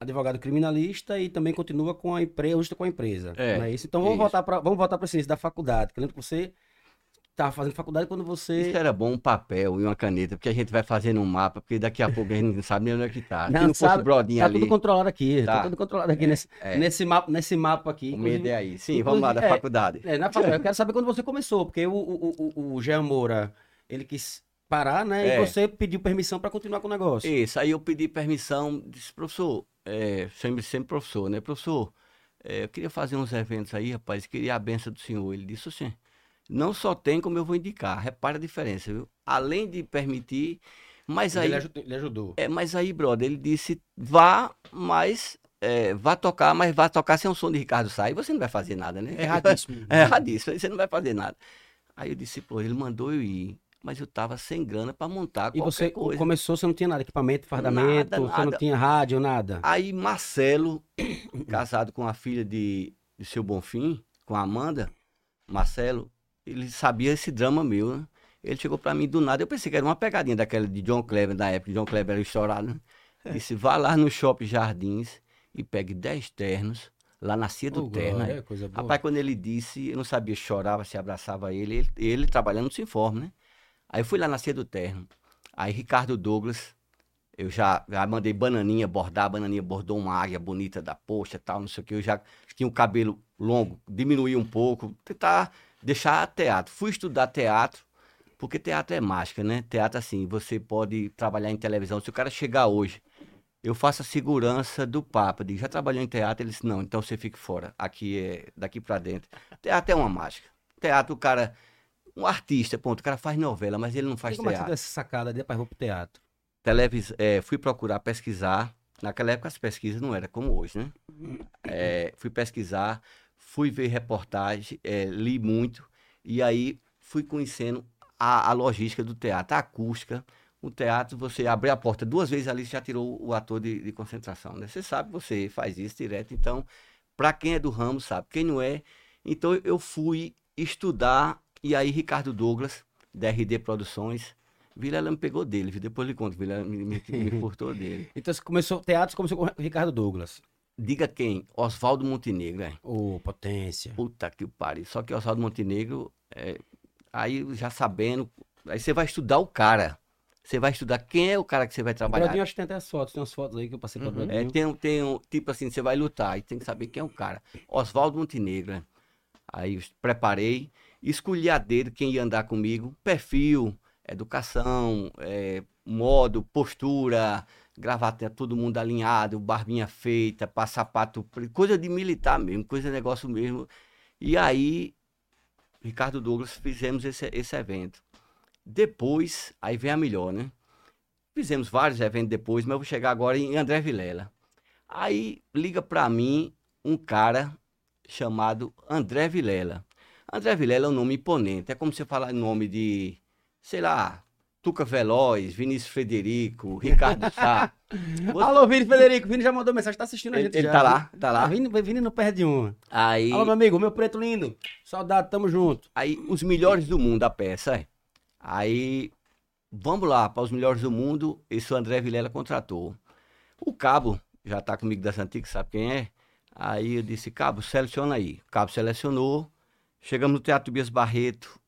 [SPEAKER 1] advogado criminalista e também continua com a empresa, junto com a empresa.
[SPEAKER 3] É,
[SPEAKER 1] não é isso? Então vamos
[SPEAKER 3] isso.
[SPEAKER 1] voltar para vamos voltar para ciência da faculdade. que eu Lembro que você estava fazendo faculdade quando você
[SPEAKER 3] Isso era bom um papel e uma caneta, porque a gente vai fazendo um mapa, porque daqui a pouco a gente não sabe nem onde é que tá.
[SPEAKER 1] Não,
[SPEAKER 3] Se não fosse
[SPEAKER 1] sabe-
[SPEAKER 3] o Brodinho
[SPEAKER 1] Tá
[SPEAKER 3] ali.
[SPEAKER 1] tudo controlado aqui. Tá,
[SPEAKER 3] Tá.
[SPEAKER 1] tudo controlado aqui nesse,
[SPEAKER 3] é.
[SPEAKER 1] nesse, mapa, nesse mapa aqui.
[SPEAKER 3] O medo é aí. Sim,
[SPEAKER 1] inclusive-
[SPEAKER 3] vamos lá, da
[SPEAKER 1] é.
[SPEAKER 3] faculdade.
[SPEAKER 1] É, na faculdade. Eu quero saber quando você começou, porque o, o, o, o Jean Moura, ele quis parar, né?
[SPEAKER 3] É.
[SPEAKER 1] E você pediu permissão pra continuar com o negócio.
[SPEAKER 3] Isso, aí eu pedi permissão, disse, professor, é, sempre, sempre professor, né? Professor, é, eu queria fazer uns eventos aí, rapaz, queria a benção do senhor. Ele disse assim, não só tem como eu vou indicar, repara a diferença, viu? Além de permitir, mas aí...
[SPEAKER 1] Ele ajudou. Ele ajudou.
[SPEAKER 3] É, mas aí, brother, ele disse, vá, mas... é, vá tocar, mas vá tocar sem o som de Ricardo Sai, você não vai fazer nada, né?
[SPEAKER 2] Erradíssimo.
[SPEAKER 3] É erradíssimo, aí você não vai fazer nada. Aí eu disse, pô, ele mandou eu ir, mas eu tava sem grana pra montar
[SPEAKER 1] E
[SPEAKER 3] qualquer
[SPEAKER 1] você
[SPEAKER 3] coisa.
[SPEAKER 1] começou, você não tinha nada, equipamento, fardamento,
[SPEAKER 3] Nada,
[SPEAKER 1] você não
[SPEAKER 3] nada.
[SPEAKER 1] tinha rádio, nada.
[SPEAKER 3] Aí Marcelo, casado com a filha de, de seu Bonfim, com a Amanda, Marcelo, ele sabia esse drama meu, né? Ele chegou pra mim do nada, eu pensei que era uma pegadinha daquela de John Clever, da época, John Clever era estourado, né? Disse, vá lá no Shopping Jardins e pegue 10 ternos, lá na Cia do
[SPEAKER 1] Ô,
[SPEAKER 3] Terno.
[SPEAKER 1] glória,
[SPEAKER 3] aí.
[SPEAKER 1] É coisa boa.
[SPEAKER 3] Rapaz, quando ele disse, eu não sabia, chorava, se abraçava ele, ele, ele trabalhando no Sinforme, né? Aí eu fui lá na Ceia do Terno, aí Ricardo Douglas, eu já, já mandei bananinha bordar, a bananinha bordou uma águia bonita da poxa, tal, não sei o que, eu já tinha o cabelo longo, diminuí um pouco, tentar deixar teatro. Fui estudar teatro, porque teatro é mágica, né? Teatro, assim, você pode trabalhar em televisão, se o cara chegar hoje, eu faço a segurança do Papa. Digo, já trabalhou em teatro? Ele disse, não, então você fique fora. Aqui é daqui pra dentro. Teatro é uma mágica. Teatro, o cara. Um artista, ponto. O cara faz novela, mas ele não
[SPEAKER 1] E
[SPEAKER 3] faz
[SPEAKER 1] como é que você deu
[SPEAKER 3] teatro.
[SPEAKER 1] essa sacada? Depois vou pro teatro.
[SPEAKER 3] Televis... é, fui procurar pesquisar. Naquela época as pesquisas não eram como hoje, né? É, fui pesquisar, fui ver reportagem, é, li muito. E aí fui conhecendo a, a logística do teatro, a acústica. O teatro, você abre a porta duas vezes ali, você já tirou o ator de, de concentração, né? Você sabe, você faz isso direto. Então, para quem é do ramo, sabe. Quem não é... Então, eu fui estudar. E aí, Ricardo Douglas, da RD Produções, Vilela me pegou dele. viu? Depois lhe conto, Vilela me, me, me furtou dele.
[SPEAKER 1] Então você começou, teatro você começou com o Ricardo Douglas.
[SPEAKER 3] Diga quem? Oswaldo Montenegro, é.
[SPEAKER 1] Ô, potência.
[SPEAKER 3] Puta que pariu. Só que Oswaldo Montenegro, é, aí já sabendo, aí você vai estudar o cara. Você vai estudar quem é o cara que você vai
[SPEAKER 1] O
[SPEAKER 3] trabalhar.
[SPEAKER 1] Brodinho, acho que tem até as fotos, tem umas fotos aí que eu passei pra
[SPEAKER 2] Uhum.
[SPEAKER 1] Brodinho.
[SPEAKER 3] É, tem, um- tem um, tipo assim, você vai lutar e tem que saber quem é o cara. Oswaldo Montenegro, né? Aí eu preparei, escolhi a dedo quem ia andar comigo, perfil, educação, é, modo, postura, gravata, todo mundo alinhado, barbinha feita, pá, sapato, preto, coisa de militar mesmo, coisa de negócio mesmo. E aí, Ricardo Douglas, fizemos esse, esse evento. Depois, aí vem a melhor, né? Fizemos vários eventos depois, mas eu vou chegar agora em André Vilela. Aí liga pra mim um cara chamado André Vilela. André Vilela é um nome imponente, é como você falar nome de, sei lá, Tuca Veloz, Vinícius Frederico, Ricardo Sá. Você-
[SPEAKER 1] Alô, Vini Federico. Vini já mandou mensagem, tá assistindo a
[SPEAKER 3] ele,
[SPEAKER 1] gente
[SPEAKER 3] ele
[SPEAKER 1] já.
[SPEAKER 3] tá lá, tá
[SPEAKER 1] Ah,
[SPEAKER 3] lá.
[SPEAKER 1] Vini, Vini não perde uma.
[SPEAKER 3] Aí,
[SPEAKER 1] Alô, meu amigo, meu preto lindo. Saudade, tamo junto.
[SPEAKER 3] aí os melhores do mundo, a peça, é. Aí, vamos lá, para os melhores do mundo, esse o André Vilela contratou. O Cabo, já tá comigo das antigas, sabe quem é? Aí eu disse, Cabo, seleciona aí. O Cabo selecionou, chegamos no Teatro Bias Barreto,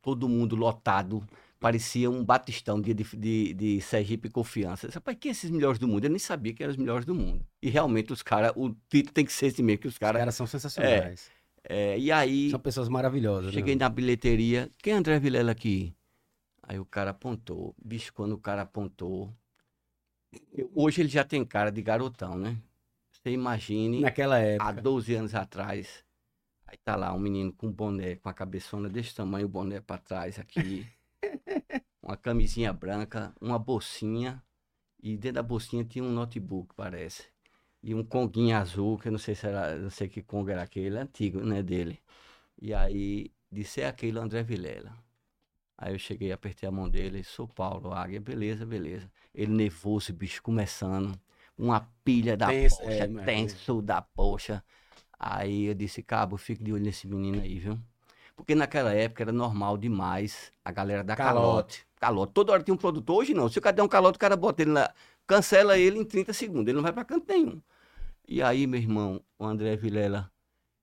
[SPEAKER 3] todo mundo lotado, parecia um batistão de, de, de, de Sergipe e Confiança. Eu disse, Rapaz, quem é esses melhores do mundo? Eu nem sabia que eram os melhores do mundo. E realmente os caras, o título tem que ser esse mesmo, que os
[SPEAKER 1] Os
[SPEAKER 3] caras...
[SPEAKER 1] caras são sensacionais.
[SPEAKER 3] é, e aí...
[SPEAKER 1] São pessoas maravilhosas.
[SPEAKER 3] Cheguei
[SPEAKER 1] né?
[SPEAKER 3] na bilheteria. Quem é André Vilela aqui? Aí o cara apontou. Bicho, quando o cara apontou. eu- Hoje ele já tem cara de garotão, né? Você imagine,
[SPEAKER 1] Naquela
[SPEAKER 3] há
[SPEAKER 1] época.
[SPEAKER 3] 12 anos atrás. Aí tá lá um menino com um boné, com a cabeçona desse tamanho, o boné pra trás aqui. uma camisinha branca, uma bolsinha. E dentro da bolsinha tinha um notebook, parece. E um conguinho azul, que eu não sei se era, não sei que conga era aquele, antigo, né, dele. E aí, disse, é aquele André Vilela. Aí eu cheguei, apertei a mão dele, sou Paulo Águia, beleza, beleza. Ele nervoso, bicho, começando, uma pilha da
[SPEAKER 1] Tenso,
[SPEAKER 3] poxa,
[SPEAKER 1] é, mas-
[SPEAKER 3] tenso da poxa. Aí eu disse, cabo, fique de olho nesse menino aí, viu? Porque naquela época era normal demais a galera dar
[SPEAKER 1] Calote.
[SPEAKER 3] calote. Calote. Toda hora tinha um produtor, hoje não. Se o cara der um calote, o cara bota ele lá, cancela ele em 30 segundos, ele não vai pra canto nenhum. E aí, meu irmão, o André Vilela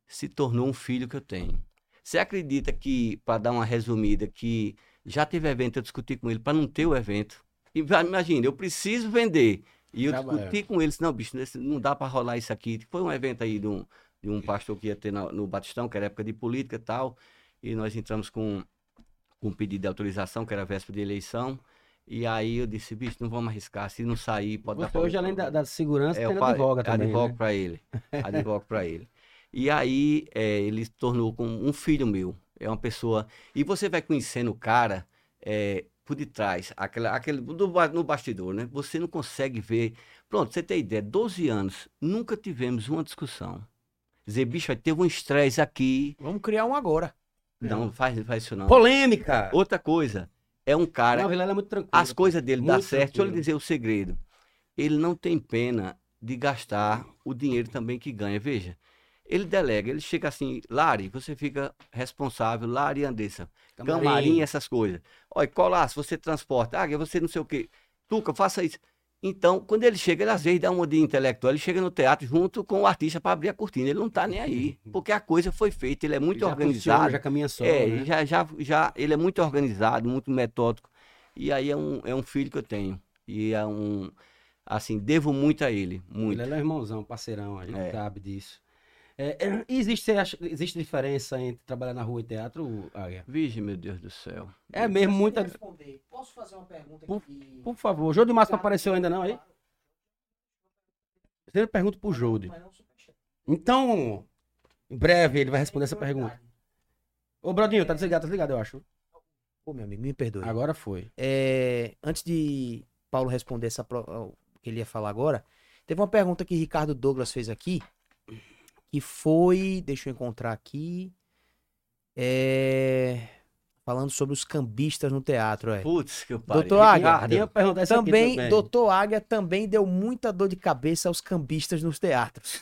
[SPEAKER 3] se tornou um filho que eu tenho. Você acredita que, para dar uma resumida, que já teve evento, eu discuti com ele para não ter o evento. E vai- imagina, eu preciso vender. E eu
[SPEAKER 1] Trabalhar.
[SPEAKER 3] discuti com ele, disse, não, bicho, nesse- não dá para rolar isso aqui. Foi um evento aí de um, de um pastor que ia ter na- no Batistão, que era época de política e tal. E nós entramos com, com um pedido de autorização, que era véspera de eleição. E aí eu disse, bicho, não vamos arriscar. Se não sair, pode dar
[SPEAKER 1] Você
[SPEAKER 3] problema
[SPEAKER 1] hoje, além da, da segurança,
[SPEAKER 3] É, eu
[SPEAKER 1] tem
[SPEAKER 3] fa-
[SPEAKER 1] advoga também.
[SPEAKER 3] Advogo
[SPEAKER 1] né?
[SPEAKER 3] pra ele. Advogo pra ele. E aí é, ele se tornou como um filho meu. É uma pessoa. E você vai conhecendo o cara é, por detrás, aquela, aquele, do ba- no bastidor, né? Você não consegue ver. Pronto, você tem ideia, 12 anos, nunca tivemos uma discussão. Dizer, bicho, vai ter um estresse aqui.
[SPEAKER 2] Vamos criar um agora.
[SPEAKER 1] É.
[SPEAKER 3] Não, faz, faz isso não.
[SPEAKER 1] Polêmica!
[SPEAKER 3] Outra coisa, é um cara
[SPEAKER 1] Não, o Vilela é muito tranquilo.
[SPEAKER 3] as coisas dele dá
[SPEAKER 1] Muito
[SPEAKER 3] certo. Deixa eu lhe
[SPEAKER 1] tranquilo.
[SPEAKER 3] dizer o segredo. Ele não tem pena de gastar o dinheiro também que ganha. Veja, ele delega, ele chega assim, Lari, você fica responsável, Lari e Andressa. Camarim, essas coisas. Olha, Colasso, você transporta. ah, Águia, você não sei o quê. Tuca, faça isso. Então, quando ele chega, ele às vezes dá uma de intelectual, ele chega no teatro junto com o artista para abrir a cortina. Ele não tá nem aí, porque a coisa foi feita, ele é muito
[SPEAKER 1] Uhum. já funciona,
[SPEAKER 3] organizado.
[SPEAKER 1] Já caminha só.
[SPEAKER 3] É,
[SPEAKER 1] né?
[SPEAKER 3] já, já, já, ele é muito organizado, muito metódico. E aí é um, é um filho que eu tenho. E é um, assim, devo muito a ele, muito.
[SPEAKER 1] Vilela é um irmãozão, parceirão, a gente
[SPEAKER 3] É.
[SPEAKER 1] sabe disso. É, é, existe, você acha- existe diferença entre trabalhar na rua e teatro, Águia?
[SPEAKER 3] Virgem, meu Deus do céu.
[SPEAKER 1] É mesmo, muita.
[SPEAKER 2] Posso fazer uma pergunta
[SPEAKER 1] Por-
[SPEAKER 2] aqui?
[SPEAKER 1] Por favor, o Jô de Márcio não apareceu ainda, não aí? Primeiro pergunta pro Jode. Então, em breve ele vai
[SPEAKER 2] é
[SPEAKER 1] responder essa pergunta. Ô, Brodinho, tá desligado, tá desligado, eu acho.
[SPEAKER 2] Ô, meu amigo, me perdoe.
[SPEAKER 1] Agora foi.
[SPEAKER 2] É, antes de Paulo responder essa pro- o que ele ia falar agora, teve uma pergunta que Ricardo Douglas fez aqui, que foi, deixa eu encontrar aqui, é, falando sobre os cambistas no teatro, é.
[SPEAKER 3] Putz, que eu parei.
[SPEAKER 2] Doutor Águia,
[SPEAKER 3] Ricardo,
[SPEAKER 1] Tinha perguntar isso aqui
[SPEAKER 2] Também, Doutor Águia também deu muita dor de cabeça aos cambistas nos teatros.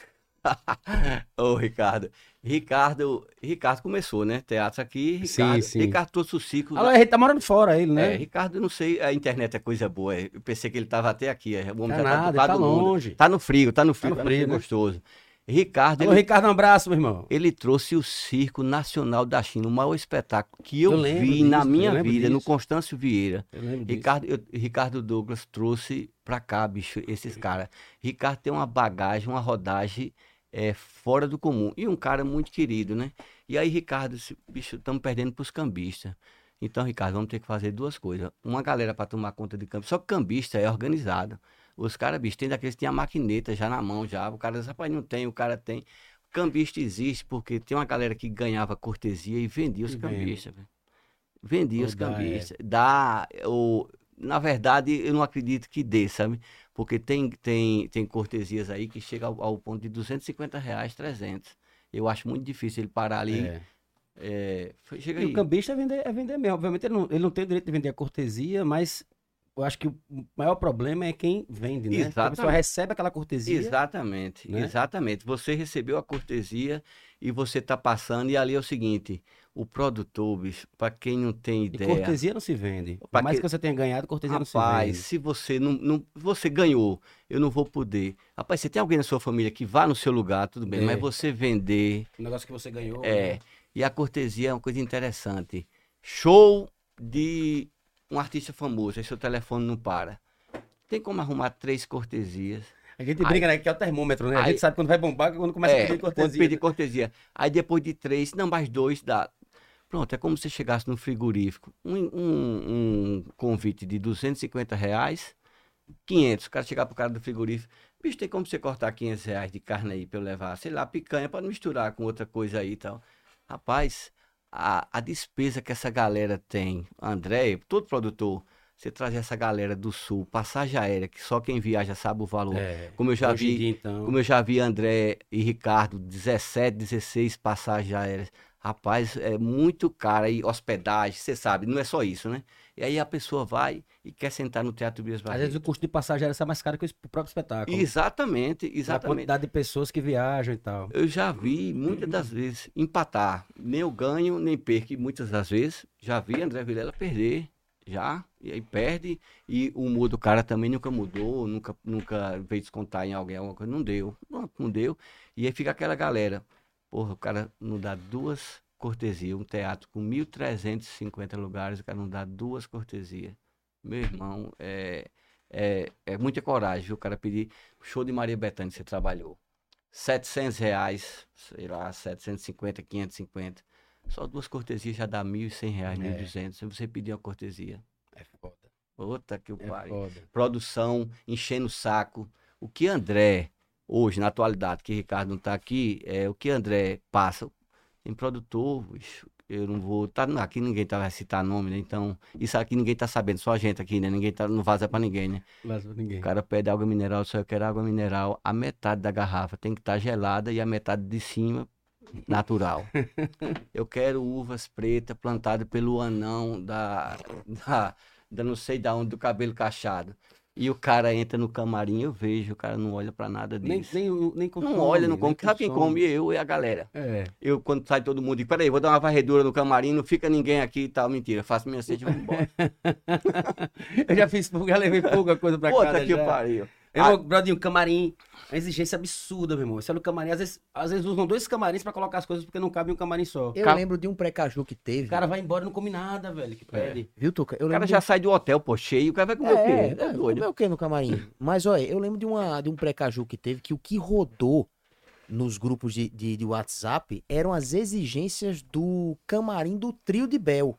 [SPEAKER 3] Ô, Ricardo. Ricardo. Ricardo começou, né? Teatro aqui.
[SPEAKER 1] Sim,
[SPEAKER 3] Ricardo,
[SPEAKER 1] sim.
[SPEAKER 3] Ricardo trouxe o ciclo.
[SPEAKER 1] Ah, ele tá morando fora, ele,
[SPEAKER 3] né?
[SPEAKER 1] né?
[SPEAKER 3] É, Ricardo, eu não sei, a internet é coisa boa. é. Eu pensei que ele tava até aqui. é. O
[SPEAKER 1] tá
[SPEAKER 3] homem já
[SPEAKER 1] nada,
[SPEAKER 3] do
[SPEAKER 1] ele
[SPEAKER 3] lado
[SPEAKER 1] tá
[SPEAKER 3] do mundo.
[SPEAKER 1] longe.
[SPEAKER 3] Tá no frio, tá no frio, tá no frio,
[SPEAKER 1] frio, né?
[SPEAKER 3] gostoso. Ricardo,
[SPEAKER 1] Alô,
[SPEAKER 3] ele
[SPEAKER 1] Ricardo, um abraço, meu irmão.
[SPEAKER 3] ele trouxe o Circo Nacional da China, o maior espetáculo que eu,
[SPEAKER 1] Eu lembro
[SPEAKER 3] vi na
[SPEAKER 1] disso, eu
[SPEAKER 3] minha
[SPEAKER 1] lembro
[SPEAKER 3] vida, no
[SPEAKER 1] disso.
[SPEAKER 3] Constâncio Vieira.
[SPEAKER 1] Eu lembro disso.
[SPEAKER 3] Ricardo, eu- Ricardo Douglas trouxe pra cá, bicho, esses caras. Ricardo tem uma bagagem, uma rodagem é, fora do comum. E um cara muito querido, né? E aí, Ricardo, disse, bicho, estamos perdendo pros cambistas. Então, Ricardo, vamos ter que fazer duas coisas. Uma galera pra tomar conta de cambista. Só que cambista é organizado. Os caras, bicho, tem daqueles que tem a maquineta já na mão, já. O cara diz, rapaz, não tem, o cara tem. Cambista existe porque tem uma galera que ganhava cortesia e vendia os
[SPEAKER 1] E vende.
[SPEAKER 3] cambistas. velho. Vendia
[SPEAKER 1] Ou
[SPEAKER 3] os
[SPEAKER 1] dá, é.
[SPEAKER 3] cambistas. Dá, ou na verdade, eu não acredito que dê, sabe? Porque tem, tem, tem cortesias aí que chega ao, ao ponto de 250 reais, 300. Eu acho muito difícil ele parar ali.
[SPEAKER 1] É.
[SPEAKER 3] é, foi- chega
[SPEAKER 1] E
[SPEAKER 3] aí.
[SPEAKER 1] o cambista é vender, é vender mesmo. Obviamente ele não, ele não tem o direito de vender a cortesia, mas eu acho que o maior problema é quem vende, né? Porque A pessoa
[SPEAKER 3] Exatamente.
[SPEAKER 1] recebe aquela cortesia.
[SPEAKER 3] Exatamente,
[SPEAKER 1] né?
[SPEAKER 3] exatamente. Você recebeu a cortesia e você está passando, e ali é o seguinte: o produtor, bicho, para quem não tem
[SPEAKER 1] E
[SPEAKER 3] ideia.
[SPEAKER 1] cortesia não se vende. Por
[SPEAKER 3] Pra
[SPEAKER 1] mais que...
[SPEAKER 3] que-
[SPEAKER 1] você tenha ganhado, cortesia
[SPEAKER 3] Rapaz,
[SPEAKER 1] não se
[SPEAKER 3] se você não, não- Você ganhou, eu não vou poder. Rapaz, você tem alguém na sua família que vá no seu lugar, tudo bem,
[SPEAKER 1] É.
[SPEAKER 3] mas você vender.
[SPEAKER 1] vende. O negócio que você ganhou. né?
[SPEAKER 3] É. E a cortesia é uma coisa interessante. Show de um artista famoso, aí seu telefone não para. Tem como arrumar três cortesias.
[SPEAKER 1] A gente brinca, né? Que é o termômetro, né? a
[SPEAKER 3] Aí-
[SPEAKER 1] gente sabe quando vai bombar, quando começa
[SPEAKER 3] É,
[SPEAKER 1] a pedir
[SPEAKER 3] Quando
[SPEAKER 1] cortesia. né?
[SPEAKER 3] pedir cortesia. Aí depois de três, não, mais dois dá. Pronto, é como se chegasse no frigorífico. Um, um- um convite de 250 reais, 500. O cara chegar pro cara do frigorífico. Bicho, tem como você cortar 500 reais de carne aí pra eu levar, sei lá, picanha pra não misturar com outra coisa aí e tal. Rapaz, a, a despesa que essa galera tem, André, todo produtor, você trazer essa galera do sul, passagem aérea, que só quem viaja sabe o valor.
[SPEAKER 1] É.
[SPEAKER 3] Como eu já
[SPEAKER 1] Hoje
[SPEAKER 3] vi
[SPEAKER 1] em dia, então.
[SPEAKER 3] como eu já vi André e Ricardo, 17, 16 passagens aéreas. Rapaz, é muito caro aí, hospedagem, você sabe, não é só isso, né? E aí a pessoa vai e quer sentar no Teatro Bias
[SPEAKER 1] Às vezes
[SPEAKER 3] Barreto.
[SPEAKER 1] o custo de passagem aérea sai mais caro que o próprio espetáculo.
[SPEAKER 3] Exatamente,
[SPEAKER 1] A
[SPEAKER 3] exatamente.
[SPEAKER 1] quantidade de pessoas que viajam e tal.
[SPEAKER 3] Eu já vi muitas das vezes empatar. Nem eu ganho, nem perco. E muitas das vezes já vi André Vilela perder. Já, e aí perde. E o humor do cara também nunca mudou, nunca, nunca veio descontar em alguém alguma coisa. Não deu. Pronto, não deu. E aí fica aquela galera. Porra, o cara não dá duas cortesias. Um teatro com 1.350 lugares, o cara não dá duas cortesias. Meu irmão, é, é, é muita coragem, viu? O cara pedir show de Maria Bethânia que você trabalhou. 700 reais, sei lá, 750, 550. Só duas cortesias já dá 1.100 reais,
[SPEAKER 1] É.
[SPEAKER 3] 1.200. Se você pedir uma cortesia.
[SPEAKER 1] É foda.
[SPEAKER 3] Puta que o
[SPEAKER 1] É
[SPEAKER 3] pariu.
[SPEAKER 1] foda.
[SPEAKER 3] Produção, enchendo o saco. O que André, hoje, na atualidade, que Ricardo não tá aqui, é o que André passa. Tem produtor, bicho, eu não vou. Tá, não, aqui ninguém tá, vai citar nome, né? Então, isso aqui ninguém tá sabendo, só a gente aqui, né? Ninguém tá, não vaza pra ninguém, né?
[SPEAKER 1] Mas ninguém.
[SPEAKER 3] O cara pede água mineral, só eu quero água mineral. A metade da garrafa tem que estar gelada e a metade de cima natural. eu quero uvas pretas plantadas pelo anão da, da, da não sei da onde, do cabelo cachado. E o cara entra no camarim, eu vejo, o cara não olha pra nada
[SPEAKER 1] Nem,
[SPEAKER 3] disso.
[SPEAKER 1] nem, nem consome,
[SPEAKER 3] não olha, não
[SPEAKER 1] nem
[SPEAKER 3] come. Sabe quem
[SPEAKER 1] consome.
[SPEAKER 3] come? Eu e a galera.
[SPEAKER 1] É.
[SPEAKER 3] Eu, quando sai todo mundo, digo, peraí, vou dar uma varredura no camarim, não fica ninguém aqui e tal. Mentira, faço minha sede e vou embora.
[SPEAKER 1] Eu já fiz fuga, levei pouca coisa pra casa
[SPEAKER 3] Puta que
[SPEAKER 1] já.
[SPEAKER 3] pariu. Ah.
[SPEAKER 1] Meu irmão, Brodinho, camarim, É uma exigência absurda, meu irmão. Você olha o camarim, às vezes, às vezes usam dois camarins pra colocar as coisas porque não cabe em um camarim só.
[SPEAKER 2] Eu
[SPEAKER 3] Ca-
[SPEAKER 2] lembro de um pré-caju que teve.
[SPEAKER 1] O cara vai embora e não come nada, velho,
[SPEAKER 3] É.
[SPEAKER 1] que pede.
[SPEAKER 2] viu, Tuca? Eu
[SPEAKER 3] O
[SPEAKER 2] lembro
[SPEAKER 3] cara
[SPEAKER 2] de
[SPEAKER 3] já sai do hotel, pô, cheio, o cara vai comer o quê?
[SPEAKER 2] É,
[SPEAKER 3] É,
[SPEAKER 2] é,
[SPEAKER 3] doido.
[SPEAKER 2] comeu o quê no camarim? Mas olha, eu lembro de, uma, de um pré-caju que teve que o que rodou nos grupos de, de, de WhatsApp eram as exigências do camarim do trio de Bel.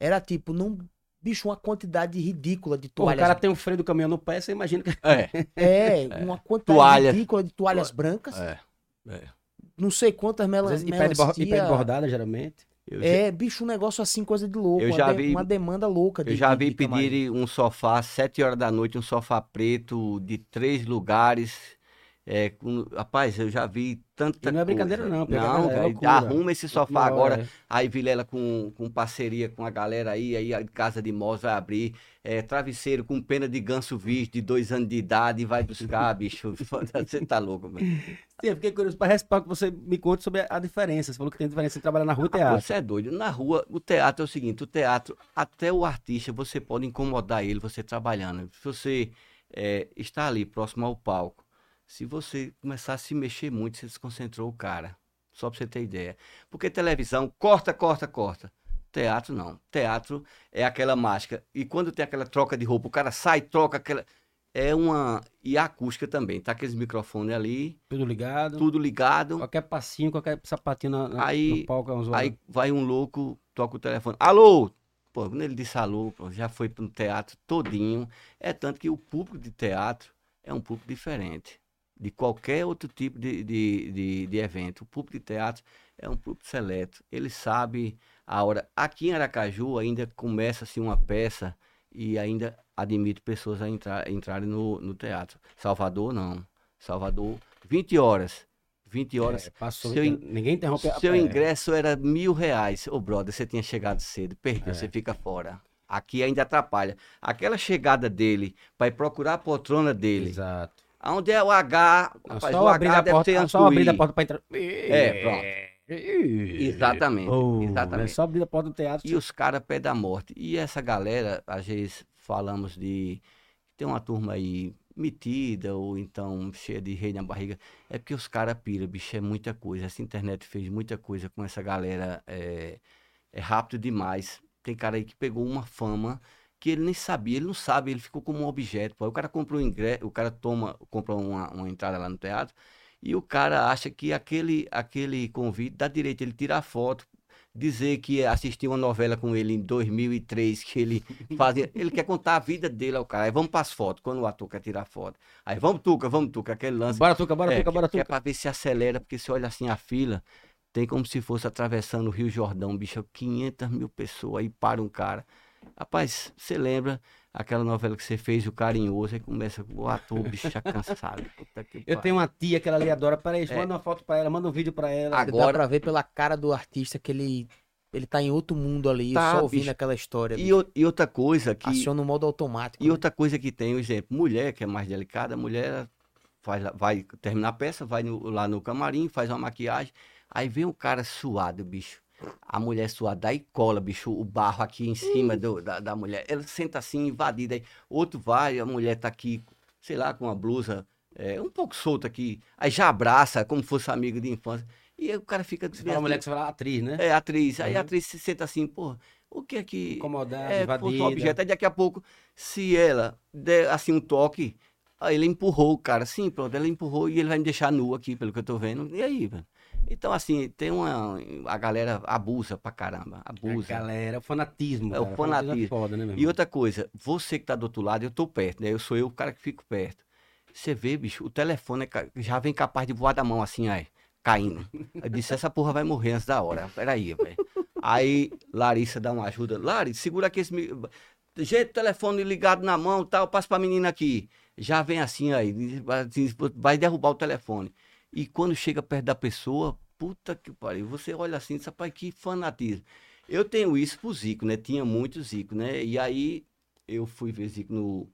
[SPEAKER 2] Era tipo, não. Bicho, uma quantidade ridícula de
[SPEAKER 1] Pô, o
[SPEAKER 2] toalhas.
[SPEAKER 1] cara tem o freio do caminhão no pé, você imagina que
[SPEAKER 3] Um É,
[SPEAKER 2] É, uma quantidade
[SPEAKER 3] Toalha.
[SPEAKER 2] ridícula de toalhas brancas.
[SPEAKER 3] é.
[SPEAKER 2] Não sei quantas
[SPEAKER 1] às
[SPEAKER 2] melas.
[SPEAKER 1] vezes, e pede, bor- e pede
[SPEAKER 2] melancia-
[SPEAKER 1] bordada, geralmente.
[SPEAKER 3] Eu, já-
[SPEAKER 2] É, bicho, um negócio assim, coisa de louco.
[SPEAKER 3] Eu
[SPEAKER 2] uma,
[SPEAKER 3] já
[SPEAKER 2] de-
[SPEAKER 3] vi-
[SPEAKER 2] uma demanda louca de
[SPEAKER 3] eu já
[SPEAKER 2] de-
[SPEAKER 3] vi
[SPEAKER 2] de camarim.
[SPEAKER 3] pedir um sofá às 7 horas da noite, um sofá preto de três lugares. É, com- rapaz, eu já vi tanta
[SPEAKER 1] E não é brincadeira,
[SPEAKER 3] coisa.
[SPEAKER 1] não, porque
[SPEAKER 3] Não,
[SPEAKER 1] é
[SPEAKER 3] velho,
[SPEAKER 1] loucura. é.
[SPEAKER 3] arruma esse sofá
[SPEAKER 1] Na hora,
[SPEAKER 3] agora. Aí Vilela com, com parceria com a galera aí, aí a Casa de Mós vai abrir. É, travesseiro com pena de ganso visto de dois anos de idade, vai buscar, bicho. Você tá louco, mano.
[SPEAKER 1] Sim, eu fiquei curioso pra responder que você me conte sobre a diferença. Você falou que tem diferença entre trabalhar na rua e
[SPEAKER 3] Ah,
[SPEAKER 1] teatro.
[SPEAKER 3] Você é doido. Na rua, o teatro é o seguinte: o teatro, até o artista, você pode incomodar ele, você trabalhando. Se você eh, está ali próximo ao palco, se você começar a se mexer muito, você desconcentrou o cara. Só para você ter ideia. Porque televisão corta, corta, corta. Teatro não. Teatro é aquela máscara. E quando tem aquela troca de roupa, o cara sai, troca aquela. É uma. E a acústica também. Tá aqueles microfones ali,
[SPEAKER 1] Tudo ligado.
[SPEAKER 3] tudo ligado.
[SPEAKER 1] Qualquer passinho, qualquer sapatinho na, na-
[SPEAKER 3] Aí-
[SPEAKER 1] no palco é um zoado.
[SPEAKER 3] Aí vai um louco, toca o telefone. Alô! Pô, quando ele disse alô, pô, já foi pro teatro todinho. É tanto que o público de teatro é um público diferente de qualquer outro tipo de, de, de, de evento. O público de teatro é um público seleto. Ele sabe a hora. Aqui em Aracaju ainda começa-se uma peça e ainda admite pessoas a entrar, entrarem no, no teatro. Salvador, não. Salvador, 20 horas. 20 horas.
[SPEAKER 1] É, passou,
[SPEAKER 3] Seu in-
[SPEAKER 1] ninguém interrompe. a-
[SPEAKER 3] Seu
[SPEAKER 1] é.
[SPEAKER 3] ingresso era mil reais. Ô, brother, você tinha chegado cedo,
[SPEAKER 1] É.
[SPEAKER 3] perdeu, você fica fora. Aqui ainda atrapalha. Aquela chegada dele para ir procurar a poltrona dele.
[SPEAKER 1] Exato.
[SPEAKER 3] Onde é o H?
[SPEAKER 1] Não,
[SPEAKER 3] Rapaz,
[SPEAKER 1] só
[SPEAKER 3] o
[SPEAKER 1] abrir
[SPEAKER 3] H
[SPEAKER 1] a
[SPEAKER 3] deve ter
[SPEAKER 1] porta, é
[SPEAKER 3] antes
[SPEAKER 1] só
[SPEAKER 3] do
[SPEAKER 1] abrir a
[SPEAKER 3] I.
[SPEAKER 1] porta pra entrar.
[SPEAKER 3] É,
[SPEAKER 1] pronto.
[SPEAKER 3] Exatamente, exatamente.
[SPEAKER 1] Só abrir a porta do teatro.
[SPEAKER 3] E os caras pé da morte. E essa galera, às vezes falamos de. Tem uma turma aí metida ou então cheia de rei na barriga. É porque os caras pira, bicho, é muita coisa. Essa internet fez muita coisa com essa galera. É, é rápido demais. Tem cara aí que pegou uma fama que ele nem sabia, ele não sabe, ele ficou como um objeto. pô. Aí O cara comprou um ingresso, o cara toma, compra uma, uma entrada lá no teatro e o cara acha que aquele, aquele convite dá direito, ele tira a foto, dizer que assistiu uma novela com ele em 2003, que ele fazia. Ele quer contar a vida dele ao cara. Aí vamos para as fotos, quando o ator quer tirar foto. Aí vamos, Tuca, vamos, Tuca, aquele lance.
[SPEAKER 1] Bora, Tuca, bora,
[SPEAKER 3] É,
[SPEAKER 1] Tuca, bora,
[SPEAKER 3] que é
[SPEAKER 1] Tuca.
[SPEAKER 3] pra ver se acelera, porque se olha assim a fila, tem como se fosse atravessando o Rio Jordão, bicho, 500 mil pessoas, aí para um cara. Rapaz, você lembra aquela novela que você fez, o carinhoso, aí começa o ator, bicho, já cansado. Puta que
[SPEAKER 1] Eu
[SPEAKER 3] pariu.
[SPEAKER 1] tenho uma tia que ela ali adora. Peraí,
[SPEAKER 3] É. Ah,
[SPEAKER 1] manda uma foto pra ela, manda um vídeo pra ela.
[SPEAKER 3] Agora-
[SPEAKER 2] Dá pra ver pela cara do artista que ele, ele tá em outro mundo ali,
[SPEAKER 3] Tá,
[SPEAKER 2] só ouvindo
[SPEAKER 3] bicho.
[SPEAKER 2] aquela história.
[SPEAKER 3] E,
[SPEAKER 2] bicho.
[SPEAKER 3] o- e outra coisa que.
[SPEAKER 2] Aciona o modo automático. né?
[SPEAKER 3] E outra coisa que tem, por exemplo, mulher, que é mais delicada, a mulher faz, lá- vai terminar a peça, vai no- lá no camarim, faz uma maquiagem, aí vem um cara suado, bicho. A mulher suada, aí cola, bicho, o barro aqui em cima do- da, da mulher. Ela senta assim, invadida. Aí outro vai, a mulher tá aqui, sei lá, com uma blusa é, um pouco solta aqui. Aí já abraça, como fosse amigo de infância. E aí o cara fica...
[SPEAKER 1] Você fala mulher que você fala atriz, né?
[SPEAKER 3] É, atriz. Aí
[SPEAKER 1] Uhum.
[SPEAKER 3] a atriz se senta assim, pô, o que é que
[SPEAKER 1] Incomodada,
[SPEAKER 3] é, fosse um objeto.
[SPEAKER 1] invadida.
[SPEAKER 3] Aí daqui a pouco, se ela der assim um toque, aí ele empurrou o cara. Sim, pronto, ela empurrou e ele vai me deixar nu aqui, pelo que eu tô vendo. E aí, velho? Então, assim, tem uma. A galera abusa pra caramba.
[SPEAKER 1] A
[SPEAKER 3] Abusa.
[SPEAKER 1] galera, o fanatismo.
[SPEAKER 3] É o
[SPEAKER 1] cara,
[SPEAKER 3] fanatismo.
[SPEAKER 1] é foda, né, meu
[SPEAKER 3] E
[SPEAKER 1] irmão?
[SPEAKER 3] outra coisa, você que tá do outro lado, eu tô perto, né? Eu sou eu o cara que fico perto. Você vê, bicho, o telefone é ca- já vem capaz de voar da mão assim, aí, caindo. Eu disse, essa porra vai morrer antes da hora. Peraí, velho. Aí, Larissa dá uma ajuda. Larissa, segura aqui esse. mi- Gente, telefone ligado na mão tal, passa pra menina aqui. Já vem assim aí, assim, vai derrubar o telefone. E quando chega perto da pessoa, puta que pariu, você olha assim, e diz, rapaz, que fanatismo. Eu tenho isso pro Zico, né? Tinha muito Zico, né? E aí eu fui ver Zico no.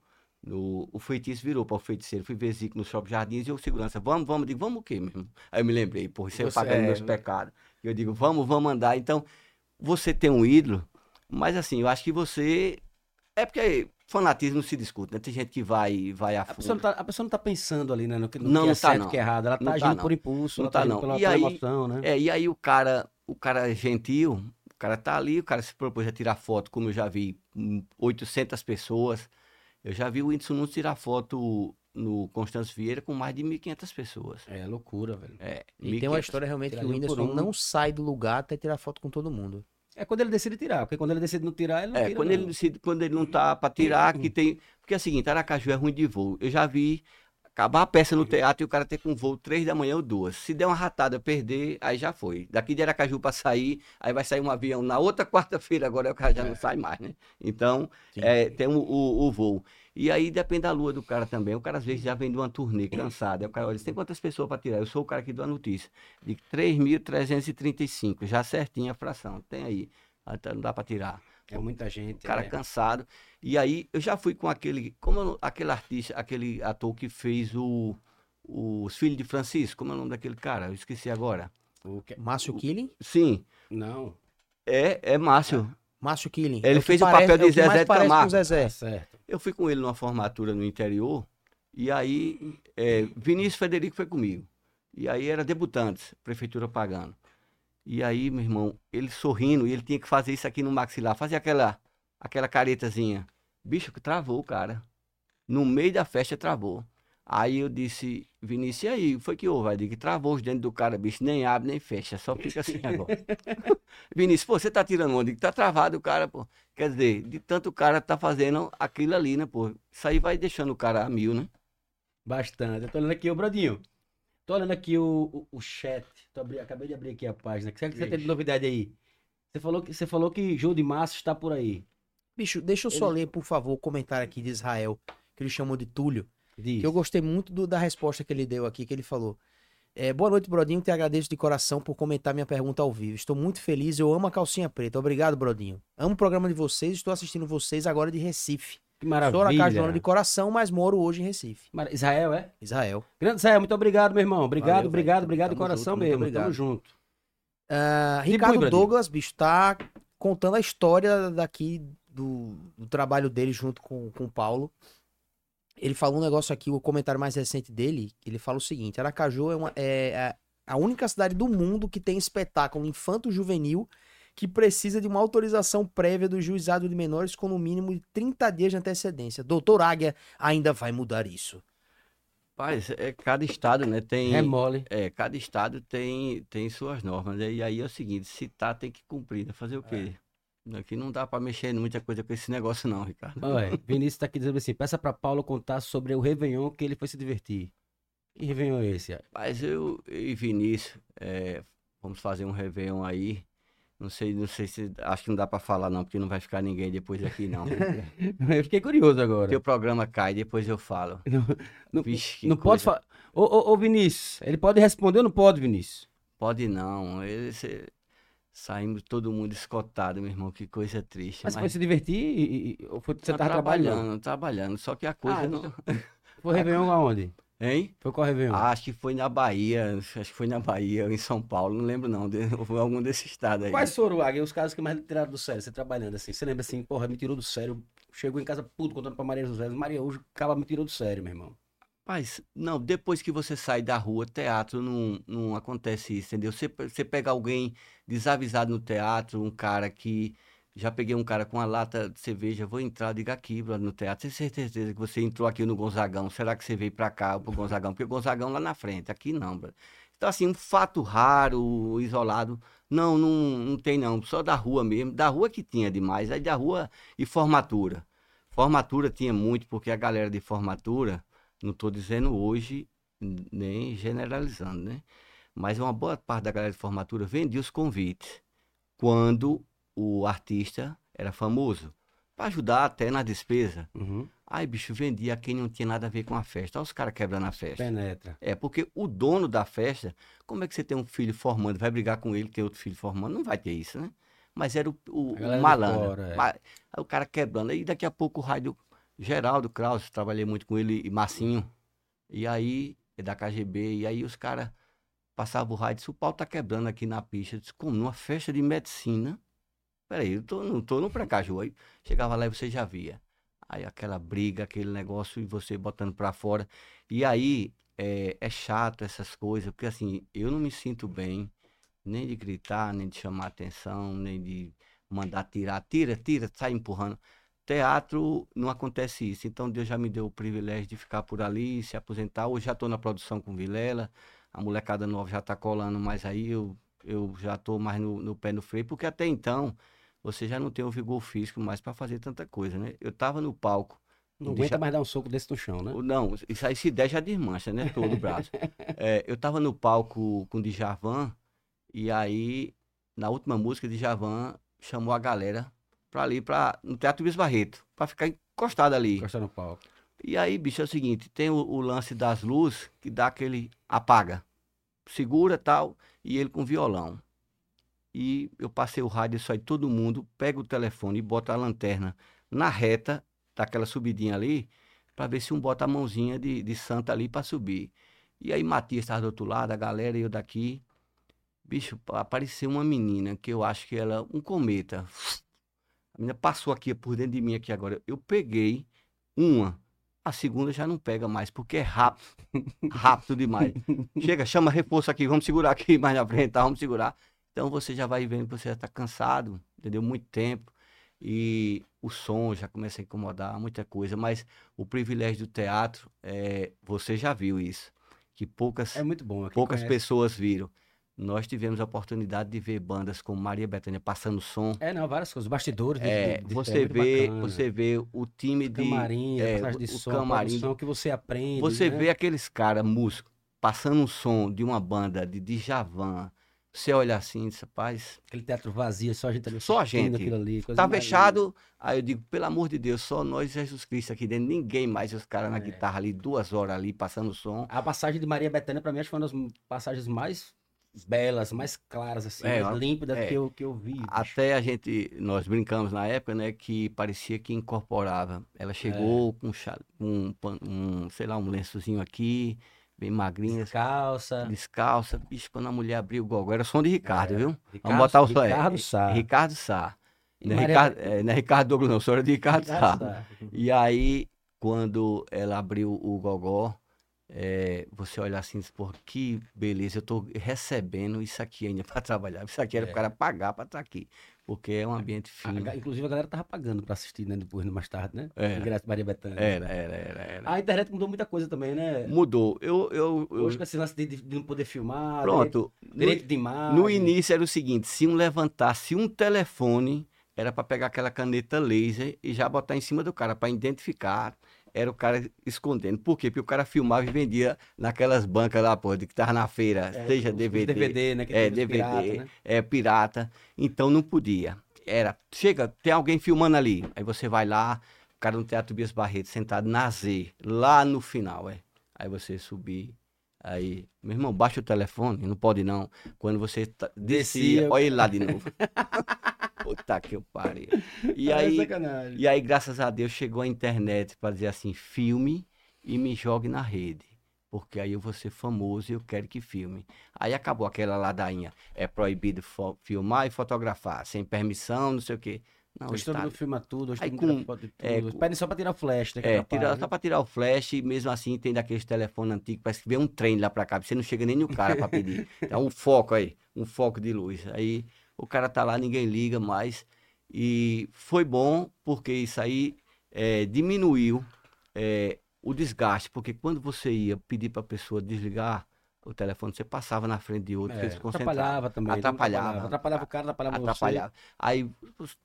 [SPEAKER 3] no o feitiço virou para o feiticeiro. Fui ver Zico no Shopping Jardins e eu, segurança, vamos, vamos. Eu digo, vamos o quê mesmo? Aí eu me lembrei, porra, isso é
[SPEAKER 1] Você-
[SPEAKER 3] pagando
[SPEAKER 1] é,
[SPEAKER 3] meus pecados. Eu digo, vamos, vamos andar. Então, você tem um ídolo, mas assim, eu acho que você. É porque fanatismo se discute, né? Tem gente que vai, vai a
[SPEAKER 1] A pessoa,
[SPEAKER 3] fundo.
[SPEAKER 1] não tá, a pessoa não tá pensando ali, né? No que, no
[SPEAKER 3] Não,
[SPEAKER 1] que é
[SPEAKER 3] não tá,
[SPEAKER 1] certo,
[SPEAKER 3] não.
[SPEAKER 1] que é errado. Ela tá
[SPEAKER 3] Não tá,
[SPEAKER 1] agindo
[SPEAKER 3] não.
[SPEAKER 1] por impulso,
[SPEAKER 3] Não
[SPEAKER 1] ela tá,
[SPEAKER 3] tá,
[SPEAKER 1] agindo
[SPEAKER 3] não.
[SPEAKER 1] pela,
[SPEAKER 3] E
[SPEAKER 1] pela
[SPEAKER 3] aí-
[SPEAKER 1] emoção, né?
[SPEAKER 3] É, e aí o cara, o cara é gentil, o cara tá ali, o cara se propôs a tirar foto, como eu já vi, hum, 800 pessoas. Eu já vi o Whindersson Nunes tirar foto no Constâncio Vieira com mais de 1.500 pessoas.
[SPEAKER 1] É, loucura, velho.
[SPEAKER 3] É,
[SPEAKER 2] E tem uma
[SPEAKER 3] 1.500.
[SPEAKER 2] história realmente
[SPEAKER 1] Tirar
[SPEAKER 2] que o
[SPEAKER 1] de um por
[SPEAKER 2] Whindersson
[SPEAKER 1] um.
[SPEAKER 2] não sai do lugar até tirar foto com todo mundo.
[SPEAKER 1] É quando ele decide tirar, porque quando ele decide não tirar, ele não
[SPEAKER 3] É,
[SPEAKER 1] tira. né?
[SPEAKER 3] quando
[SPEAKER 1] não.
[SPEAKER 3] ele, decide, quando ele não tá pra tirar, que tem. Porque é o seguinte, Aracaju é ruim de voo. Eu já vi acabar a peça no teatro e o cara ter com um voo três da manhã ou duas. Se der uma ratada, perder, aí já foi. Daqui de Aracaju pra sair, aí vai sair um avião na outra quarta-feira, agora o cara já
[SPEAKER 2] É.
[SPEAKER 3] não sai mais, né? Então,
[SPEAKER 2] Sim.
[SPEAKER 3] é, tem o, o- o voo. E aí depende da lua do cara também. O cara às vezes já vem de uma turnê cansado. Aí o cara olha, tem quantas pessoas pra tirar? Eu sou o cara que dou a notícia. De 3.335, já certinho a fração. Tem aí. Até não dá pra tirar
[SPEAKER 1] É muita gente.
[SPEAKER 3] cara
[SPEAKER 1] é.
[SPEAKER 3] cansado. E aí eu já fui com aquele, como eu não- aquele artista, aquele ator que fez o os filhos de Francisco, como é o nome daquele cara? Eu esqueci agora.
[SPEAKER 1] O que- é-
[SPEAKER 2] Márcio Killing?
[SPEAKER 3] Sim,
[SPEAKER 1] Não,
[SPEAKER 3] é, é Márcio.
[SPEAKER 2] Márcio Killing.
[SPEAKER 3] Ele
[SPEAKER 2] o que
[SPEAKER 3] fez o papel de
[SPEAKER 2] é o que mais
[SPEAKER 3] Zezé de
[SPEAKER 2] parece com
[SPEAKER 3] Camargo.
[SPEAKER 1] é
[SPEAKER 2] Zezé.
[SPEAKER 1] certo.
[SPEAKER 3] Eu fui com ele numa formatura no interior, e aí é, Vinícius Federico foi comigo. E aí era debutantes, prefeitura pagando. E aí, meu irmão, ele sorrindo, e ele tinha que fazer isso aqui no maxilar, fazer aquela, aquela caretazinha. Bicho, que travou, cara. No meio da festa travou. Aí eu disse, Vinícius, e aí, foi que houve? Aí eu digo, travou os dentes do cara, bicho, nem abre, nem fecha, só fica assim agora. Vinícius, pô, você tá tirando onda? Eu digo, Tá travado o cara, pô. Quer dizer, de tanto o cara tá fazendo aquilo ali, né, pô? Isso aí vai deixando o cara a mil, né?
[SPEAKER 1] Bastante. Eu tô olhando aqui, o Brodinho. Tô olhando aqui o, o, o chat. Tô abri- Acabei de abrir aqui a página. O que você- que você tem de novidade aí? Você falou que, você falou que Jô de Massa está por aí.
[SPEAKER 2] Bicho, deixa eu só ler, por favor, o comentário aqui de Israel, que ele chamou de Túlio. Que eu gostei muito do- da resposta que ele deu aqui, que ele falou. É, boa noite, Brodinho. Te agradeço de coração por comentar minha pergunta ao vivo. Estou muito feliz. Eu amo a calcinha preta. Obrigado, Brodinho. Amo o programa de vocês. Estou assistindo vocês agora de Recife.
[SPEAKER 1] Que
[SPEAKER 2] Sou aracajuano de
[SPEAKER 1] maravilha.
[SPEAKER 2] coração, mas moro hoje em Recife.
[SPEAKER 1] Mara- Israel, é?
[SPEAKER 2] Israel.
[SPEAKER 1] Grande Israel, muito obrigado, meu irmão. Obrigado,
[SPEAKER 2] Valeu, velho.
[SPEAKER 1] obrigado, obrigado de
[SPEAKER 2] Tamo
[SPEAKER 1] coração
[SPEAKER 2] junto, muito
[SPEAKER 1] mesmo.
[SPEAKER 2] obrigado.
[SPEAKER 1] Tamo junto.
[SPEAKER 2] Ah,
[SPEAKER 1] Diga aí,
[SPEAKER 2] Ricardo
[SPEAKER 1] Brodinho.
[SPEAKER 2] Douglas, bicho, tá contando a história daqui do, do trabalho dele junto com, com o Paulo. Ele falou um negócio aqui, o comentário mais recente dele, ele fala o seguinte: Aracaju é, uma- é a- a única cidade do mundo que tem espetáculo infanto-juvenil que precisa de uma autorização prévia do juizado de menores com no mínimo de 30 dias de antecedência. Doutor Águia ainda vai mudar isso.
[SPEAKER 3] Rapaz, é cada estado, né? Tem.
[SPEAKER 1] É mole.
[SPEAKER 3] É, cada estado tem, tem suas normas, né? E aí é o seguinte, se tá, tem que cumprir, né? Fazer o quê?
[SPEAKER 1] É.
[SPEAKER 3] Aqui não dá pra mexer em muita coisa com esse negócio não, Ricardo.
[SPEAKER 1] Olha, Vinícius tá aqui dizendo assim: peça pra Paulo contar sobre o Réveillon que ele foi se divertir. Que Réveillon é esse?
[SPEAKER 3] Mas eu e Vinícius, é, vamos fazer um Réveillon aí. Não sei, não sei se. Acho que não dá pra falar, não, porque não vai ficar ninguém depois aqui, não.
[SPEAKER 1] Eu fiquei curioso agora.
[SPEAKER 3] Porque o programa cai, depois eu falo.
[SPEAKER 1] Não- não-
[SPEAKER 3] Vixe, que
[SPEAKER 1] não pode
[SPEAKER 3] coisa.
[SPEAKER 1] falar. Ô, ô, ô, Vinícius, ele pode responder ou não pode, Vinícius?
[SPEAKER 3] Pode não. é Esse... Saímos todo mundo escotado, meu irmão. Que coisa triste. tá
[SPEAKER 1] Mas, você foi se divertir e, e- ou foi- você tava trabalhando?
[SPEAKER 3] trabalhando, trabalhando. Só que a coisa
[SPEAKER 1] Ah,
[SPEAKER 3] não.
[SPEAKER 1] Foi Réveillon aonde?
[SPEAKER 3] Hein?
[SPEAKER 1] Foi qual Réveillon?
[SPEAKER 3] Ah, acho que foi na Bahia, acho que foi na Bahia, ou em São Paulo, não lembro não, de- foi algum desse estado aí.
[SPEAKER 1] Quais foram, Águia, os casos que mais lhe tiraram do sério? Você trabalhando assim, você lembra assim, porra, me tirou do sério. Chegou em casa puto contando pra Maria José. Maria, hoje acaba me tirou do sério, meu irmão.
[SPEAKER 3] Mas, não, depois que você sai da rua, teatro não, não acontece isso, entendeu? Você, pe- você pega alguém desavisado no teatro, um cara que... Já peguei um cara com uma lata de cerveja, vou entrar, diga aqui brother, no teatro. Você tem certeza que você entrou aqui no Gonzagão? Será que você veio pra cá, pro Gonzagão? Porque o Gonzagão lá na frente, aqui não, brother. Então, assim, um fato raro, isolado, não, não, não tem não. Só da rua mesmo. Da rua que tinha demais, aí da rua e formatura. Formatura tinha muito, porque a galera de formatura, não estou dizendo hoje, n- nem generalizando, né? Mas uma boa parte da galera de formatura vendia os convites quando o artista era famoso, para ajudar até na despesa.
[SPEAKER 1] Uhum.
[SPEAKER 3] Aí, bicho, vendia a quem não tinha nada a ver com a festa. Olha os caras quebrando a festa.
[SPEAKER 1] Penetra.
[SPEAKER 3] É, porque o dono da festa, como é que você tem um filho formando, vai brigar com ele, tem outro filho formando? Não vai ter isso, né? Mas era o, o-
[SPEAKER 1] A galera
[SPEAKER 3] o
[SPEAKER 1] de
[SPEAKER 3] malandro.
[SPEAKER 1] fora, é.
[SPEAKER 3] Ma- aí o cara quebrando. Aí daqui a pouco o rádio Geraldo Krause, trabalhei muito com ele e Massinho. E aí, é da KGB, e aí os caras passavam o rádio, disse, o pau tá quebrando aqui na pista. Eu disse, como? Numa festa de medicina? Peraí, eu tô, não tô no Precaju. Aí chegava lá e você já via. Aí aquela briga, aquele negócio, e você botando pra fora. E aí, é, é chato essas coisas, porque assim, eu não me sinto bem, nem de gritar, nem de chamar atenção, nem de mandar tirar, tira, tira, sai empurrando. Teatro não acontece isso, então Deus já me deu o privilégio de ficar por ali, se aposentar. Hoje já estou na produção com Vilela, a molecada nova já está colando, mas aí eu, eu já estou mais no, no pé no freio, porque até então você já não tem o vigor físico mais para fazer tanta coisa, né? Eu estava no palco.
[SPEAKER 1] Não
[SPEAKER 3] Deixa-
[SPEAKER 1] aguenta mais dar um soco desse no chão, né?
[SPEAKER 3] o- Não, isso aí se der já desmancha, né? Todo o braço. É, eu tava no palco com o Djavan e aí, na última música, o Djavan chamou a galera pra ali, pra, no Teatro Luiz Barreto, pra ficar encostado ali.
[SPEAKER 1] Encostar no palco.
[SPEAKER 3] E aí, bicho, é o seguinte, tem o, o lance das luzes que dá aquele apaga, segura tal, e ele com violão. E eu passei o rádio, isso aí todo mundo pega o telefone e bota a lanterna na reta daquela subidinha ali, para ver se um bota a mãozinha de, de santa ali para subir. E aí Matias estava do outro lado, a galera e eu daqui. Bicho, pa- apareceu uma menina que eu acho que ela, um cometa. A menina passou aqui por dentro de mim aqui agora. Eu peguei uma, a segunda já não pega mais, porque é rápido, rápido demais. Chega, chama reforço aqui, vamos segurar aqui mais na frente, tá? Vamos segurar. Então você já vai vendo que você já tá cansado, entendeu? Muito tempo. E o som já começa a incomodar, muita coisa. Mas o privilégio do teatro, é, você já viu isso. Que poucas
[SPEAKER 1] É muito bom. é quem
[SPEAKER 3] poucas
[SPEAKER 1] conhece.
[SPEAKER 3] pessoas viram. Nós tivemos a oportunidade de ver bandas como Maria Bethânia passando som.
[SPEAKER 1] É, não, várias coisas. Bastidores. de-
[SPEAKER 3] É,
[SPEAKER 1] de- de- é
[SPEAKER 3] você
[SPEAKER 1] muito
[SPEAKER 3] vê,
[SPEAKER 1] bacana.
[SPEAKER 3] você vê o time de
[SPEAKER 1] Camarim,
[SPEAKER 3] é,
[SPEAKER 1] a passagem de
[SPEAKER 3] o- o
[SPEAKER 1] som,
[SPEAKER 3] camarim.
[SPEAKER 1] produção que você aprende.
[SPEAKER 3] você
[SPEAKER 1] né?
[SPEAKER 3] vê aqueles caras músicos passando um som de uma banda de Djavan, Você olha assim, diz, rapaz,
[SPEAKER 1] Aquele teatro vazio, só a gente ali.
[SPEAKER 3] Só a
[SPEAKER 1] assistindo
[SPEAKER 3] gente.
[SPEAKER 1] Aquilo ali, coisa
[SPEAKER 3] tá
[SPEAKER 1] mais
[SPEAKER 3] fechado. Aí eu digo, pelo amor de Deus, só nós e Jesus Cristo aqui dentro, ninguém mais, os caras na
[SPEAKER 1] É.
[SPEAKER 3] guitarra ali, duas horas ali, passando o som.
[SPEAKER 1] linda. A passagem de Maria Bethânia, pra mim, acho que foi uma das passagens mais belas, mais claras, assim,
[SPEAKER 3] É,
[SPEAKER 1] mais límpidas
[SPEAKER 3] é.
[SPEAKER 1] que, eu, que eu vi. bicho.
[SPEAKER 3] Até a gente, nós brincamos na época, né, que parecia que incorporava. Ela chegou
[SPEAKER 1] É.
[SPEAKER 3] com um, cha- um, pan- um, sei lá, um lençozinho aqui, bem magrinha,
[SPEAKER 1] Calça.
[SPEAKER 3] descalça. Bicho, quando a mulher abriu o gogó, era som de Ricardo,
[SPEAKER 1] É.
[SPEAKER 3] viu?
[SPEAKER 1] Ricardo-
[SPEAKER 3] botar o-
[SPEAKER 1] Ricardo Sá.
[SPEAKER 3] Ricardo Sá.
[SPEAKER 1] E
[SPEAKER 3] Não é
[SPEAKER 1] Maria-
[SPEAKER 3] Ricardo, é, não é Ricardo Douglas, não, só era de Ricardo Sá.
[SPEAKER 1] Ricardo Sá.
[SPEAKER 3] E aí, quando ela abriu o gogó, é, você olha assim e diz, pô, que beleza, eu tô recebendo isso aqui ainda para trabalhar. Isso aqui era
[SPEAKER 1] É. Ah,
[SPEAKER 3] o cara pagar para estar aqui, porque é um ambiente
[SPEAKER 1] A-
[SPEAKER 3] fino.
[SPEAKER 1] a- inclusive a galera tava pagando pra assistir, né? Depois, mais tarde, né?
[SPEAKER 3] Era,
[SPEAKER 1] Graças a Maria Bethânia.
[SPEAKER 3] era, era, era. era.
[SPEAKER 1] A internet mudou muita coisa também, né?
[SPEAKER 3] Mudou. Eu, eu, eu-
[SPEAKER 1] Hoje com esse lance de, de- de não poder filmar,
[SPEAKER 3] pronto.
[SPEAKER 1] direito,
[SPEAKER 3] No,
[SPEAKER 1] né? direito de imagem.
[SPEAKER 3] no início era o seguinte, se um levantasse um telefone, era para pegar aquela caneta laser e já botar em cima do cara para identificar. Era o cara escondendo. Por quê? Porque o cara filmava e vendia naquelas bancas lá, pô, de que tava na feira,
[SPEAKER 1] É,
[SPEAKER 3] seja
[SPEAKER 1] os- os
[SPEAKER 3] DVD,
[SPEAKER 1] DVD, né? Que
[SPEAKER 3] é,
[SPEAKER 1] tem os
[SPEAKER 3] DVD,
[SPEAKER 1] pirata, né?
[SPEAKER 3] é pirata, então não podia. Era, chega, tem alguém filmando ali. Aí você vai lá, o cara no Teatro Bias Barreto, sentado na Z, lá no final, é. Aí você subir, aí, meu irmão, baixa o telefone, não pode não. Quando você tá-
[SPEAKER 1] Descia,
[SPEAKER 3] descia,
[SPEAKER 1] eu-
[SPEAKER 3] olha ele lá de novo. Puta que eu parei. E
[SPEAKER 1] Ah, é
[SPEAKER 3] aí,
[SPEAKER 1] sacanagem.
[SPEAKER 3] e aí, graças a Deus, chegou a internet para dizer assim, filme e me jogue na rede. Porque aí eu vou ser famoso e eu quero que filme. Aí acabou aquela ladainha. É proibido fo- filmar e fotografar, sem permissão, não sei o quê. Não,
[SPEAKER 1] hoje todo
[SPEAKER 3] está-
[SPEAKER 1] mundo filma tudo, hoje
[SPEAKER 3] Aí
[SPEAKER 1] todo mundo
[SPEAKER 3] com-
[SPEAKER 1] tira foto de tudo.
[SPEAKER 3] é,
[SPEAKER 1] Hoje
[SPEAKER 3] com-
[SPEAKER 1] Pedem só pra tirar flash, né? que
[SPEAKER 3] É,
[SPEAKER 1] atrapalha,
[SPEAKER 3] tira-
[SPEAKER 1] né?
[SPEAKER 3] só para tirar o flash, e mesmo assim tem daqueles telefones antigos, parece que vem um trem lá para cá, você não chega nem no cara para pedir. É um foco aí, um foco de luz. Aí o cara tá lá, ninguém liga mais. E foi bom, porque isso aí é, diminuiu é, o desgaste, porque quando você ia pedir para a pessoa desligar o telefone, você passava na frente de outro, que
[SPEAKER 1] É,
[SPEAKER 3] eles concentravam.
[SPEAKER 1] atrapalhava também.
[SPEAKER 3] Atrapalhava.
[SPEAKER 1] Atrapalhava, atrapalhava o cara, atrapalhava,
[SPEAKER 3] Atrapalhava. Aí, os-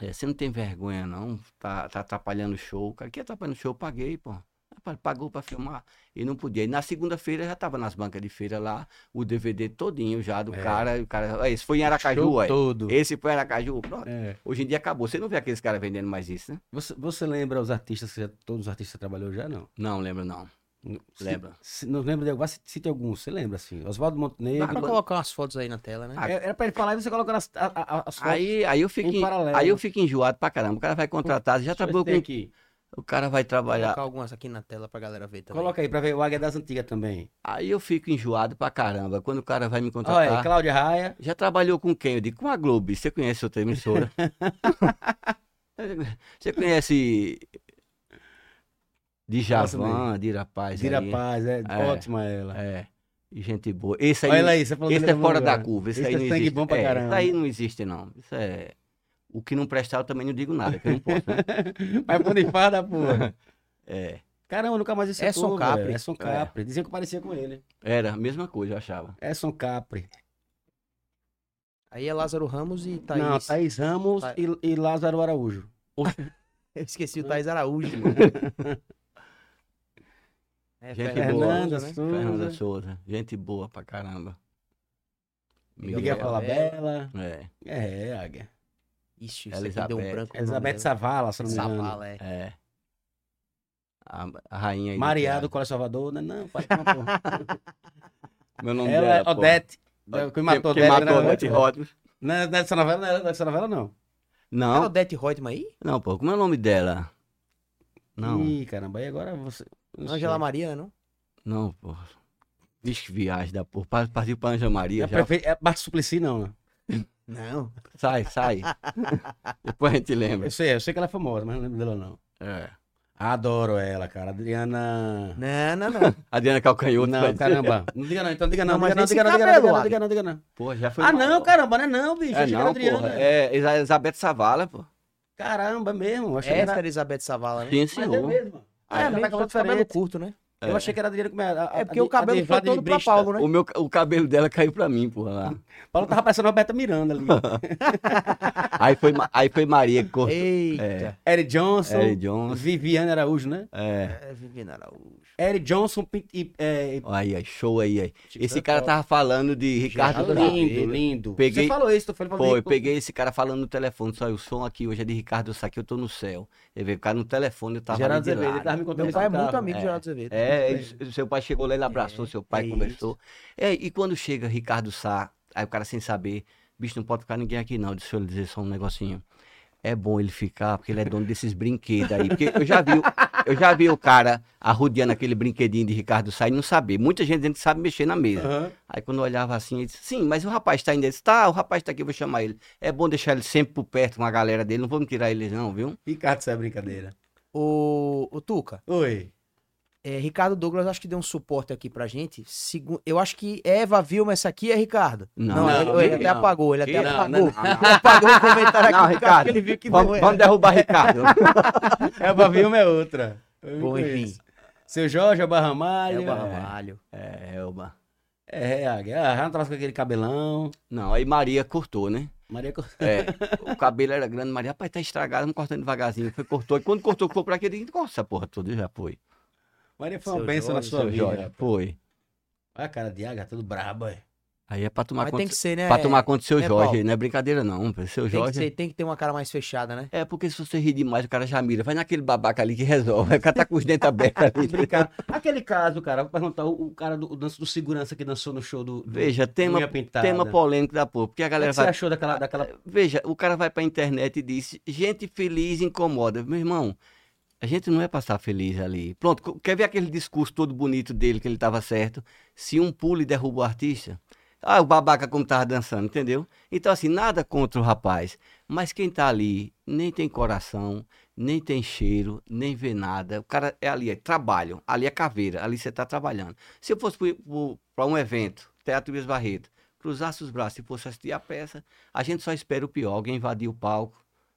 [SPEAKER 3] é, você não tem vergonha, não? Tá, tá atrapalhando o show. Cara, que atrapalhando o show? Eu paguei, pô. Rapaz, Pagou pra filmar e não podia. E na segunda-feira já tava nas bancas de feira lá, o DVD todinho já do
[SPEAKER 1] É.
[SPEAKER 3] cara. e O cara, "Ó, esse foi em
[SPEAKER 1] você.
[SPEAKER 3] Aracaju,
[SPEAKER 1] Show
[SPEAKER 3] ó.
[SPEAKER 1] todo.
[SPEAKER 3] Esse foi em Aracaju. Pronto.
[SPEAKER 1] É.
[SPEAKER 3] Hoje em dia acabou. Você não vê aqueles caras vendendo mais isso, né?
[SPEAKER 1] Você, você lembra os artistas que já, todos os artistas que você trabalhou já, não?
[SPEAKER 3] Não, lembra não.
[SPEAKER 1] Se-
[SPEAKER 3] Lembra.
[SPEAKER 1] se- não lembro de algum, mas cite algum, você lembra, assim. Oswaldo
[SPEAKER 2] Dá
[SPEAKER 1] Montenegro.
[SPEAKER 2] pra colocar umas fotos aí na tela, né?
[SPEAKER 3] Ah,
[SPEAKER 1] É- Era pra ele falar e você colocando as, a- a- as fotos.
[SPEAKER 3] Aí, aí, eu fico,
[SPEAKER 1] Em
[SPEAKER 3] en-
[SPEAKER 1] um paralelo.
[SPEAKER 3] aí eu fico enjoado pra caramba. O cara vai contratar, já
[SPEAKER 1] Deixa eu ver
[SPEAKER 3] trabalhou
[SPEAKER 1] se tem
[SPEAKER 3] com.
[SPEAKER 1] aqui.
[SPEAKER 3] O cara vai trabalhar.
[SPEAKER 2] colocar algumas aqui na tela pra galera ver também.
[SPEAKER 1] Coloca aí pra ver o Águia das Antigas também.
[SPEAKER 3] Aí eu fico enjoado pra caramba. Quando o cara vai me contratar.
[SPEAKER 1] Olha aí, Cláudia Raia.
[SPEAKER 3] Já trabalhou com quem? Eu digo, com a Globo. E Você conhece outra emissora? Você conhece
[SPEAKER 1] Nossa,
[SPEAKER 3] Djavan, Dira Paz?
[SPEAKER 1] Zira
[SPEAKER 3] aí?
[SPEAKER 1] Paz, é,
[SPEAKER 3] É.
[SPEAKER 1] ótima ela.
[SPEAKER 3] É. E gente boa. Esse aí,
[SPEAKER 1] Olha ela aí, você falou
[SPEAKER 3] esse
[SPEAKER 1] do
[SPEAKER 3] é
[SPEAKER 1] Leblon
[SPEAKER 3] fora da
[SPEAKER 1] agora.
[SPEAKER 3] curva. Esse,
[SPEAKER 1] Esse
[SPEAKER 3] aí
[SPEAKER 1] é
[SPEAKER 3] não
[SPEAKER 1] sangue
[SPEAKER 3] existe.
[SPEAKER 1] bom pra
[SPEAKER 3] é,
[SPEAKER 1] caramba.
[SPEAKER 3] Isso aí não existe, não. Isso é... O que não prestar, eu também não digo nada, que eu não posso. né?
[SPEAKER 1] Mas bonifar da porra.
[SPEAKER 3] É.
[SPEAKER 1] Caramba, nunca mais isso
[SPEAKER 2] Edson Capri.
[SPEAKER 1] É Son Capri. Diziam que parecia com ele.
[SPEAKER 3] Era a mesma coisa, eu achava.
[SPEAKER 1] É Son Capri.
[SPEAKER 2] Aí é Lázaro Ramos e Thaís.
[SPEAKER 1] Não, Thaís Ramos
[SPEAKER 2] Tha-
[SPEAKER 1] E, e Lázaro Araújo.
[SPEAKER 2] Eu esqueci o Thaís Araújo. é,
[SPEAKER 3] Gente
[SPEAKER 2] Fernanda
[SPEAKER 3] boa.
[SPEAKER 2] Souza,
[SPEAKER 1] Fernanda
[SPEAKER 2] né?
[SPEAKER 1] Souza.
[SPEAKER 3] Fernanda Souza. Gente boa pra caramba.
[SPEAKER 2] Miguel
[SPEAKER 1] Miguel Falabella.
[SPEAKER 2] Falabella.
[SPEAKER 3] É,
[SPEAKER 1] É, Águia.
[SPEAKER 2] Ixi, isso aqui deu um
[SPEAKER 3] Elizabeth.
[SPEAKER 2] branco. no nome
[SPEAKER 1] Elizabeth
[SPEAKER 2] dela.
[SPEAKER 1] Savala, se eu não me engano.
[SPEAKER 2] Savala, é.
[SPEAKER 3] é. A, a rainha aí do
[SPEAKER 1] Maria
[SPEAKER 3] teatro.
[SPEAKER 1] do Colégio Salvador. Não, não, pai, não, porra.
[SPEAKER 3] Meu nome
[SPEAKER 1] Ela é
[SPEAKER 3] dela, pô.
[SPEAKER 1] Odete.
[SPEAKER 3] Quem-
[SPEAKER 1] Quem matou
[SPEAKER 3] quem
[SPEAKER 1] Odete.
[SPEAKER 3] matou
[SPEAKER 1] né?
[SPEAKER 3] Odete Rodman.
[SPEAKER 1] Não é dessa novela, não é dessa novela, não.
[SPEAKER 2] Era
[SPEAKER 3] Não,
[SPEAKER 2] Odete Reutemann aí?
[SPEAKER 3] não, pô. Como é o nome dela? Não,
[SPEAKER 1] Ih, caramba, e agora você. não sei.
[SPEAKER 2] Angela Maria, não?
[SPEAKER 3] não, pô. Vixe, que viagem da porra. Pa- Partiu pra Anja Maria.
[SPEAKER 1] É
[SPEAKER 3] já.
[SPEAKER 1] prefe... é Barra Suplicy, não. né?
[SPEAKER 2] Não.
[SPEAKER 3] Sai, sai. Depois a gente lembra.
[SPEAKER 1] Eu sei, eu sei que ela é famosa, mas não lembro dela, não.
[SPEAKER 3] É.
[SPEAKER 1] Adoro ela, cara. Adriana.
[SPEAKER 2] Não, não, não.
[SPEAKER 3] Adriana Calcanhoto.
[SPEAKER 1] Não,
[SPEAKER 3] vai-
[SPEAKER 1] caramba. Não diga não, então diga não.
[SPEAKER 2] Não, mas
[SPEAKER 1] diga não,
[SPEAKER 2] esse
[SPEAKER 1] diga não, diga não,
[SPEAKER 2] cabelo,
[SPEAKER 1] diga não,
[SPEAKER 2] Ari.
[SPEAKER 1] diga não, diga não.
[SPEAKER 3] Pô, já foi
[SPEAKER 1] Ah,
[SPEAKER 3] uma-
[SPEAKER 1] não, caramba, não é não, bicho.
[SPEAKER 3] É,
[SPEAKER 1] Achei que era
[SPEAKER 3] não, porra.
[SPEAKER 1] Adriana.
[SPEAKER 3] É Isa- Elizabeth Savala, pô.
[SPEAKER 1] Caramba, mesmo. Achei que
[SPEAKER 2] Essa
[SPEAKER 1] era.
[SPEAKER 2] era Elizabeth Savala, né?
[SPEAKER 3] Sim,
[SPEAKER 1] Mas é
[SPEAKER 3] senhor.
[SPEAKER 1] mesmo.
[SPEAKER 2] Ah, é
[SPEAKER 1] Ela tá
[SPEAKER 2] mesmo,
[SPEAKER 1] com
[SPEAKER 2] só de cabelo
[SPEAKER 1] diferente.
[SPEAKER 2] curto, né?
[SPEAKER 1] Eu achei que era Adriana como é. a- a-
[SPEAKER 2] É porque
[SPEAKER 1] a-
[SPEAKER 2] o cabelo
[SPEAKER 1] a
[SPEAKER 2] foi
[SPEAKER 1] Devada
[SPEAKER 2] todo pra
[SPEAKER 1] Brista.
[SPEAKER 2] Paulo, né?
[SPEAKER 3] O, meu, ca- o cabelo dela caiu pra mim, porra. Lá.
[SPEAKER 1] Paulo tava parecendo a Roberta Miranda ali.
[SPEAKER 3] Aí, foi, Ma- aí foi Maria que cortou.
[SPEAKER 2] Eita.
[SPEAKER 1] Eric Johnson,
[SPEAKER 3] Eric Johnson.
[SPEAKER 1] Viviane Araújo, né?
[SPEAKER 3] É.
[SPEAKER 2] É, Viviane Araújo.
[SPEAKER 1] Eric Johnson Pin- e, é, e-
[SPEAKER 3] Aí, aí, show aí, aí.
[SPEAKER 1] Chico
[SPEAKER 3] Esse
[SPEAKER 1] Santoro.
[SPEAKER 3] cara tava falando de Ricardo
[SPEAKER 2] Geraldo
[SPEAKER 3] Sá.
[SPEAKER 2] Lima.
[SPEAKER 1] lindo,
[SPEAKER 2] Sá.
[SPEAKER 1] lindo.
[SPEAKER 3] Peguei-
[SPEAKER 1] Você falou isso, tu falou
[SPEAKER 3] Foi, eu peguei esse cara falando no telefone. Só o som aqui hoje é de Ricardo Sá, que eu tô no céu. Ele veio ficar no telefone, eu tava ali
[SPEAKER 1] Geraldo
[SPEAKER 3] de
[SPEAKER 1] Azevedo,
[SPEAKER 3] lado.
[SPEAKER 1] ele tava me contando
[SPEAKER 2] Meu
[SPEAKER 1] isso
[SPEAKER 2] pai é
[SPEAKER 1] no carro.
[SPEAKER 2] muito amigo
[SPEAKER 3] é.
[SPEAKER 2] de Geraldo Azevedo.
[SPEAKER 3] É, ele- seu pai chegou lá, ele abraçou seu pai,
[SPEAKER 2] é
[SPEAKER 3] conversou. É, e quando chega Ricardo Sá, aí o cara sem saber, bicho, não pode ficar ninguém aqui não, deixa eu lhe dizer só um negocinho. É bom ele ficar, porque ele é dono desses brinquedos aí. Porque eu já vi, o- eu já vi o cara arrodeando aquele brinquedinho de Ricardo Sá e não saber. Muita gente dizendo que sabe mexer na mesa.
[SPEAKER 1] Aham.
[SPEAKER 3] Aí quando eu olhava assim, ele disse, sim, mas o rapaz tá ainda. Ele disse, tá, o rapaz tá aqui, eu vou chamar ele. É bom deixar ele sempre por perto com a galera dele, não vamos tirar ele não, viu?
[SPEAKER 1] Ricardo, isso é brincadeira.
[SPEAKER 2] O, o Tuca,
[SPEAKER 1] Oi.
[SPEAKER 2] é, Ricardo Douglas acho que deu um suporte aqui pra gente. Segu- Eu acho que Eva Vilma, essa aqui é Ricardo.
[SPEAKER 3] Não,
[SPEAKER 2] ele,
[SPEAKER 1] não,
[SPEAKER 2] ele
[SPEAKER 1] não.
[SPEAKER 2] até apagou, ele
[SPEAKER 3] Que é
[SPEAKER 2] até
[SPEAKER 1] não,
[SPEAKER 2] apagou.
[SPEAKER 1] não, não,
[SPEAKER 2] Ele apagou o comentário aqui.
[SPEAKER 3] Não,
[SPEAKER 2] porque
[SPEAKER 3] Ricardo,
[SPEAKER 2] Ele viu que não
[SPEAKER 3] Vamos,
[SPEAKER 2] era.
[SPEAKER 3] vamos derrubar Ricardo.
[SPEAKER 1] É o Bavilma é outra. Eu
[SPEAKER 2] Bom,
[SPEAKER 1] conheço.
[SPEAKER 2] enfim.
[SPEAKER 1] Seu Jorge, é o Barramalho.
[SPEAKER 2] É o Barramalho.
[SPEAKER 3] é, Elba.
[SPEAKER 1] É, ah, já não tava com aquele cabelão.
[SPEAKER 3] Não, aí Maria cortou, né?
[SPEAKER 1] Maria Cor-
[SPEAKER 3] É, o cabelo era grande, Maria, rapaz, tá estragado, vamos cortando devagarzinho. Foi, cortou. E quando cortou, ficou pra aquele, corta essa porra toda, já foi.
[SPEAKER 1] Maria foi uma
[SPEAKER 2] Seu
[SPEAKER 1] bênção na
[SPEAKER 2] Jorge,
[SPEAKER 1] sua
[SPEAKER 3] Seu
[SPEAKER 1] vida.
[SPEAKER 3] Jorge,
[SPEAKER 1] Olha
[SPEAKER 3] foi.
[SPEAKER 1] a cara de água, tudo braba. é.
[SPEAKER 3] Aí é pra tomar
[SPEAKER 2] Mas
[SPEAKER 3] conta,
[SPEAKER 2] tem que ser, né?
[SPEAKER 3] pra tomar conta do seu
[SPEAKER 2] né,
[SPEAKER 3] Jorge,
[SPEAKER 2] Paulo?
[SPEAKER 3] não é brincadeira não, seu
[SPEAKER 2] tem, que
[SPEAKER 3] Jorge.
[SPEAKER 2] ser- tem que ter uma cara mais fechada, né?
[SPEAKER 3] É, porque se você rir demais, o cara já mira. Vai naquele babaca ali que resolve. O cara tá com os dentes abertos ali.
[SPEAKER 1] E brincar. Aquele caso, cara, vou perguntar o, o cara do o danço do segurança que dançou no show do. do
[SPEAKER 3] Veja, tema,
[SPEAKER 1] Unha Pintada.
[SPEAKER 3] tema polêmico da porra. Porque a
[SPEAKER 1] O que
[SPEAKER 3] galera
[SPEAKER 1] você
[SPEAKER 3] vai É,
[SPEAKER 1] achou daquela. daquela...
[SPEAKER 3] Veja, o cara vai pra internet e diz: gente feliz incomoda. Meu irmão, a gente não é passar feliz ali. Pronto, co- quer ver aquele discurso todo bonito dele que ele tava certo? Se um pule derruba o artista. Ah, o babaca como tava dançando, entendeu? Então, assim, nada contra o rapaz. Mas quem tá ali nem tem coração, nem tem cheiro, nem vê nada. O cara é ali, é trabalho. Ali é caveira, ali você tá trabalhando. Se eu fosse para um evento, Teatro Luiz Barreto, cruzasse os braços e fosse assistir a peça, a gente só espera o pior, alguém invadir o palco,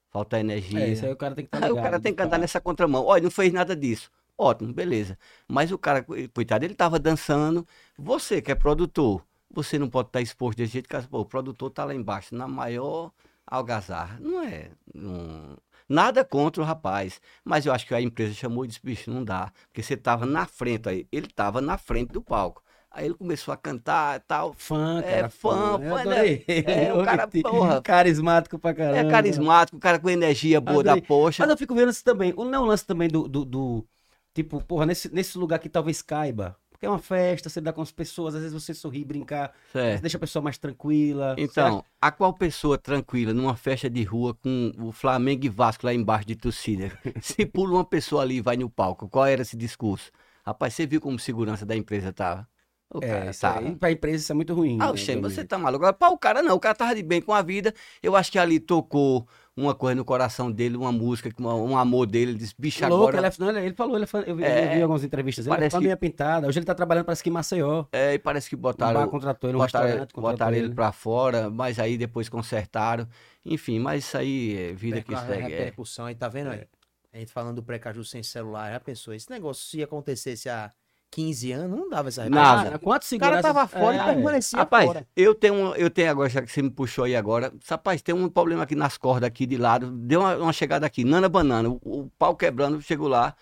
[SPEAKER 3] faltar energia.
[SPEAKER 1] É, isso aí o cara tem que estar
[SPEAKER 3] Aí o cara
[SPEAKER 1] tá.
[SPEAKER 3] tem que andar nessa contramão. Olha, não fez nada disso. Ótimo, beleza. Mas o cara, coitado, ele tava dançando. Você que é produtor, você não pode estar exposto desse jeito, porque pô, o produtor tá lá embaixo, na maior algazarra. Não é. não- Nada contra o rapaz. Mas eu acho que a empresa chamou e disse, bicho, não dá. Porque você tava na frente aí. Ele tava na frente do palco. Aí ele começou a cantar e tal.
[SPEAKER 1] Fã,
[SPEAKER 3] É,
[SPEAKER 1] cara.
[SPEAKER 3] fã,
[SPEAKER 1] Eu
[SPEAKER 3] fã,
[SPEAKER 1] adorei ele,
[SPEAKER 3] É, o
[SPEAKER 1] eu
[SPEAKER 3] cara,
[SPEAKER 1] gostei.
[SPEAKER 3] porra.
[SPEAKER 1] Carismático pra caramba.
[SPEAKER 3] É carismático, o cara com energia boa da
[SPEAKER 1] Adorei.
[SPEAKER 3] poxa.
[SPEAKER 1] Mas eu fico vendo isso também. O não lance também do, do, do- Tipo, porra, nesse, nesse lugar que talvez caiba. Porque é uma festa, você dá com as pessoas, às vezes você sorri, brincar,
[SPEAKER 3] Certo.
[SPEAKER 1] deixa a pessoa mais tranquila.
[SPEAKER 3] É. Então, a qual pessoa tranquila numa festa de rua com o Flamengo e Vasco lá embaixo de torcida, se pula uma pessoa ali e vai no palco, qual era esse discurso? Rapaz, você viu como segurança da empresa tava? O
[SPEAKER 1] Você acha-
[SPEAKER 3] cara
[SPEAKER 1] É, isso
[SPEAKER 3] tava.
[SPEAKER 1] aí, pra empresa isso é muito ruim.
[SPEAKER 3] tá. Ah,
[SPEAKER 1] né,
[SPEAKER 3] Xen,
[SPEAKER 1] meu
[SPEAKER 3] você
[SPEAKER 1] amigo?
[SPEAKER 3] tá maluco. Agora, Pra o cara não, o cara tava de bem com a vida. Eu acho que ali tocou uma coisa no coração dele, uma música, uma- um amor dele. Ele disse, bicho,
[SPEAKER 1] Louco,
[SPEAKER 3] agora.
[SPEAKER 1] ele, é fã- não, ele- ele falou, ele é fã- eu, vi,
[SPEAKER 3] É,
[SPEAKER 1] eu vi algumas entrevistas. Ele é
[SPEAKER 3] parece
[SPEAKER 1] fã
[SPEAKER 3] que-
[SPEAKER 1] meia pintada. Hoje ele tá trabalhando para que em Maceió.
[SPEAKER 3] É, e parece que
[SPEAKER 1] Um
[SPEAKER 3] botaram.
[SPEAKER 1] bar contratou ele, um
[SPEAKER 3] botaram,
[SPEAKER 1] restaurante contratou
[SPEAKER 3] botaram ele
[SPEAKER 1] ele.
[SPEAKER 3] pra fora, mas aí depois consertaram. Enfim, mas isso aí é vida que
[SPEAKER 2] Perca-
[SPEAKER 3] segue. é.
[SPEAKER 2] repercussão aí, tá vendo aí? A gente falando do Precaju sem celular, já pensou? Esse negócio, se acontecesse há 15 anos, não dava essa
[SPEAKER 3] Nada.
[SPEAKER 2] repercussão.
[SPEAKER 1] Ah, Quantos
[SPEAKER 2] O cara
[SPEAKER 1] seguranças...
[SPEAKER 2] tava fora
[SPEAKER 1] É,
[SPEAKER 2] e permanecia
[SPEAKER 3] Rapaz,
[SPEAKER 2] fora.
[SPEAKER 3] eu tenho um- eu tenho agora, já que você me puxou aí agora. Rapaz, tem um problema aqui nas cordas aqui de lado. Deu uma, uma chegada aqui, nana banana, o, o pau quebrando, chegou lá,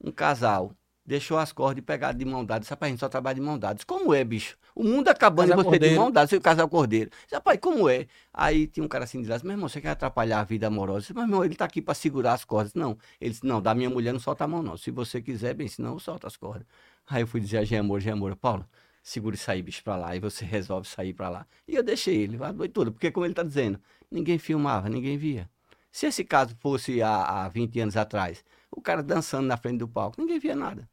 [SPEAKER 3] um casal. Deixou as cordas e pegaram de mão dada. Disse, Rapaz, a gente só trabalha de mão dada. Disse, Como é, bicho? O mundo acabando e
[SPEAKER 1] Casal
[SPEAKER 3] você de
[SPEAKER 1] cordeiro.
[SPEAKER 3] mão dada, seu casal cordeiro. Disse, Rapaz, como é? Aí tinha um cara assim de lá, disse, meu irmão, você quer atrapalhar a vida amorosa? Disse, Mas, meu irmão, ele tá aqui pra segurar as cordas. Não, ele disse, não, da minha mulher não solta a mão, não. Se você quiser, bem, senão eu solto as cordas. Aí eu fui dizer a Gemora, Gemora, Paulo, segura isso aí, bicho, pra lá, e você resolve sair pra lá. E eu deixei ele, a noite toda, porque como ele tá dizendo, ninguém filmava, ninguém via. Se esse caso fosse há, há 20 anos atrás, o cara dançando na frente do palco, ninguém via nada.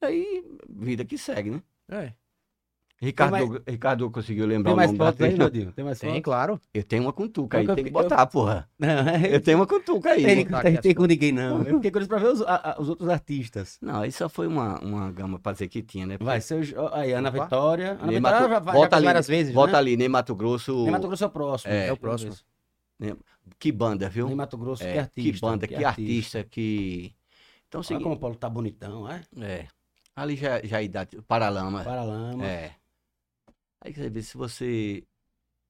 [SPEAKER 3] Aí, vida que segue, né?
[SPEAKER 2] É,
[SPEAKER 3] Ricardo,
[SPEAKER 1] mais-
[SPEAKER 3] Douglas- Ricardo conseguiu lembrar
[SPEAKER 1] Tem
[SPEAKER 3] o
[SPEAKER 1] mais
[SPEAKER 3] nome da
[SPEAKER 1] fotos aí,
[SPEAKER 3] atriz.
[SPEAKER 1] Nodinho? Tem mais
[SPEAKER 2] tem,
[SPEAKER 1] fotos?
[SPEAKER 2] claro.
[SPEAKER 3] Eu tenho uma cutuca aí,
[SPEAKER 1] Nunca
[SPEAKER 3] tem que
[SPEAKER 1] vi-
[SPEAKER 3] botar, porra.
[SPEAKER 1] Não, é-
[SPEAKER 3] Eu tenho uma cutuca aí.
[SPEAKER 1] Tem,
[SPEAKER 2] botar
[SPEAKER 1] tem,
[SPEAKER 2] aqui
[SPEAKER 1] tem
[SPEAKER 2] as
[SPEAKER 1] com ninguém, não. Eu fiquei curioso pra ver os, a- a- os outros artistas.
[SPEAKER 3] Não, aí só foi uma, uma gama pra dizer que tinha, né?
[SPEAKER 1] Vai, seu. Jo- Aí, Ana
[SPEAKER 2] Opa.
[SPEAKER 1] Vitória. Ana
[SPEAKER 3] Ney
[SPEAKER 1] Vitória
[SPEAKER 3] Mato-
[SPEAKER 1] já, vai- já
[SPEAKER 3] Volta
[SPEAKER 1] fez
[SPEAKER 3] ali,
[SPEAKER 1] várias vezes.
[SPEAKER 3] Volta
[SPEAKER 1] né?
[SPEAKER 3] ali, Ney Mato Grosso.
[SPEAKER 1] Ney Mato Grosso é o próximo.
[SPEAKER 3] É.
[SPEAKER 2] É o próximo.
[SPEAKER 3] Que banda, viu?
[SPEAKER 1] Ney Mato Grosso,
[SPEAKER 3] É,
[SPEAKER 1] que artista.
[SPEAKER 3] banda, que, artista, que. Então, é o
[SPEAKER 1] Olha
[SPEAKER 3] seguinte,
[SPEAKER 1] como o Paulo tá bonitão, é?
[SPEAKER 3] é. Ali já, já é idade. Paralama.
[SPEAKER 1] Paralama.
[SPEAKER 3] É. Aí quer dizer, se você,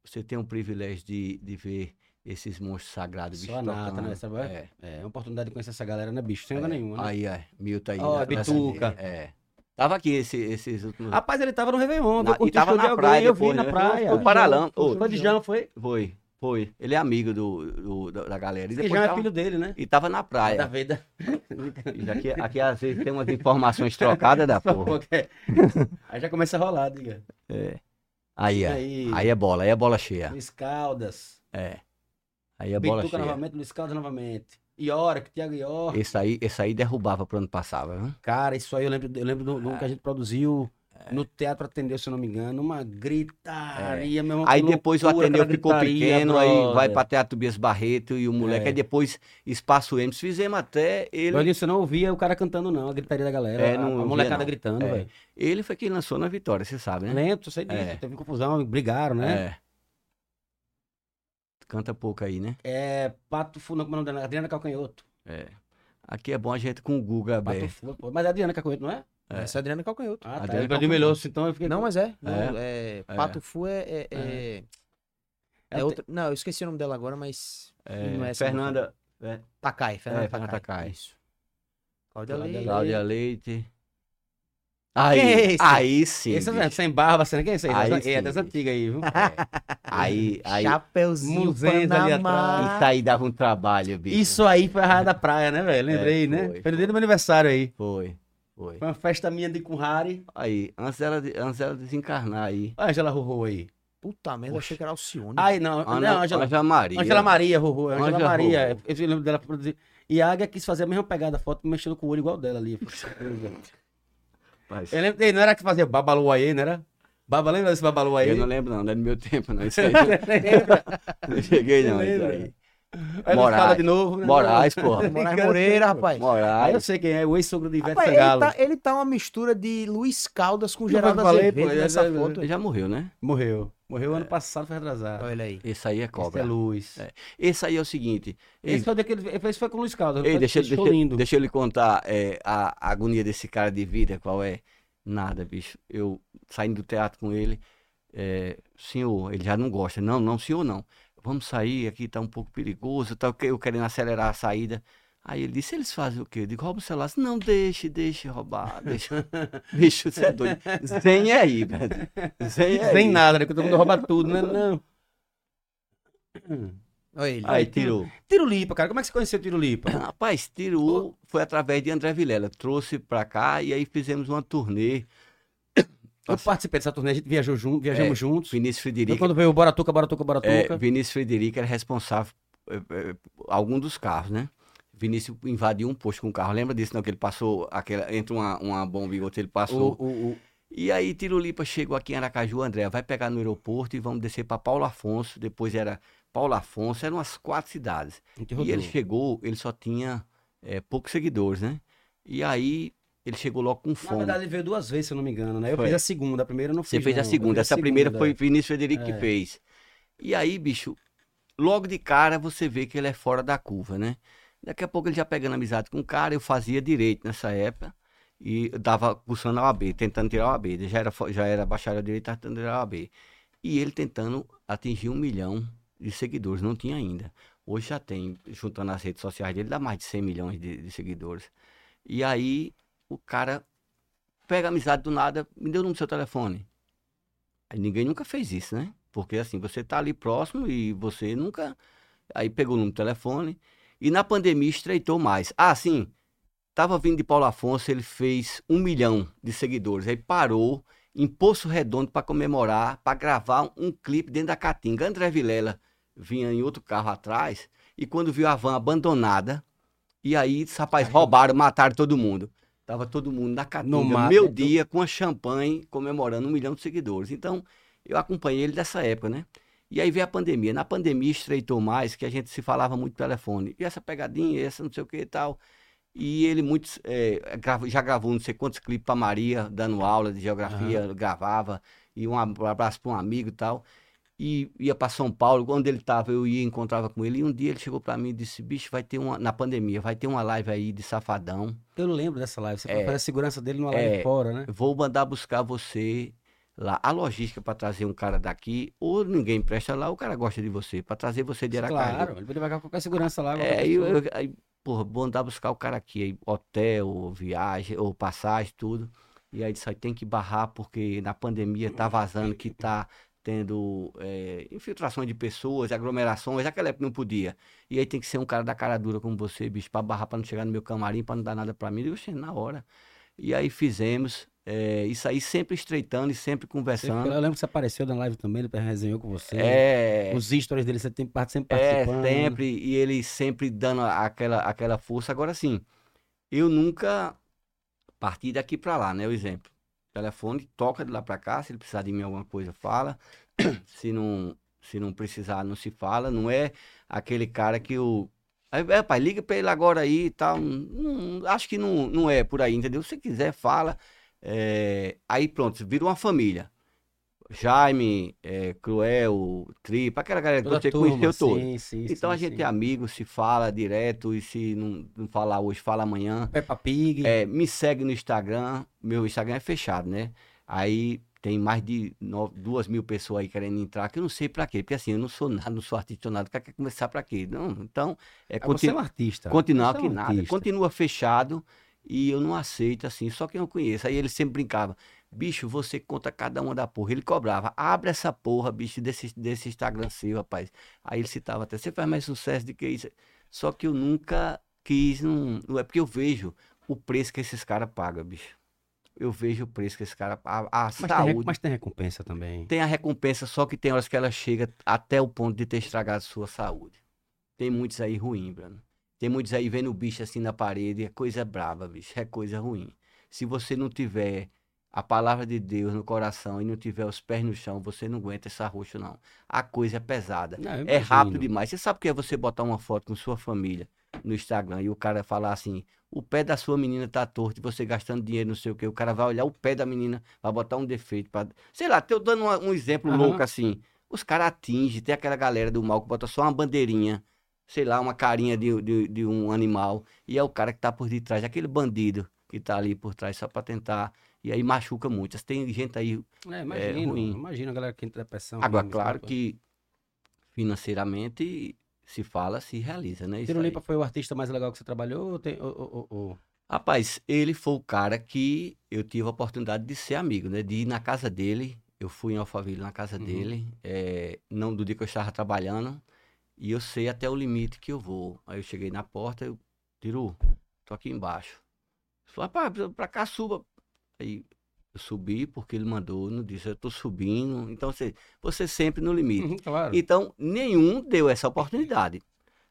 [SPEAKER 3] você tem o privilégio de, de ver esses monstros sagrados,
[SPEAKER 1] Só a nata,
[SPEAKER 3] tocando,
[SPEAKER 1] né? Essa vai-
[SPEAKER 3] É.
[SPEAKER 1] É, uma oportunidade de conhecer essa galera, né, bicho? Sem dúvida nenhuma. Né?
[SPEAKER 3] Aí, é, Milton aí.
[SPEAKER 1] Ó,
[SPEAKER 3] né,
[SPEAKER 1] Bituca. Ah.
[SPEAKER 3] nessa- É. Tava aqui esse, esses últimos.
[SPEAKER 1] Rapaz, ele tava no Réveillon,
[SPEAKER 3] Na-
[SPEAKER 1] eu curti
[SPEAKER 3] e tava
[SPEAKER 1] o show de
[SPEAKER 3] na praia
[SPEAKER 1] alguém, eu vi
[SPEAKER 3] depois,
[SPEAKER 1] na
[SPEAKER 3] né?
[SPEAKER 1] praia.
[SPEAKER 3] O Paralama.
[SPEAKER 2] Foi
[SPEAKER 3] ô,
[SPEAKER 1] Foi de Jão, foi?
[SPEAKER 3] Foi, foi. Ele é amigo do, do- da, da galera. E
[SPEAKER 1] Que
[SPEAKER 3] depois
[SPEAKER 1] Jão é
[SPEAKER 3] tava, Ah, é.
[SPEAKER 1] filho dele, né?
[SPEAKER 3] e tava na
[SPEAKER 1] Da
[SPEAKER 3] praia.
[SPEAKER 1] vida.
[SPEAKER 3] E Aqui, aqui às vezes tem umas informações trocadas da Tá, porra.
[SPEAKER 1] Aí já começa a rolar, diga.
[SPEAKER 3] Aí, é.
[SPEAKER 1] Aí,
[SPEAKER 3] Aí é bola, aí é bola cheia.
[SPEAKER 1] Luiz Caldas.
[SPEAKER 3] É. Aí é bola
[SPEAKER 1] Bituca
[SPEAKER 3] cheia.
[SPEAKER 1] novamente, Luiz Caldas novamente. Iorque, Thiago Iorque.
[SPEAKER 3] Esse aí, esse aí derrubava pra onde passava, né?
[SPEAKER 1] Cara, isso aí eu lembro, eu lembro do, do que a gente produziu
[SPEAKER 3] É.
[SPEAKER 1] no Teatro Atendeu, se eu não me engano. Uma gritaria, meu irmão.
[SPEAKER 3] Aí
[SPEAKER 1] que
[SPEAKER 3] depois o
[SPEAKER 1] loucura,
[SPEAKER 3] Ateneu
[SPEAKER 1] aquela
[SPEAKER 3] ficou
[SPEAKER 1] gritaria,
[SPEAKER 3] pequeno, aí
[SPEAKER 1] brother.
[SPEAKER 3] vai pra Teatro Bias Barreto e o moleque.
[SPEAKER 1] É.
[SPEAKER 3] Aí depois Espaço Emes. Fizemos até
[SPEAKER 1] Eu
[SPEAKER 3] ele.
[SPEAKER 1] disse, eu não ouvia o cara cantando, não, a gritaria da galera.
[SPEAKER 3] É,
[SPEAKER 1] a-
[SPEAKER 3] não
[SPEAKER 1] a
[SPEAKER 3] ouvia,
[SPEAKER 1] molecada
[SPEAKER 3] não.
[SPEAKER 1] gritando,
[SPEAKER 3] É.
[SPEAKER 1] velho.
[SPEAKER 3] Ele foi quem lançou na vitória, você sabe, né?
[SPEAKER 1] Lento, eu sei disso.
[SPEAKER 3] É.
[SPEAKER 1] Teve confusão, brigaram, né?
[SPEAKER 3] É. Canta pouco aí, né?
[SPEAKER 1] É, Pato Fu, não, como é o nome dela? Adriana Calcanhoto.
[SPEAKER 3] É. Aqui é bom a gente com o Guga
[SPEAKER 1] Pato
[SPEAKER 3] aberto.
[SPEAKER 1] Fu, pô. Mas é Adriana Calcanhoto, não é?
[SPEAKER 3] É.
[SPEAKER 2] Essa é a Adriana Calcanhoto.
[SPEAKER 1] Ah,
[SPEAKER 3] Adriana
[SPEAKER 1] tá. Eu
[SPEAKER 3] Calcanhoto.
[SPEAKER 1] melhor, então eu fiquei.
[SPEAKER 2] Não, mas é. Não, é, Pato Fu é. É, é- é outra- Não, eu esqueci o nome dela agora, mas.
[SPEAKER 3] É,
[SPEAKER 2] não é essa
[SPEAKER 3] Fernanda,
[SPEAKER 2] Takai, Fernanda
[SPEAKER 3] é, Fernanda
[SPEAKER 2] Takai.
[SPEAKER 3] Takai.
[SPEAKER 2] Isso. Cláudia
[SPEAKER 1] Cláudia
[SPEAKER 2] Leite.
[SPEAKER 3] Cláudia Leite. Aí,
[SPEAKER 2] é esse?
[SPEAKER 3] aí sim.
[SPEAKER 1] Esse é
[SPEAKER 3] bicho.
[SPEAKER 1] sem barba, sem quem é isso aí?
[SPEAKER 3] Aí
[SPEAKER 1] Essa- é
[SPEAKER 3] sim,
[SPEAKER 1] dessa
[SPEAKER 3] bicho.
[SPEAKER 1] antiga aí, viu?
[SPEAKER 3] Aí, aí.
[SPEAKER 2] Chapeuzinho
[SPEAKER 1] Muzenza ali
[SPEAKER 2] Panamá.
[SPEAKER 3] Isso aí dava um trabalho, bicho.
[SPEAKER 1] Isso aí foi a raia da praia, né, velho? Lembrei,
[SPEAKER 3] É,
[SPEAKER 1] né?
[SPEAKER 3] foi,
[SPEAKER 1] foi no
[SPEAKER 3] foi.
[SPEAKER 1] dia do meu aniversário aí.
[SPEAKER 3] Foi, foi.
[SPEAKER 1] Foi uma festa minha de Kunhari.
[SPEAKER 3] Aí, antes dela, de- antes dela desencarnar aí.
[SPEAKER 1] Olha a Angela Rorô aí.
[SPEAKER 2] Puta merda, achei que era Alcione.
[SPEAKER 1] Ai, não,
[SPEAKER 3] Ana,
[SPEAKER 1] não, Angela.
[SPEAKER 3] Anja Maria.
[SPEAKER 1] Angela Maria, Rorô. Angela,
[SPEAKER 3] Ângela
[SPEAKER 1] Maria.
[SPEAKER 3] Rorô.
[SPEAKER 1] Eu lembro dela produzir. E a Águia quis fazer a mesma pegada da foto, mexendo com o olho igual dela ali.
[SPEAKER 3] Rapaz,
[SPEAKER 1] Eu lembro, ei, não era que fazia Babalu aí, não era? Baba, lembra desse Babalu aí?
[SPEAKER 3] Eu não lembro, não, não é do meu tempo, não. Isso aí, não cheguei, não. Isso aí.
[SPEAKER 1] Aí não
[SPEAKER 3] Moraes.
[SPEAKER 1] fala de novo, né?
[SPEAKER 3] Moraes, porra.
[SPEAKER 2] Moraes Moreira, rapaz.
[SPEAKER 1] Aí eu
[SPEAKER 3] Moraes.
[SPEAKER 1] sei quem é, o ex-sogro de Ivete
[SPEAKER 2] Rapaz, ele,
[SPEAKER 1] Sangalo.
[SPEAKER 2] tá, ele tá uma mistura de Luiz Caldas com
[SPEAKER 1] Não,
[SPEAKER 2] Geraldo
[SPEAKER 1] mas eu falei,
[SPEAKER 2] Azevedo
[SPEAKER 1] pô,
[SPEAKER 2] nessa
[SPEAKER 1] é- é-
[SPEAKER 2] foto.
[SPEAKER 3] Ele já morreu, né?
[SPEAKER 1] Morreu. Morreu ano passado, foi atrasado.
[SPEAKER 2] Olha aí.
[SPEAKER 3] Esse aí
[SPEAKER 1] Isso
[SPEAKER 3] é
[SPEAKER 1] é
[SPEAKER 3] cobra.
[SPEAKER 1] luz.
[SPEAKER 3] É. Esse aí é o seguinte.
[SPEAKER 1] Esse
[SPEAKER 3] Ei,
[SPEAKER 1] foi daquele. Ele fez foi com o Luiz Caldas.
[SPEAKER 3] ei,
[SPEAKER 1] é foi-
[SPEAKER 3] deixa,
[SPEAKER 1] deixou
[SPEAKER 3] deixa-
[SPEAKER 1] lindo.
[SPEAKER 3] deixa eu lhe contar é, a agonia desse cara de vida, qual é? Nada, bicho. Eu saindo do teatro com ele, é, senhor, ele já não gosta. Não, não, senhor, não. Vamos sair, aqui tá um pouco perigoso, tá, ok, eu querendo acelerar a saída. Aí ele disse, eles fazem o quê? Eu digo, rouba o celular. Disse, Não, deixe, deixe roubar, deixa. bicho, você é doido. Zen é aí, velho. Zen é
[SPEAKER 1] Sem
[SPEAKER 3] aí.
[SPEAKER 1] nada, né? Que todo mundo rouba tudo, né? Não.
[SPEAKER 2] Olha ele.
[SPEAKER 3] Aí tirou.
[SPEAKER 1] Tirulipa, cara. Como é que você conheceu Tirulipa?
[SPEAKER 3] Rapaz, tirou foi através de André Vilela. Trouxe pra cá e aí fizemos uma turnê.
[SPEAKER 1] Eu
[SPEAKER 3] Nossa.
[SPEAKER 1] participei dessa turnê, a gente viajou junto, viajamos
[SPEAKER 3] É,
[SPEAKER 1] juntos.
[SPEAKER 3] Vinícius
[SPEAKER 1] Então,
[SPEAKER 3] Frederico.
[SPEAKER 1] quando veio o Bora Tuca, Bora Tuca, Bora Tuca.
[SPEAKER 3] é, Vinícius Frederico era responsável é, é, por algum dos carros, né? Vinícius invadiu um posto com o carro. Lembra disso, não? Que ele passou aquela, entre uma, uma bomba e outra, ele passou.
[SPEAKER 1] o, o, o-
[SPEAKER 3] E aí, Tirulipa chegou aqui em Aracaju, André, vai pegar no aeroporto e vamos descer pra Paulo Afonso. Depois era Paulo Afonso, eram umas quatro cidades.
[SPEAKER 1] a gente
[SPEAKER 3] E
[SPEAKER 1] rodou.
[SPEAKER 3] ele chegou, ele só tinha eh, poucos seguidores, né? E aí ele chegou logo com
[SPEAKER 1] Na
[SPEAKER 3] fome.
[SPEAKER 1] verdade, ele veio duas vezes, se eu não me engano, né? Eu
[SPEAKER 3] Foi.
[SPEAKER 1] fiz a segunda, a primeira eu não fiz.
[SPEAKER 3] Você fez a
[SPEAKER 1] não. Eu
[SPEAKER 3] segunda,
[SPEAKER 1] fiz
[SPEAKER 3] essa primeira
[SPEAKER 1] segunda,
[SPEAKER 3] foi o Vinícius Frederico
[SPEAKER 1] É.
[SPEAKER 3] que fez. E aí, bicho, logo de cara você vê que ele é fora da curva, né? Daqui a pouco ele já pegando amizade com o cara, eu fazia direito nessa época e eu dava cursando a OAB, tentando tirar a OAB. Ele Já era, fo- já era bacharel de direito, tava tentando tirar a OAB. E ele tentando atingir um milhão de seguidores, não tinha ainda. Hoje já tem, juntando as redes sociais dele, dá mais de 100 milhões de, de seguidores. E aí o cara pega a amizade do nada, me deu o número do seu telefone. Aí ninguém nunca fez isso, né? Porque assim, você tá ali próximo e você nunca. Aí pegou o número do telefone. E na pandemia estreitou mais. Ah, sim. Tava vindo de Paulo Afonso, ele fez um milhão de seguidores. Aí parou em Poço Redondo para comemorar, para gravar um clipe dentro da Caatinga. André Vilela vinha em outro carro atrás e quando viu a van abandonada, e aí, esses rapaz, roubaram, mataram todo mundo. Tava todo mundo na
[SPEAKER 1] No
[SPEAKER 3] Caatinga,
[SPEAKER 1] mato.
[SPEAKER 3] meu dia, com a champanhe, comemorando um milhão de seguidores. Então, eu acompanhei ele dessa época, né? E aí veio a pandemia. Na pandemia estreitou mais, que a gente se falava muito pelo telefone. E essa pegadinha, essa não sei o que e tal. E ele muitos, eh, grava- já gravou não sei quantos clipes para Maria, dando aula de geografia, gravava. E um ab- abraço para um amigo e tal. e ia para São Paulo. Quando ele estava, eu ia encontrava com ele. E um dia ele chegou para mim e disse: Bicho, vai ter uma. Na pandemia, vai ter uma live aí de Safadão.
[SPEAKER 1] Eu lembro dessa live. Você
[SPEAKER 3] É.
[SPEAKER 1] foi a segurança dele numa live
[SPEAKER 3] É.
[SPEAKER 1] fora, né?
[SPEAKER 3] Vou mandar buscar você lá. A logística para trazer um cara daqui, ou ninguém presta lá, ou o cara gosta de você, para trazer você de Aracaju.
[SPEAKER 1] Claro, ele podia pagar qualquer segurança lá. qualquer
[SPEAKER 3] É, aí eu,
[SPEAKER 1] pessoa.
[SPEAKER 3] eu- aí, porra, vou andar buscar o cara aqui, aí, hotel, viagem, ou passagem, tudo. E aí disse, "Ó, tem que barrar porque na pandemia tá vazando que tá tendo é, infiltração de pessoas, aglomerações, aquela época não podia. E aí tem que ser um cara da cara dura como você, bicho, pra barrar, pra não chegar no meu camarim, pra não dar nada pra mim. Eu achei na hora. E aí fizemos, é, isso aí sempre estreitando e sempre
[SPEAKER 1] Você ficou lá,
[SPEAKER 3] conversando.
[SPEAKER 1] eu lembro que você apareceu na live também, ele resenhou com você.
[SPEAKER 3] É,
[SPEAKER 1] Os stories dele, você tem parte sempre
[SPEAKER 3] É,
[SPEAKER 1] participando.
[SPEAKER 3] sempre, e ele sempre dando a- aquela, aquela força. Agora sim, eu nunca parti daqui pra lá, né? O exemplo. Telefone, toca de lá pra cá, se ele precisar de mim alguma coisa, fala. se não, se não precisar, não se fala. Não é aquele cara que o. Aí, é, pai, liga pra ele agora aí e tal. Hum, acho que não, não é por aí, entendeu? Se quiser, fala. É, aí pronto, vira uma família. Jaime, é, Cruel, Tripa, aquela galera que
[SPEAKER 1] Toda
[SPEAKER 3] você
[SPEAKER 1] turma,
[SPEAKER 3] conheceu todo.
[SPEAKER 1] Sim, sim,
[SPEAKER 3] Então
[SPEAKER 1] sim,
[SPEAKER 3] a gente
[SPEAKER 1] sim.
[SPEAKER 3] é amigo, se fala direto e se não, não falar hoje, fala amanhã.
[SPEAKER 1] Peppa Pig. Ah,
[SPEAKER 3] É, me segue no Instagram, meu Instagram é fechado, né? Aí tem mais de no- duas mil pessoas aí querendo entrar, que eu não sei pra quê, porque assim, eu não sou nada, não sou artista, nada, quer começar pra quê? Não, então, é
[SPEAKER 1] Ah, Você é um
[SPEAKER 3] continuar
[SPEAKER 1] artista.
[SPEAKER 3] continuar
[SPEAKER 1] Você é
[SPEAKER 3] que
[SPEAKER 1] um
[SPEAKER 3] nada,
[SPEAKER 1] artista.
[SPEAKER 3] continua fechado e eu não aceito assim, só quem eu conheço. Aí ele sempre brincava, bicho, você conta cada uma da porra. Ele cobrava, abre essa porra, bicho, desse, desse Instagram seu, rapaz. Aí ele citava até, você faz mais sucesso do que isso. Só que eu nunca quis, não, não é porque eu vejo o preço que esses caras pagam, bicho. Eu vejo o preço que esse cara a, a
[SPEAKER 1] Mas tem, re-
[SPEAKER 3] saúde.
[SPEAKER 1] mas tem recompensa também.
[SPEAKER 3] Tem a recompensa, só que tem horas que ela chega até o ponto de ter estragado sua saúde. Tem muitos aí ruim, Bruno. Tem muitos aí vendo o bicho assim na parede, é coisa brava, bicho, é coisa ruim. Se você não tiver a palavra de Deus no coração e não tiver os pés no chão, você não aguenta esse arroxo, não. A coisa é pesada.
[SPEAKER 1] Não, eu
[SPEAKER 3] É rápido
[SPEAKER 1] imagino.
[SPEAKER 3] demais. Você sabe o que é você botar uma foto com sua família no Instagram e o cara falar assim: o pé da sua menina tá torto e você gastando dinheiro, não sei o quê. O cara vai olhar o pé da menina, vai botar um defeito. Pra... Sei lá, tô dando uma- um exemplo
[SPEAKER 1] Aham.
[SPEAKER 3] louco assim. Os caras atingem, tem aquela galera do mal que bota só uma bandeirinha, sei lá, uma carinha de, de- de um animal. E é o cara que tá por detrás, aquele bandido que tá ali por trás só pra tentar. E aí machuca muito. Tem gente aí
[SPEAKER 1] É, imagino,
[SPEAKER 3] ruim.
[SPEAKER 1] imagino a galera que entra em depressão.
[SPEAKER 3] Agora,
[SPEAKER 1] mesmo,
[SPEAKER 3] claro
[SPEAKER 1] sabe?
[SPEAKER 3] que financeiramente se fala, se realiza, né? Isso aí.
[SPEAKER 1] Tirulipa foi o artista mais legal que você trabalhou? Ou tem, ou, ou- ou- ou-
[SPEAKER 3] Rapaz, ele foi o cara que eu tive a oportunidade de ser amigo, né? De ir na casa dele. Eu fui em Alphaville na casa
[SPEAKER 1] Uhum.
[SPEAKER 3] dele. é, não do dia que eu estava trabalhando. E eu sei até o limite que eu vou. Aí eu cheguei na porta, eu, Tiru, tô aqui embaixo. Ele falou, rapaz, pra- pra cá suba. Aí eu subi porque ele mandou, não disse, eu tô subindo. Então você, você sempre no limite.
[SPEAKER 1] Uhum, claro.
[SPEAKER 3] Então, nenhum deu essa oportunidade.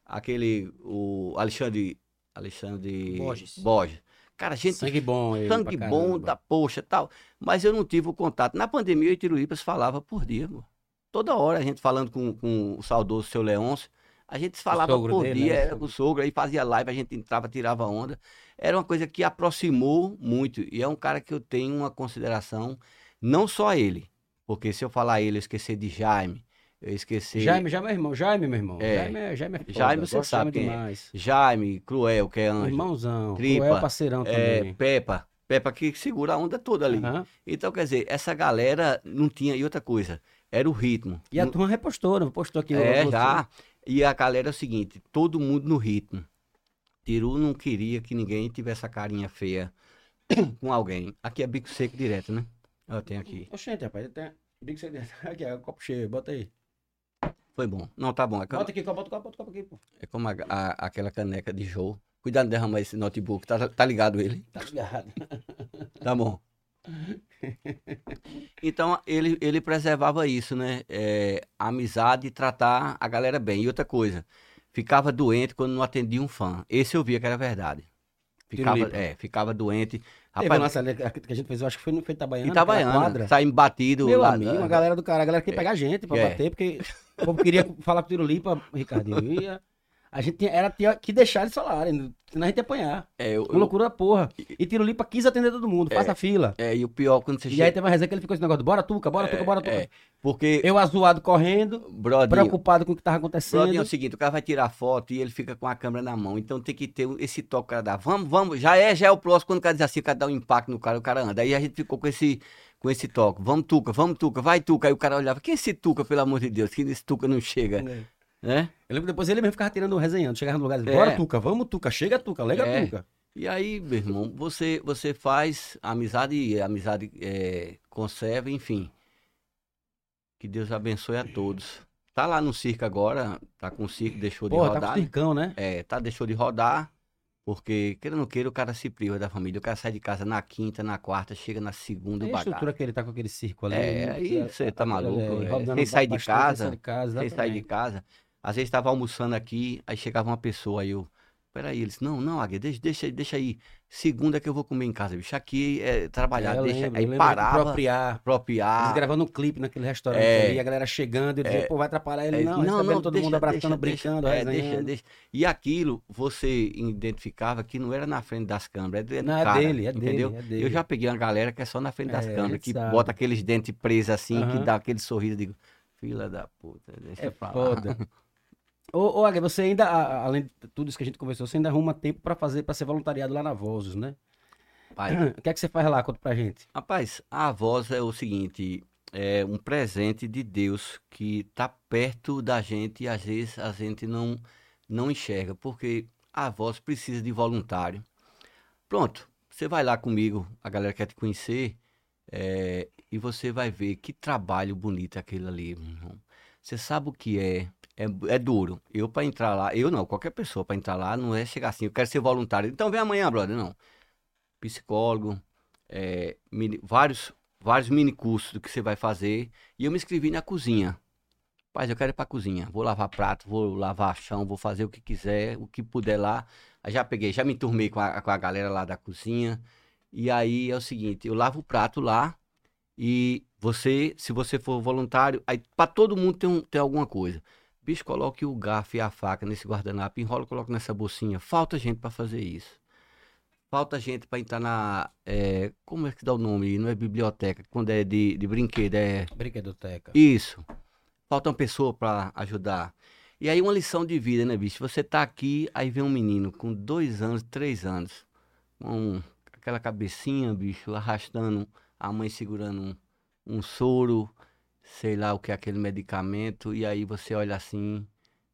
[SPEAKER 3] Aquele, o Alexandre, Alexandre
[SPEAKER 2] Borges.
[SPEAKER 3] Cara, gente,
[SPEAKER 1] sangue bom. ele
[SPEAKER 3] sangue
[SPEAKER 1] pra
[SPEAKER 3] bom
[SPEAKER 1] caramba.
[SPEAKER 3] da poxa tal. Mas eu não tive o contato. Na pandemia, o Itiruípas falava por dia, mô. Toda hora a gente falando com, com o saudoso seu Leôncio. A gente falava
[SPEAKER 1] sogro
[SPEAKER 3] por
[SPEAKER 1] dele,
[SPEAKER 3] dia,
[SPEAKER 1] né?
[SPEAKER 3] era com o sogro, aí fazia live, a gente entrava, tirava onda. Era uma coisa que aproximou muito. E é um cara que eu tenho uma consideração, não só ele. Porque se eu falar ele, eu esquecer de Jaime, eu esquecer.
[SPEAKER 1] Jaime, Jaime é irmão. Jaime, meu irmão.
[SPEAKER 3] É.
[SPEAKER 1] Jaime é Jaime, é foda,
[SPEAKER 3] Jaime,
[SPEAKER 1] eu
[SPEAKER 3] você
[SPEAKER 1] gosto de
[SPEAKER 3] sabe
[SPEAKER 1] Jaime
[SPEAKER 3] quem é.
[SPEAKER 1] demais.
[SPEAKER 3] Jaime, Cruel, que é anjo.
[SPEAKER 1] Irmãozão.
[SPEAKER 3] Tripa,
[SPEAKER 1] Cruel parceirão
[SPEAKER 3] é,
[SPEAKER 1] também.
[SPEAKER 3] Peppa. Peppa que segura a onda toda ali.
[SPEAKER 1] Aham.
[SPEAKER 3] Então, quer dizer, essa galera não tinha. E outra coisa, era o ritmo.
[SPEAKER 1] E a
[SPEAKER 3] Não-
[SPEAKER 1] turma repostou, não? Postou aqui.
[SPEAKER 3] é,
[SPEAKER 1] o-
[SPEAKER 3] já. E a galera é o seguinte: todo mundo no ritmo. Tiru não queria que ninguém tivesse a carinha feia com alguém. Aqui é bico seco direto, né? Eu tenho aqui.
[SPEAKER 1] Oxente, rapaz. Tem... Diga que você- Aqui, ó, copo cheio. Bota aí.
[SPEAKER 3] Foi bom. Não, tá bom. É como,
[SPEAKER 1] Bota aqui, copo, bota o copo, bota o copo aqui, pô.
[SPEAKER 3] é como a- a- aquela caneca de jogo. Cuidado, não derramar esse notebook. Tá, tá ligado ele?
[SPEAKER 1] Tá ligado.
[SPEAKER 3] Tá bom. Então, ele, ele preservava isso, né? É, a amizade e tratar a galera bem. E outra coisa, ficava doente quando não atendia um fã. Esse eu via que era verdade. Ficava,
[SPEAKER 1] Tirulipa.
[SPEAKER 3] é, ficava doente.
[SPEAKER 1] Teve a
[SPEAKER 3] Rapaz,
[SPEAKER 1] nossa ali, a que a gente fez, eu acho que foi no Feito Itabaiana.
[SPEAKER 3] e
[SPEAKER 1] aquela
[SPEAKER 3] Itabaiana,
[SPEAKER 1] quadra.
[SPEAKER 3] saindo batido
[SPEAKER 1] Meu
[SPEAKER 3] lá.
[SPEAKER 1] amigo,
[SPEAKER 3] da-
[SPEAKER 1] a galera do cara, a galera queria pegar gente pra
[SPEAKER 3] É.
[SPEAKER 1] bater, porque o povo queria falar com o Tirulipa, Ricardinho. E a- A gente tinha- era tinha que deixar eles falarem, senão a gente ia apanhar.
[SPEAKER 3] É, eu,
[SPEAKER 1] Uma loucura da porra. E Tirolipa quis atender todo mundo, faça fila.
[SPEAKER 3] é, e o pior quando você
[SPEAKER 1] E aí
[SPEAKER 3] chega.
[SPEAKER 1] teve uma resenha que ele ficou esse negócio, bora Tuca, bora Tuca, bora Tuca.
[SPEAKER 3] é, porque,
[SPEAKER 1] Eu azoado correndo,
[SPEAKER 3] brother,
[SPEAKER 1] preocupado com o que tava
[SPEAKER 3] Brother, é
[SPEAKER 1] acontecendo.
[SPEAKER 3] o seguinte, o cara vai tirar foto e ele fica com a câmera na mão. Então tem que ter esse toque que o cara dá. Vamos, vamos, já é, já é o próximo. Quando o cara diz assim, o cara dá um impacto no cara, o cara anda. Aí a gente ficou com esse, com esse toque. Vamos, Tuca, vamos, Tuca, vai, Tuca. Aí o cara olhava, que esse Tuca, pelo amor de Deus, que esse Tuca não chega,
[SPEAKER 1] É.
[SPEAKER 3] né?
[SPEAKER 1] Eu lembro que depois ele mesmo ficava tirando, resenhando, chegava no lugar e dizia,
[SPEAKER 3] É.
[SPEAKER 1] bora Tuca, vamos Tuca, chega Tuca, lega
[SPEAKER 3] É.
[SPEAKER 1] Tuca.
[SPEAKER 3] E aí, meu irmão, você, você faz amizade, e a amizade é, conserva, enfim. Que Deus abençoe a todos. Tá lá no circo agora, tá com o circo, deixou de
[SPEAKER 1] Porra,
[SPEAKER 3] rodar.
[SPEAKER 1] tá com
[SPEAKER 3] né?
[SPEAKER 1] circão, né?
[SPEAKER 3] É, tá, deixou de rodar, porque, queira ou não queira, o cara se priva da família. O cara sai de casa na quinta, na quarta, chega na segunda,
[SPEAKER 1] Aí a estrutura
[SPEAKER 3] bagado.
[SPEAKER 1] que ele tá com aquele circo ali.
[SPEAKER 3] É,
[SPEAKER 1] né?
[SPEAKER 3] aí você tá maluco, é.
[SPEAKER 1] rodando
[SPEAKER 3] Quem sai de
[SPEAKER 1] bastante,
[SPEAKER 3] casa,
[SPEAKER 1] sai de casa,
[SPEAKER 3] Aí sai de casa, às vezes tava almoçando aqui, aí chegava uma pessoa, aí eu, peraí, eles, não, não, Águia, deixa, deixa, aí, deixa aí, segunda que eu vou comer em casa, bicho, aqui é trabalhar,
[SPEAKER 1] É, eu
[SPEAKER 3] deixa,
[SPEAKER 1] lembro, eu
[SPEAKER 3] aí
[SPEAKER 1] lembro
[SPEAKER 3] parava,
[SPEAKER 1] de apropriar. Eles
[SPEAKER 3] apropriar,
[SPEAKER 1] gravando um clipe naquele restaurante
[SPEAKER 3] É.
[SPEAKER 1] ali, a galera chegando, eu dizia, pô, vai atrapalhar ele,
[SPEAKER 3] É,
[SPEAKER 1] não, não, não todo
[SPEAKER 3] deixa,
[SPEAKER 1] mundo abraçando,
[SPEAKER 3] deixa,
[SPEAKER 1] brincando,
[SPEAKER 3] deixa, é,
[SPEAKER 1] resenhando.
[SPEAKER 3] deixa, deixa. E aquilo você identificava que não era na frente das câmeras, é, do- é do
[SPEAKER 1] Não, é
[SPEAKER 3] cara,
[SPEAKER 1] dele, é dele,
[SPEAKER 3] entendeu?
[SPEAKER 1] é dele.
[SPEAKER 3] Eu já peguei uma galera que é só na frente das
[SPEAKER 1] É, a
[SPEAKER 3] câmeras,
[SPEAKER 1] gente
[SPEAKER 3] que
[SPEAKER 1] sabe.
[SPEAKER 3] bota aqueles dentes presos assim, que
[SPEAKER 1] Aham.
[SPEAKER 3] dá aquele sorriso, eu digo, fila da puta, deixa
[SPEAKER 1] É
[SPEAKER 3] eu falar.
[SPEAKER 1] foda. Ô, ô Águia, você ainda, a- a- além de tudo isso que a gente conversou, você ainda arruma tempo pra fazer, para ser voluntariado lá na Vozos, né?
[SPEAKER 3] Pai,
[SPEAKER 1] O que é que você faz lá? Conta pra gente.
[SPEAKER 3] Rapaz, a voz é o seguinte, é um presente de Deus que tá perto da gente e às vezes a gente não não enxerga, porque a voz precisa de voluntário. Pronto, você vai lá comigo, a galera quer te conhecer, é, e você vai ver que trabalho bonito é aquele ali. meu irmão. Você sabe o que é? É, é duro. Eu para entrar lá, eu não, qualquer pessoa para entrar lá não é chegar assim, eu quero ser voluntário. Então vem amanhã, brother, não. Psicólogo, é, mini- vários, vários mini cursos do que você vai fazer. E eu me inscrevi na cozinha. Paz, eu quero ir pra cozinha. Vou lavar prato, vou lavar chão, vou fazer o que quiser, o que puder lá. Aí já peguei, já me enturmei com a, com a galera lá da cozinha. E aí é o seguinte, eu lavo o prato lá e você, se você for voluntário, aí pra todo mundo tem, um- tem alguma coisa. Bicho, coloque o garfo e a faca nesse guardanapo, enrola, coloca nessa bolsinha. Falta gente pra fazer isso. Falta gente para entrar na. é, como é que dá o nome? Não é biblioteca, quando é de, de brinquedo, é.
[SPEAKER 1] Brinquedoteca.
[SPEAKER 3] Isso. Falta uma pessoa para ajudar. E aí, uma lição de vida, né, bicho? Você tá aqui, aí vem um menino com dois anos, três anos, com aquela cabecinha, bicho, arrastando, a mãe segurando um, um soro, sei lá o que é aquele medicamento, e aí você olha assim,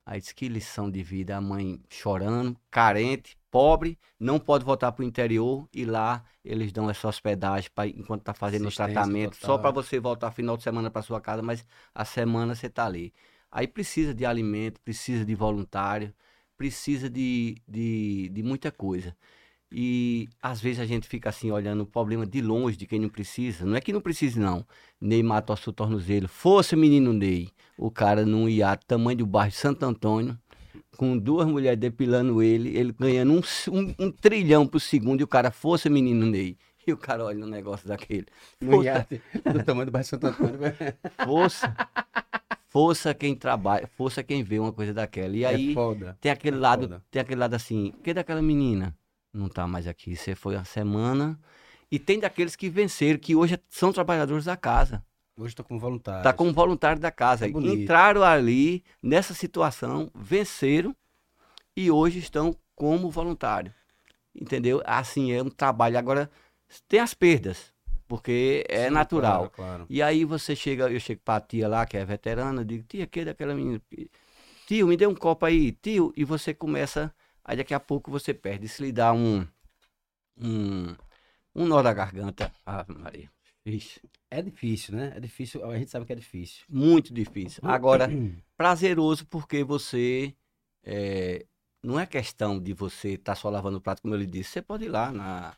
[SPEAKER 3] aí diz que lição de vida, a mãe chorando, carente, pobre, não pode voltar pro interior, e lá eles dão essa hospedagem pra, enquanto tá fazendo o
[SPEAKER 1] Assistência
[SPEAKER 3] tratamento,
[SPEAKER 1] total. é.
[SPEAKER 3] só para você voltar final de semana para sua casa, mas a semana você tá ali. Aí precisa de alimento, precisa de voluntário, precisa de, de, de muita coisa. E às vezes a gente fica assim olhando o problema de longe de quem não precisa. Não é que não precise, não. Ney matou seu tornozelo. Força, menino Ney. O cara num iate, tamanho do bairro de Santo Antônio, com duas mulheres depilando ele, ele ganhando um, s- um- um trilhão por segundo. E o cara, força, menino Ney. E o cara olha um negócio daquele.
[SPEAKER 1] No
[SPEAKER 3] Força,
[SPEAKER 1] Um iate, do tamanho do bairro Santo Antônio.
[SPEAKER 3] Força. Força quem trabalha, força quem vê uma coisa daquela. E aí
[SPEAKER 1] É foda.
[SPEAKER 3] tem aquele
[SPEAKER 1] é
[SPEAKER 3] lado,
[SPEAKER 1] foda.
[SPEAKER 3] tem aquele lado assim, que daquela menina não tá mais aqui, você foi uma semana. E tem daqueles que venceram, que hoje são trabalhadores da casa.
[SPEAKER 1] Hoje tô como voluntário.
[SPEAKER 3] Tá como voluntário da casa.
[SPEAKER 1] Que Ah, é bonito.
[SPEAKER 3] Entraram ali nessa situação, venceram e hoje estão como voluntário. Entendeu? Assim é um trabalho agora tem as perdas, porque é
[SPEAKER 1] Claro,
[SPEAKER 3] natural.
[SPEAKER 1] claro.
[SPEAKER 3] E aí você chega, eu chego pra tia lá, que é veterana, eu digo, tia, que é daquela menina? Tio, me dê um copo aí, tio. E você começa, aí daqui a pouco você perde. Se lhe dá um, um, um nó da garganta, ah, Maria, Ixi,
[SPEAKER 1] É difícil, né? É difícil, a gente sabe que é difícil.
[SPEAKER 3] muito difícil. Agora, prazeroso porque você, é, não é questão de você estar só lavando o prato, como eu lhe disse, você pode ir lá na...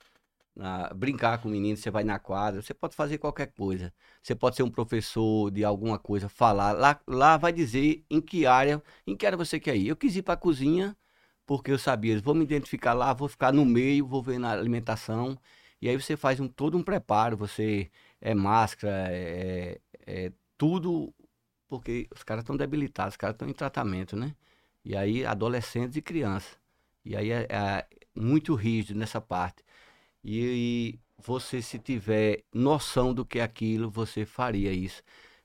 [SPEAKER 3] na- brincar com o menino, você vai na quadra, você pode fazer qualquer coisa. Você pode ser um professor de alguma coisa, falar. Lá, lá vai dizer em que área, em que área você quer ir. Eu quis ir para a cozinha porque eu sabia, vou me identificar lá, vou ficar no meio, vou ver na alimentação. E aí você faz um, todo um preparo, você é máscara, é, é tudo, porque os caras estão debilitados, os caras estão em tratamento, né? E aí, adolescentes e crianças. E aí é, é muito rígido nessa parte. E, e você, se tiver noção do que é aquilo, você faria isso.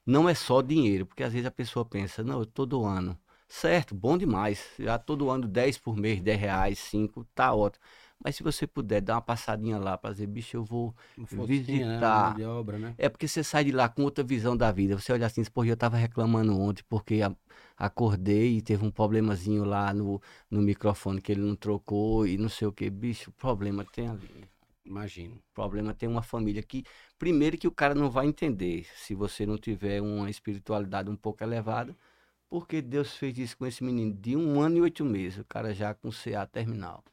[SPEAKER 3] Não é só dinheiro, porque às vezes a pessoa pensa, não, eu tô doando. Certo, bom demais. Já tô doando 10 por mês, 10 reais, 5, tá ótimo. Mas se você puder dar uma passadinha lá para dizer, bicho, eu vou
[SPEAKER 1] Uma fotinha, né? Uma
[SPEAKER 3] Visitar.
[SPEAKER 1] mão de obra, né?
[SPEAKER 3] é porque você sai de lá com outra visão da vida. Você olha assim, pô, eu tava reclamando ontem porque a- acordei e teve um problemazinho lá no, no microfone que ele não trocou e não sei o que. Bicho, problema tem ali.
[SPEAKER 1] Imagino.
[SPEAKER 3] Problema tem uma família que, primeiro que o cara não vai entender se você não tiver uma espiritualidade um pouco elevada, porque Deus fez isso com esse menino de um ano e oito meses, o cara já com CA terminal.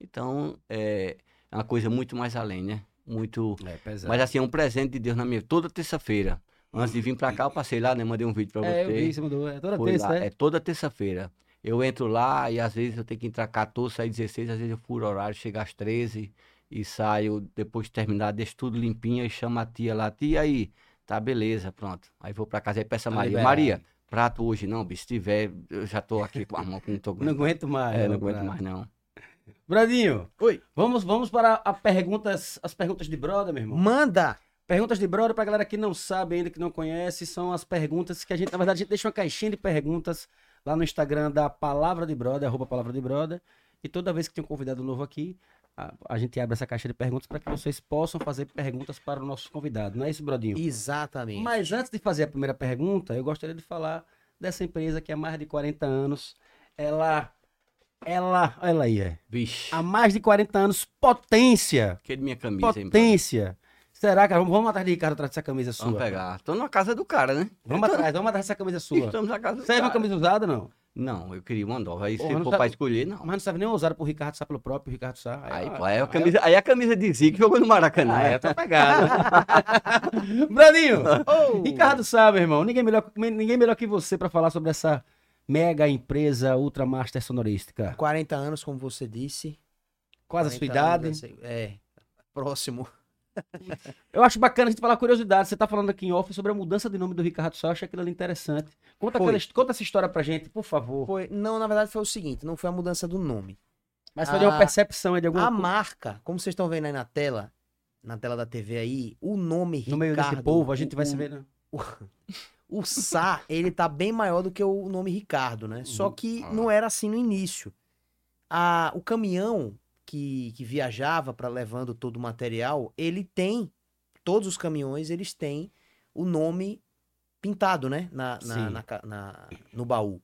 [SPEAKER 3] Então, é é uma coisa muito mais além, né? Muito
[SPEAKER 1] É pesado.
[SPEAKER 3] mas assim, é um presente de Deus na minha Toda terça-feira. Antes de vir pra cá, eu passei lá, né? Mandei um vídeo pra
[SPEAKER 1] é, eu vi,
[SPEAKER 3] você.
[SPEAKER 1] você mandou. É toda
[SPEAKER 3] Foi
[SPEAKER 1] terça,
[SPEAKER 3] lá.
[SPEAKER 1] é?
[SPEAKER 3] É toda terça-feira. Eu entro lá e às vezes eu tenho que entrar 14, sair 16, às vezes eu furo horário, chego às 13 e saio, depois de terminar, deixo tudo limpinho e chamo a tia lá. Tia aí, tá beleza, pronto. Aí vou pra casa e peço a
[SPEAKER 1] Tá
[SPEAKER 3] Maria.
[SPEAKER 1] liberado.
[SPEAKER 3] Maria, prato hoje não, bicho, se tiver, eu já tô aqui com a mão que não tô
[SPEAKER 1] Não
[SPEAKER 3] aguentando.
[SPEAKER 1] aguento mais.
[SPEAKER 3] É, não
[SPEAKER 1] Brad.
[SPEAKER 3] aguento mais não.
[SPEAKER 1] Bradinho.
[SPEAKER 2] Oi.
[SPEAKER 1] Vamos, vamos para a perguntas, as perguntas de brother, meu irmão.
[SPEAKER 2] Manda!
[SPEAKER 1] Perguntas de brother, pra galera que não sabe ainda, que não conhece, são as perguntas que a gente, na verdade, a gente deixa uma caixinha de perguntas lá no Instagram da Palavra de Brother, arroba Palavra de Brother. E toda vez que tem um convidado novo aqui, a, a gente abre essa caixa de perguntas para que vocês possam fazer perguntas para o nosso convidado. Não é isso, Brodinho?
[SPEAKER 2] Exatamente.
[SPEAKER 1] Mas antes de fazer a primeira pergunta, eu gostaria de falar dessa empresa que há mais de 40 anos, ela. Ela. Olha ela aí, é.
[SPEAKER 3] Vixe,
[SPEAKER 1] Há mais de 40 anos, potência.
[SPEAKER 3] aquele minha camisa, hein, brother?
[SPEAKER 1] Potência. Será, cara? Vamos, vamos atrás de Ricardo atrás dessa camisa sua.
[SPEAKER 3] Vamos pegar. então, Tô na casa do cara, né?
[SPEAKER 1] Vamos atrás, vamos atrás dessa camisa sua.
[SPEAKER 3] Estamos na casa do
[SPEAKER 1] Serve
[SPEAKER 3] cara.
[SPEAKER 1] uma camisa usada, não?
[SPEAKER 3] Não, eu queria uma nova. Aí
[SPEAKER 1] Porra,
[SPEAKER 3] se
[SPEAKER 1] não
[SPEAKER 3] for
[SPEAKER 1] tá-
[SPEAKER 3] pra escolher, não.
[SPEAKER 1] Mas não serve nem usada pro Ricardo Sá, pelo próprio Ricardo Sá.
[SPEAKER 3] Aí,
[SPEAKER 1] ó,
[SPEAKER 3] pô, aí é a camisa, aí a camisa de Zico jogou no Maracanã.
[SPEAKER 1] Ah, é,
[SPEAKER 3] é.
[SPEAKER 1] tá pegado. Braninho,
[SPEAKER 2] Oh!
[SPEAKER 1] Ricardo Sá, meu irmão, ninguém melhor, ninguém melhor que você pra falar sobre essa mega empresa ultramaster sonorística.
[SPEAKER 2] 40 anos, como você disse.
[SPEAKER 1] Quase a sua
[SPEAKER 2] 40 anos,
[SPEAKER 1] idade.
[SPEAKER 2] assim, É. Próximo.
[SPEAKER 1] Eu acho bacana a gente falar curiosidade. Você tá falando aqui em off sobre a mudança de nome do Ricardo Sá, eu achei aquilo ali interessante. Conta,
[SPEAKER 2] Foi.
[SPEAKER 1] aquela- conta essa história pra gente, por favor.
[SPEAKER 3] Ah,
[SPEAKER 2] Foi, não, na verdade foi o seguinte, não foi a mudança do nome.
[SPEAKER 1] Mas foi de uma
[SPEAKER 2] Ah,
[SPEAKER 1] percepção aí de alguma
[SPEAKER 2] A marca, como vocês estão vendo aí na tela, na tela da TV aí, o nome Ricardo...
[SPEAKER 1] No meio desse povo, a gente
[SPEAKER 2] o-
[SPEAKER 1] vai né? se
[SPEAKER 2] o-
[SPEAKER 1] ver.
[SPEAKER 2] O Sá, ele tá bem maior do que o nome Ricardo, né? Só
[SPEAKER 1] Uhum.
[SPEAKER 2] que
[SPEAKER 3] Ah.
[SPEAKER 2] não era assim no início. A, o caminhão que, que viajava para levando todo o material, ele tem, todos os caminhões, eles têm o nome pintado, né? Na, na-
[SPEAKER 1] Sim.
[SPEAKER 2] na ca- na- no baú.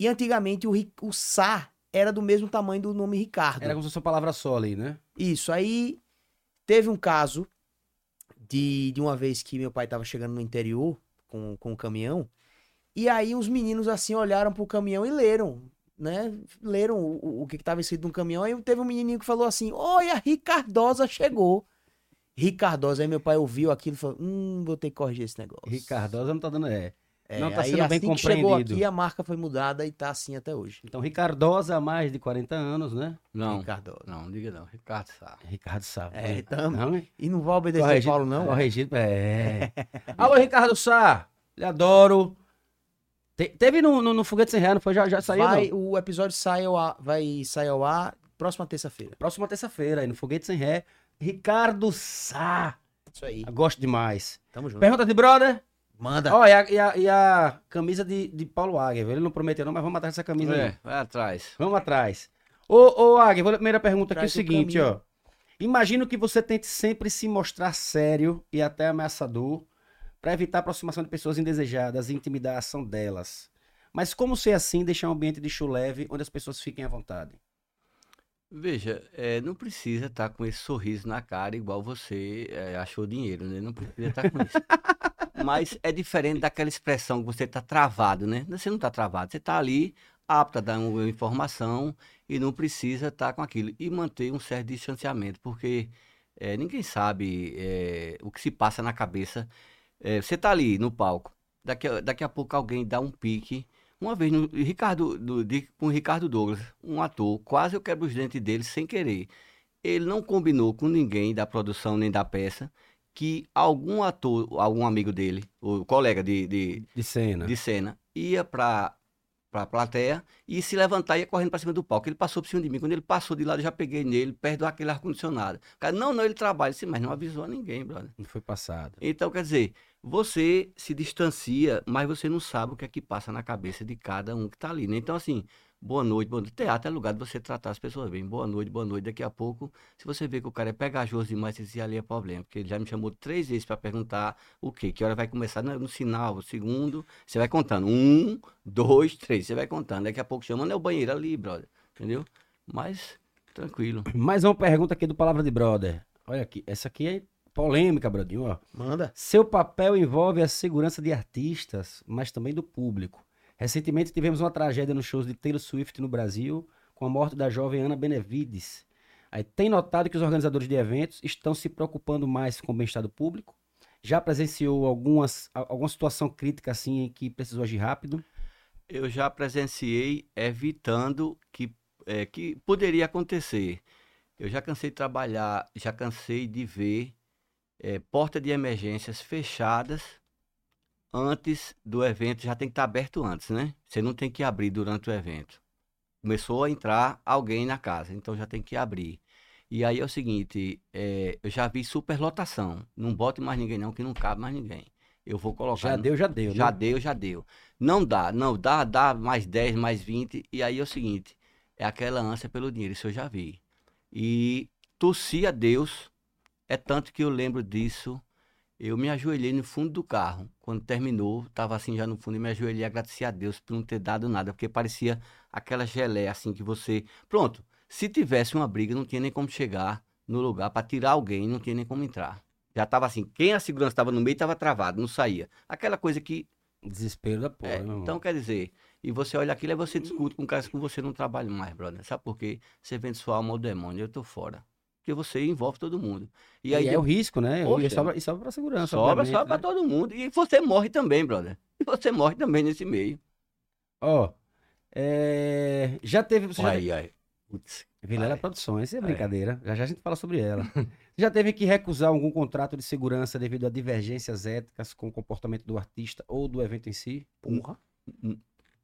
[SPEAKER 2] E antigamente o, Ri- o Sá era do mesmo tamanho do nome Ricardo.
[SPEAKER 1] Era como se fosse uma palavra só ali, né?
[SPEAKER 2] Isso, aí teve um caso de, de uma vez que meu pai tava chegando no interior com, com o caminhão, e aí os meninos assim olharam pro caminhão e leram, né? Leram o, o que, que tava escrito no caminhão, aí teve um menininho que falou assim, olha, Ricardosa chegou. Ricardosa, aí meu pai ouviu aquilo e falou, hum, vou ter que corrigir esse negócio.
[SPEAKER 1] Ricardosa não tá dando. É.
[SPEAKER 2] É,
[SPEAKER 1] não tá
[SPEAKER 2] aí
[SPEAKER 1] sendo bem
[SPEAKER 2] assim que chegou
[SPEAKER 1] compreendido.
[SPEAKER 2] aqui, a marca foi mudada e tá assim até hoje.
[SPEAKER 1] Então, Ricardosa há mais de 40 anos, né?
[SPEAKER 3] Não,
[SPEAKER 2] Ricardosa.
[SPEAKER 3] não, diga não. Ricardo Sá.
[SPEAKER 1] Ricardo Sá.
[SPEAKER 2] É,
[SPEAKER 1] né?
[SPEAKER 2] tamo.
[SPEAKER 1] Não, hein?
[SPEAKER 2] E não vai obedecer
[SPEAKER 1] Corrigido-
[SPEAKER 2] Paulo, não?
[SPEAKER 1] Corrigido, é. Alô, Ricardo Sá. Lhe adoro. Te- teve no, no, no Foguete Sem Real, não foi? Já, já saiu,
[SPEAKER 2] vai,
[SPEAKER 1] não?
[SPEAKER 2] o episódio sai ao ar, vai sair ao ar próxima terça-feira.
[SPEAKER 1] Próxima terça-feira, aí no Foguete Sem Ré. Ricardo Sá.
[SPEAKER 2] Isso aí.
[SPEAKER 1] Gosto demais.
[SPEAKER 2] Tamo junto.
[SPEAKER 1] Pergunta de brother?
[SPEAKER 2] Manda.
[SPEAKER 1] Ah, Ó, e, a, e a- e a camisa de, de Paulo Águia, viu? Ele não prometeu não, mas vamos atrás dessa camisa aí.
[SPEAKER 3] É, vai atrás.
[SPEAKER 1] Vamos atrás. Ô, ô Águia, vou ler a primeira pergunta aqui é o
[SPEAKER 2] Atrás do
[SPEAKER 1] seguinte,
[SPEAKER 2] caminho.
[SPEAKER 1] ó. Imagino que você tente sempre se mostrar sério e até ameaçador para evitar a aproximação de pessoas indesejadas e intimidar a ação delas. Mas como ser assim e deixar um ambiente de show leve onde as pessoas fiquem à vontade?
[SPEAKER 3] Veja, é, não precisa estar com esse sorriso na cara igual você é, achou dinheiro, né? Não precisa estar com isso. Mas é diferente daquela expressão que você está travado, né? Você não está travado, você está ali apto a dar uma informação e não precisa estar com aquilo. E manter um certo distanciamento, porque é, ninguém sabe é, o que se passa na cabeça. É, você está ali no palco, daqui a, daqui a pouco alguém dá um pique. Uma vez no, Ricardo, no, de- com o Ricardo Douglas, um ator, quase eu quebro os dentes dele sem querer. Ele não combinou com ninguém da produção nem da peça que algum
[SPEAKER 1] É.
[SPEAKER 3] ator, algum amigo dele, ou colega de, de,
[SPEAKER 1] De cena.
[SPEAKER 3] de cena, ia para para a plateia e se levantar e ia correndo para cima do palco. Ele passou por cima de mim. Quando ele passou de lado, eu já peguei nele, perto daquele ar-condicionado. O cara, não, não, ele trabalha. Eu disse, mas não avisou a ninguém, brother.
[SPEAKER 1] Não foi passado.
[SPEAKER 3] Então, quer dizer, você se distancia, mas você não sabe o que é que passa na cabeça de cada um que está ali, né? Então, assim, boa noite, boa noite. Teatro é lugar de você tratar as pessoas bem. Boa noite, boa noite. Daqui a pouco, se você vê que o cara é pegajoso demais, você diz, ali é problema. Porque ele já me chamou três vezes para perguntar o quê? Que hora vai começar? né? No, no sinal, o segundo. Você vai contando. Um, dois, três. Você vai contando. Daqui a pouco chamando é o banheiro ali, brother. Entendeu? Mas, tranquilo.
[SPEAKER 1] Mais uma pergunta aqui do Palavra de Brother. Olha aqui, essa aqui é polêmica, Bradinho, ó.
[SPEAKER 2] Manda.
[SPEAKER 1] Seu papel envolve a segurança de artistas, mas também do público. Recentemente tivemos uma tragédia nos shows de Taylor Swift no Brasil, com a morte da jovem Ana Benevides. Aí, tem notado que os organizadores de eventos estão se preocupando mais com o bem-estar do público? Já presenciou algumas, a- alguma situação crítica assim em que precisou agir rápido?
[SPEAKER 3] Eu já presenciei evitando que, é, que poderia acontecer. Eu já cansei de trabalhar, já cansei de ver é, porta de emergências fechadas antes do evento. Já tem que estar aberto antes, né? Você não tem que abrir durante o evento. Começou a entrar alguém na casa, então já tem que abrir. E aí é o seguinte, é, eu já vi superlotação. Não bote mais ninguém não, que não cabe mais ninguém. Eu vou colocar...
[SPEAKER 1] Já deu, já deu.
[SPEAKER 3] Já
[SPEAKER 1] né?
[SPEAKER 3] deu, já deu. Não dá, não dá, dá mais 10, mais 20. E aí é o seguinte: é aquela ânsia pelo dinheiro, isso eu já vi. E tossi a Deus, é tanto que eu lembro disso. Eu me ajoelhei no fundo do carro. Quando terminou, estava assim já no fundo e me ajoelhei e agradeci a Deus por não ter dado nada, porque parecia aquela geleia assim que você. Pronto, se tivesse uma briga, não tinha nem como chegar no lugar para tirar alguém, não tinha nem como entrar. Já estava assim, quem a segurança estava no meio estava travado, não saía. Aquela coisa que
[SPEAKER 1] Desespero da porra,
[SPEAKER 3] é,
[SPEAKER 1] meu irmão.
[SPEAKER 3] então, quer dizer, e você olha aquilo e você discute com o cara que você não trabalha mais, brother. Sabe por quê? Você vende sua alma ao demônio, eu tô fora. Porque você envolve todo mundo. E
[SPEAKER 1] E
[SPEAKER 3] aí
[SPEAKER 1] é
[SPEAKER 3] de-
[SPEAKER 1] o risco, né?
[SPEAKER 3] Poxa.
[SPEAKER 1] E sobra, e sobra pra segurança.
[SPEAKER 3] sobra,
[SPEAKER 1] obviamente,
[SPEAKER 3] sobra pra
[SPEAKER 1] né?
[SPEAKER 3] todo mundo. E você morre também, brother. E você morre também nesse meio.
[SPEAKER 1] Ó, é, já teve... Você já
[SPEAKER 3] Aí, aí. Putz,
[SPEAKER 1] Vilela
[SPEAKER 3] Vai.
[SPEAKER 1] Produções, é
[SPEAKER 3] Vai.
[SPEAKER 1] brincadeira. Já já a gente fala sobre ela. já teve que recusar algum contrato de segurança devido a divergências éticas com o comportamento do artista ou do evento em si?
[SPEAKER 2] Porra.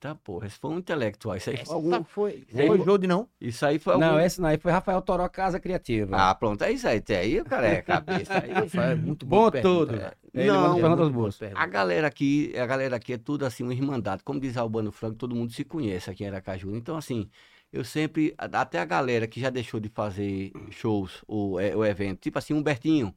[SPEAKER 3] tá porra, esse foi um intelectual. Isso aí, foi algum-
[SPEAKER 2] Essa foi.
[SPEAKER 3] Isso aí-
[SPEAKER 2] Foi jogo de não?
[SPEAKER 3] isso aí foi algum...
[SPEAKER 1] tá- É. Não, essa não. Aí foi Rafael Toró Casa Criativa.
[SPEAKER 3] Ah, pronto, é isso aí. Até aí, o cara é cabeça. Aí,
[SPEAKER 2] É muito
[SPEAKER 1] Bom
[SPEAKER 2] boa pergunta.
[SPEAKER 1] todo.
[SPEAKER 2] É,
[SPEAKER 1] Ele
[SPEAKER 3] Não,
[SPEAKER 1] mandou
[SPEAKER 2] é
[SPEAKER 1] perguntas
[SPEAKER 2] muito boa
[SPEAKER 1] boas.
[SPEAKER 2] pergunta.
[SPEAKER 3] A galera aqui, a galera aqui é tudo assim, um irmandade. Como diz Albano Franco, todo mundo se conhece aqui em Aracaju. Então, assim, eu sempre, a- até a galera que já deixou de fazer shows ou, é, ou evento, tipo assim, Humbertinho,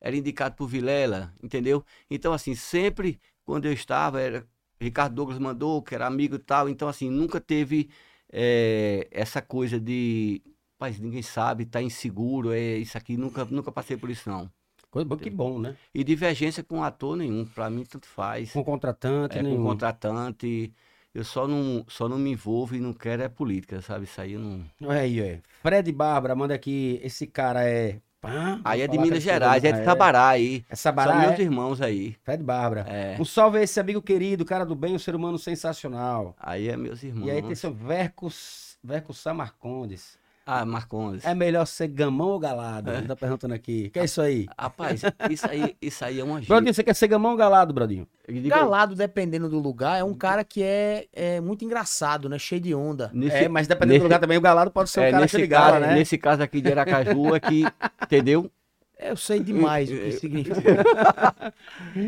[SPEAKER 3] era indicado por Vilela, entendeu? Então, assim, sempre quando eu estava, era, Ricardo Douglas mandou, que era amigo e tal. Então, assim, nunca teve é, essa coisa de. Rapaz, ninguém sabe, tá inseguro, é isso aqui, nunca, nunca passei por isso, não.
[SPEAKER 1] Coisa boa, que bom, né?
[SPEAKER 3] E divergência com ator nenhum, pra mim tanto faz
[SPEAKER 1] Com contratante,
[SPEAKER 3] é,
[SPEAKER 1] nenhum.
[SPEAKER 3] com contratante. Eu só não, só não me envolvo e não quero é política, sabe? Isso aí eu não.
[SPEAKER 1] Olha aí, olha. aí. Fred Bárbara manda aqui. Esse cara é... Pá,
[SPEAKER 3] Aí é de
[SPEAKER 1] falar
[SPEAKER 3] Minas
[SPEAKER 1] que
[SPEAKER 3] Gerais, é
[SPEAKER 1] Ah,
[SPEAKER 3] de Tabará aí.
[SPEAKER 1] É
[SPEAKER 3] São
[SPEAKER 1] Sabará,
[SPEAKER 3] meus
[SPEAKER 1] é?
[SPEAKER 3] irmãos aí.
[SPEAKER 1] Fred Bárbara.
[SPEAKER 3] É.
[SPEAKER 1] Um salve a esse amigo querido, cara do bem, um ser humano sensacional.
[SPEAKER 3] Aí é meus irmãos.
[SPEAKER 1] E aí tem seu Vercos, Vercos Samarcondes.
[SPEAKER 3] Ah, Marcondes.
[SPEAKER 1] É melhor ser gamão ou galado? Ele tá perguntando aqui. Que é isso aí?
[SPEAKER 3] Rapaz, isso aí, isso aí é uma gíria.
[SPEAKER 1] Brodinho, você quer ser gamão ou galado, Brodinho?
[SPEAKER 3] Eu digo,
[SPEAKER 2] Galado, dependendo do lugar, é um cara que é, é muito engraçado, né? Cheio de onda.
[SPEAKER 3] Nesse,
[SPEAKER 1] é, mas dependendo do
[SPEAKER 3] nesse-
[SPEAKER 1] lugar também, o galado pode ser
[SPEAKER 3] é,
[SPEAKER 1] o cara cheio
[SPEAKER 3] nesse,
[SPEAKER 1] de gala,
[SPEAKER 3] caso,
[SPEAKER 1] né?
[SPEAKER 3] nesse caso aqui de Aracaju é que, entendeu?
[SPEAKER 2] Eu sei demais o que significa.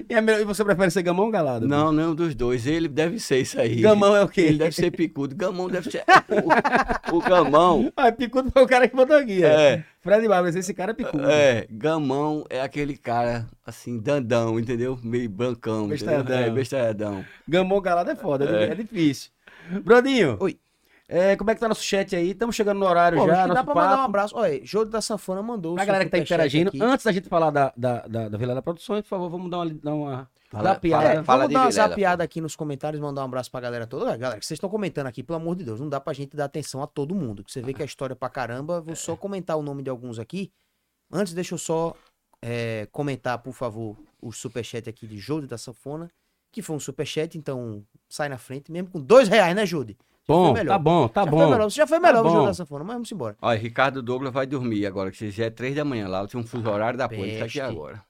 [SPEAKER 1] E, é melhor- e você prefere ser gamão ou galado?
[SPEAKER 3] Não, nenhum dos dois. Ele deve ser isso aí.
[SPEAKER 1] Gamão é o
[SPEAKER 3] Ele
[SPEAKER 1] quê?
[SPEAKER 3] deve ser picudo. Gamão deve ser. O, o Gamão.
[SPEAKER 1] Ah, picudo foi o cara que mandou aqui. É.
[SPEAKER 3] É.
[SPEAKER 1] Fred Bárbara, esse cara é picudo.
[SPEAKER 3] É, gamão é aquele cara, assim, dandão, entendeu? Meio brancão.
[SPEAKER 1] Bestadão.
[SPEAKER 3] Bestadão. É, bestadão.
[SPEAKER 1] Gamão ou galado é foda, é, difícil. Brodinho.
[SPEAKER 2] Oi.
[SPEAKER 1] é, como é que tá nosso chat aí? Estamos chegando no horário
[SPEAKER 2] Pô,
[SPEAKER 1] já,
[SPEAKER 2] acho que dá
[SPEAKER 1] nosso
[SPEAKER 2] pra
[SPEAKER 1] papo.
[SPEAKER 2] mandar um abraço. Olha, Jô da Sanfona mandou. o
[SPEAKER 1] Pra
[SPEAKER 2] seu
[SPEAKER 1] galera que tá
[SPEAKER 2] superchat
[SPEAKER 1] interagindo,
[SPEAKER 2] aqui.
[SPEAKER 1] antes da gente falar da, da, da, da Vila da Produções, por favor, vamos dar uma, dar uma
[SPEAKER 3] Fala-
[SPEAKER 1] dar uma piada.
[SPEAKER 2] É,
[SPEAKER 3] Fala- fala
[SPEAKER 2] vamos
[SPEAKER 3] de
[SPEAKER 2] dar uma
[SPEAKER 3] Vilela,
[SPEAKER 2] zapiada aqui nos comentários, mandar um abraço pra galera toda. Olha, Galera, que vocês estão comentando aqui, pelo amor de Deus, não dá pra gente dar atenção a todo mundo. que Você vê que a história é pra caramba. Vou só comentar o nome de alguns aqui. Antes, deixa eu só é, comentar, por favor, o superchat aqui de Jode da Sanfona, que foi um superchat, então sai na frente, mesmo com dois reais, né, Jode?
[SPEAKER 1] Bom,
[SPEAKER 2] foi melhor.
[SPEAKER 1] tá bom, tá
[SPEAKER 2] já
[SPEAKER 1] bom.
[SPEAKER 2] Foi melhor, já foi melhor
[SPEAKER 1] Tá
[SPEAKER 2] o
[SPEAKER 1] bom.
[SPEAKER 2] Jode da Sanfona, mas vamos embora.
[SPEAKER 3] Olha, Ricardo Douglas vai dormir agora, que já é três da manhã lá, tem um fuso horário da porra, ele tá aqui
[SPEAKER 2] Peste.
[SPEAKER 3] agora.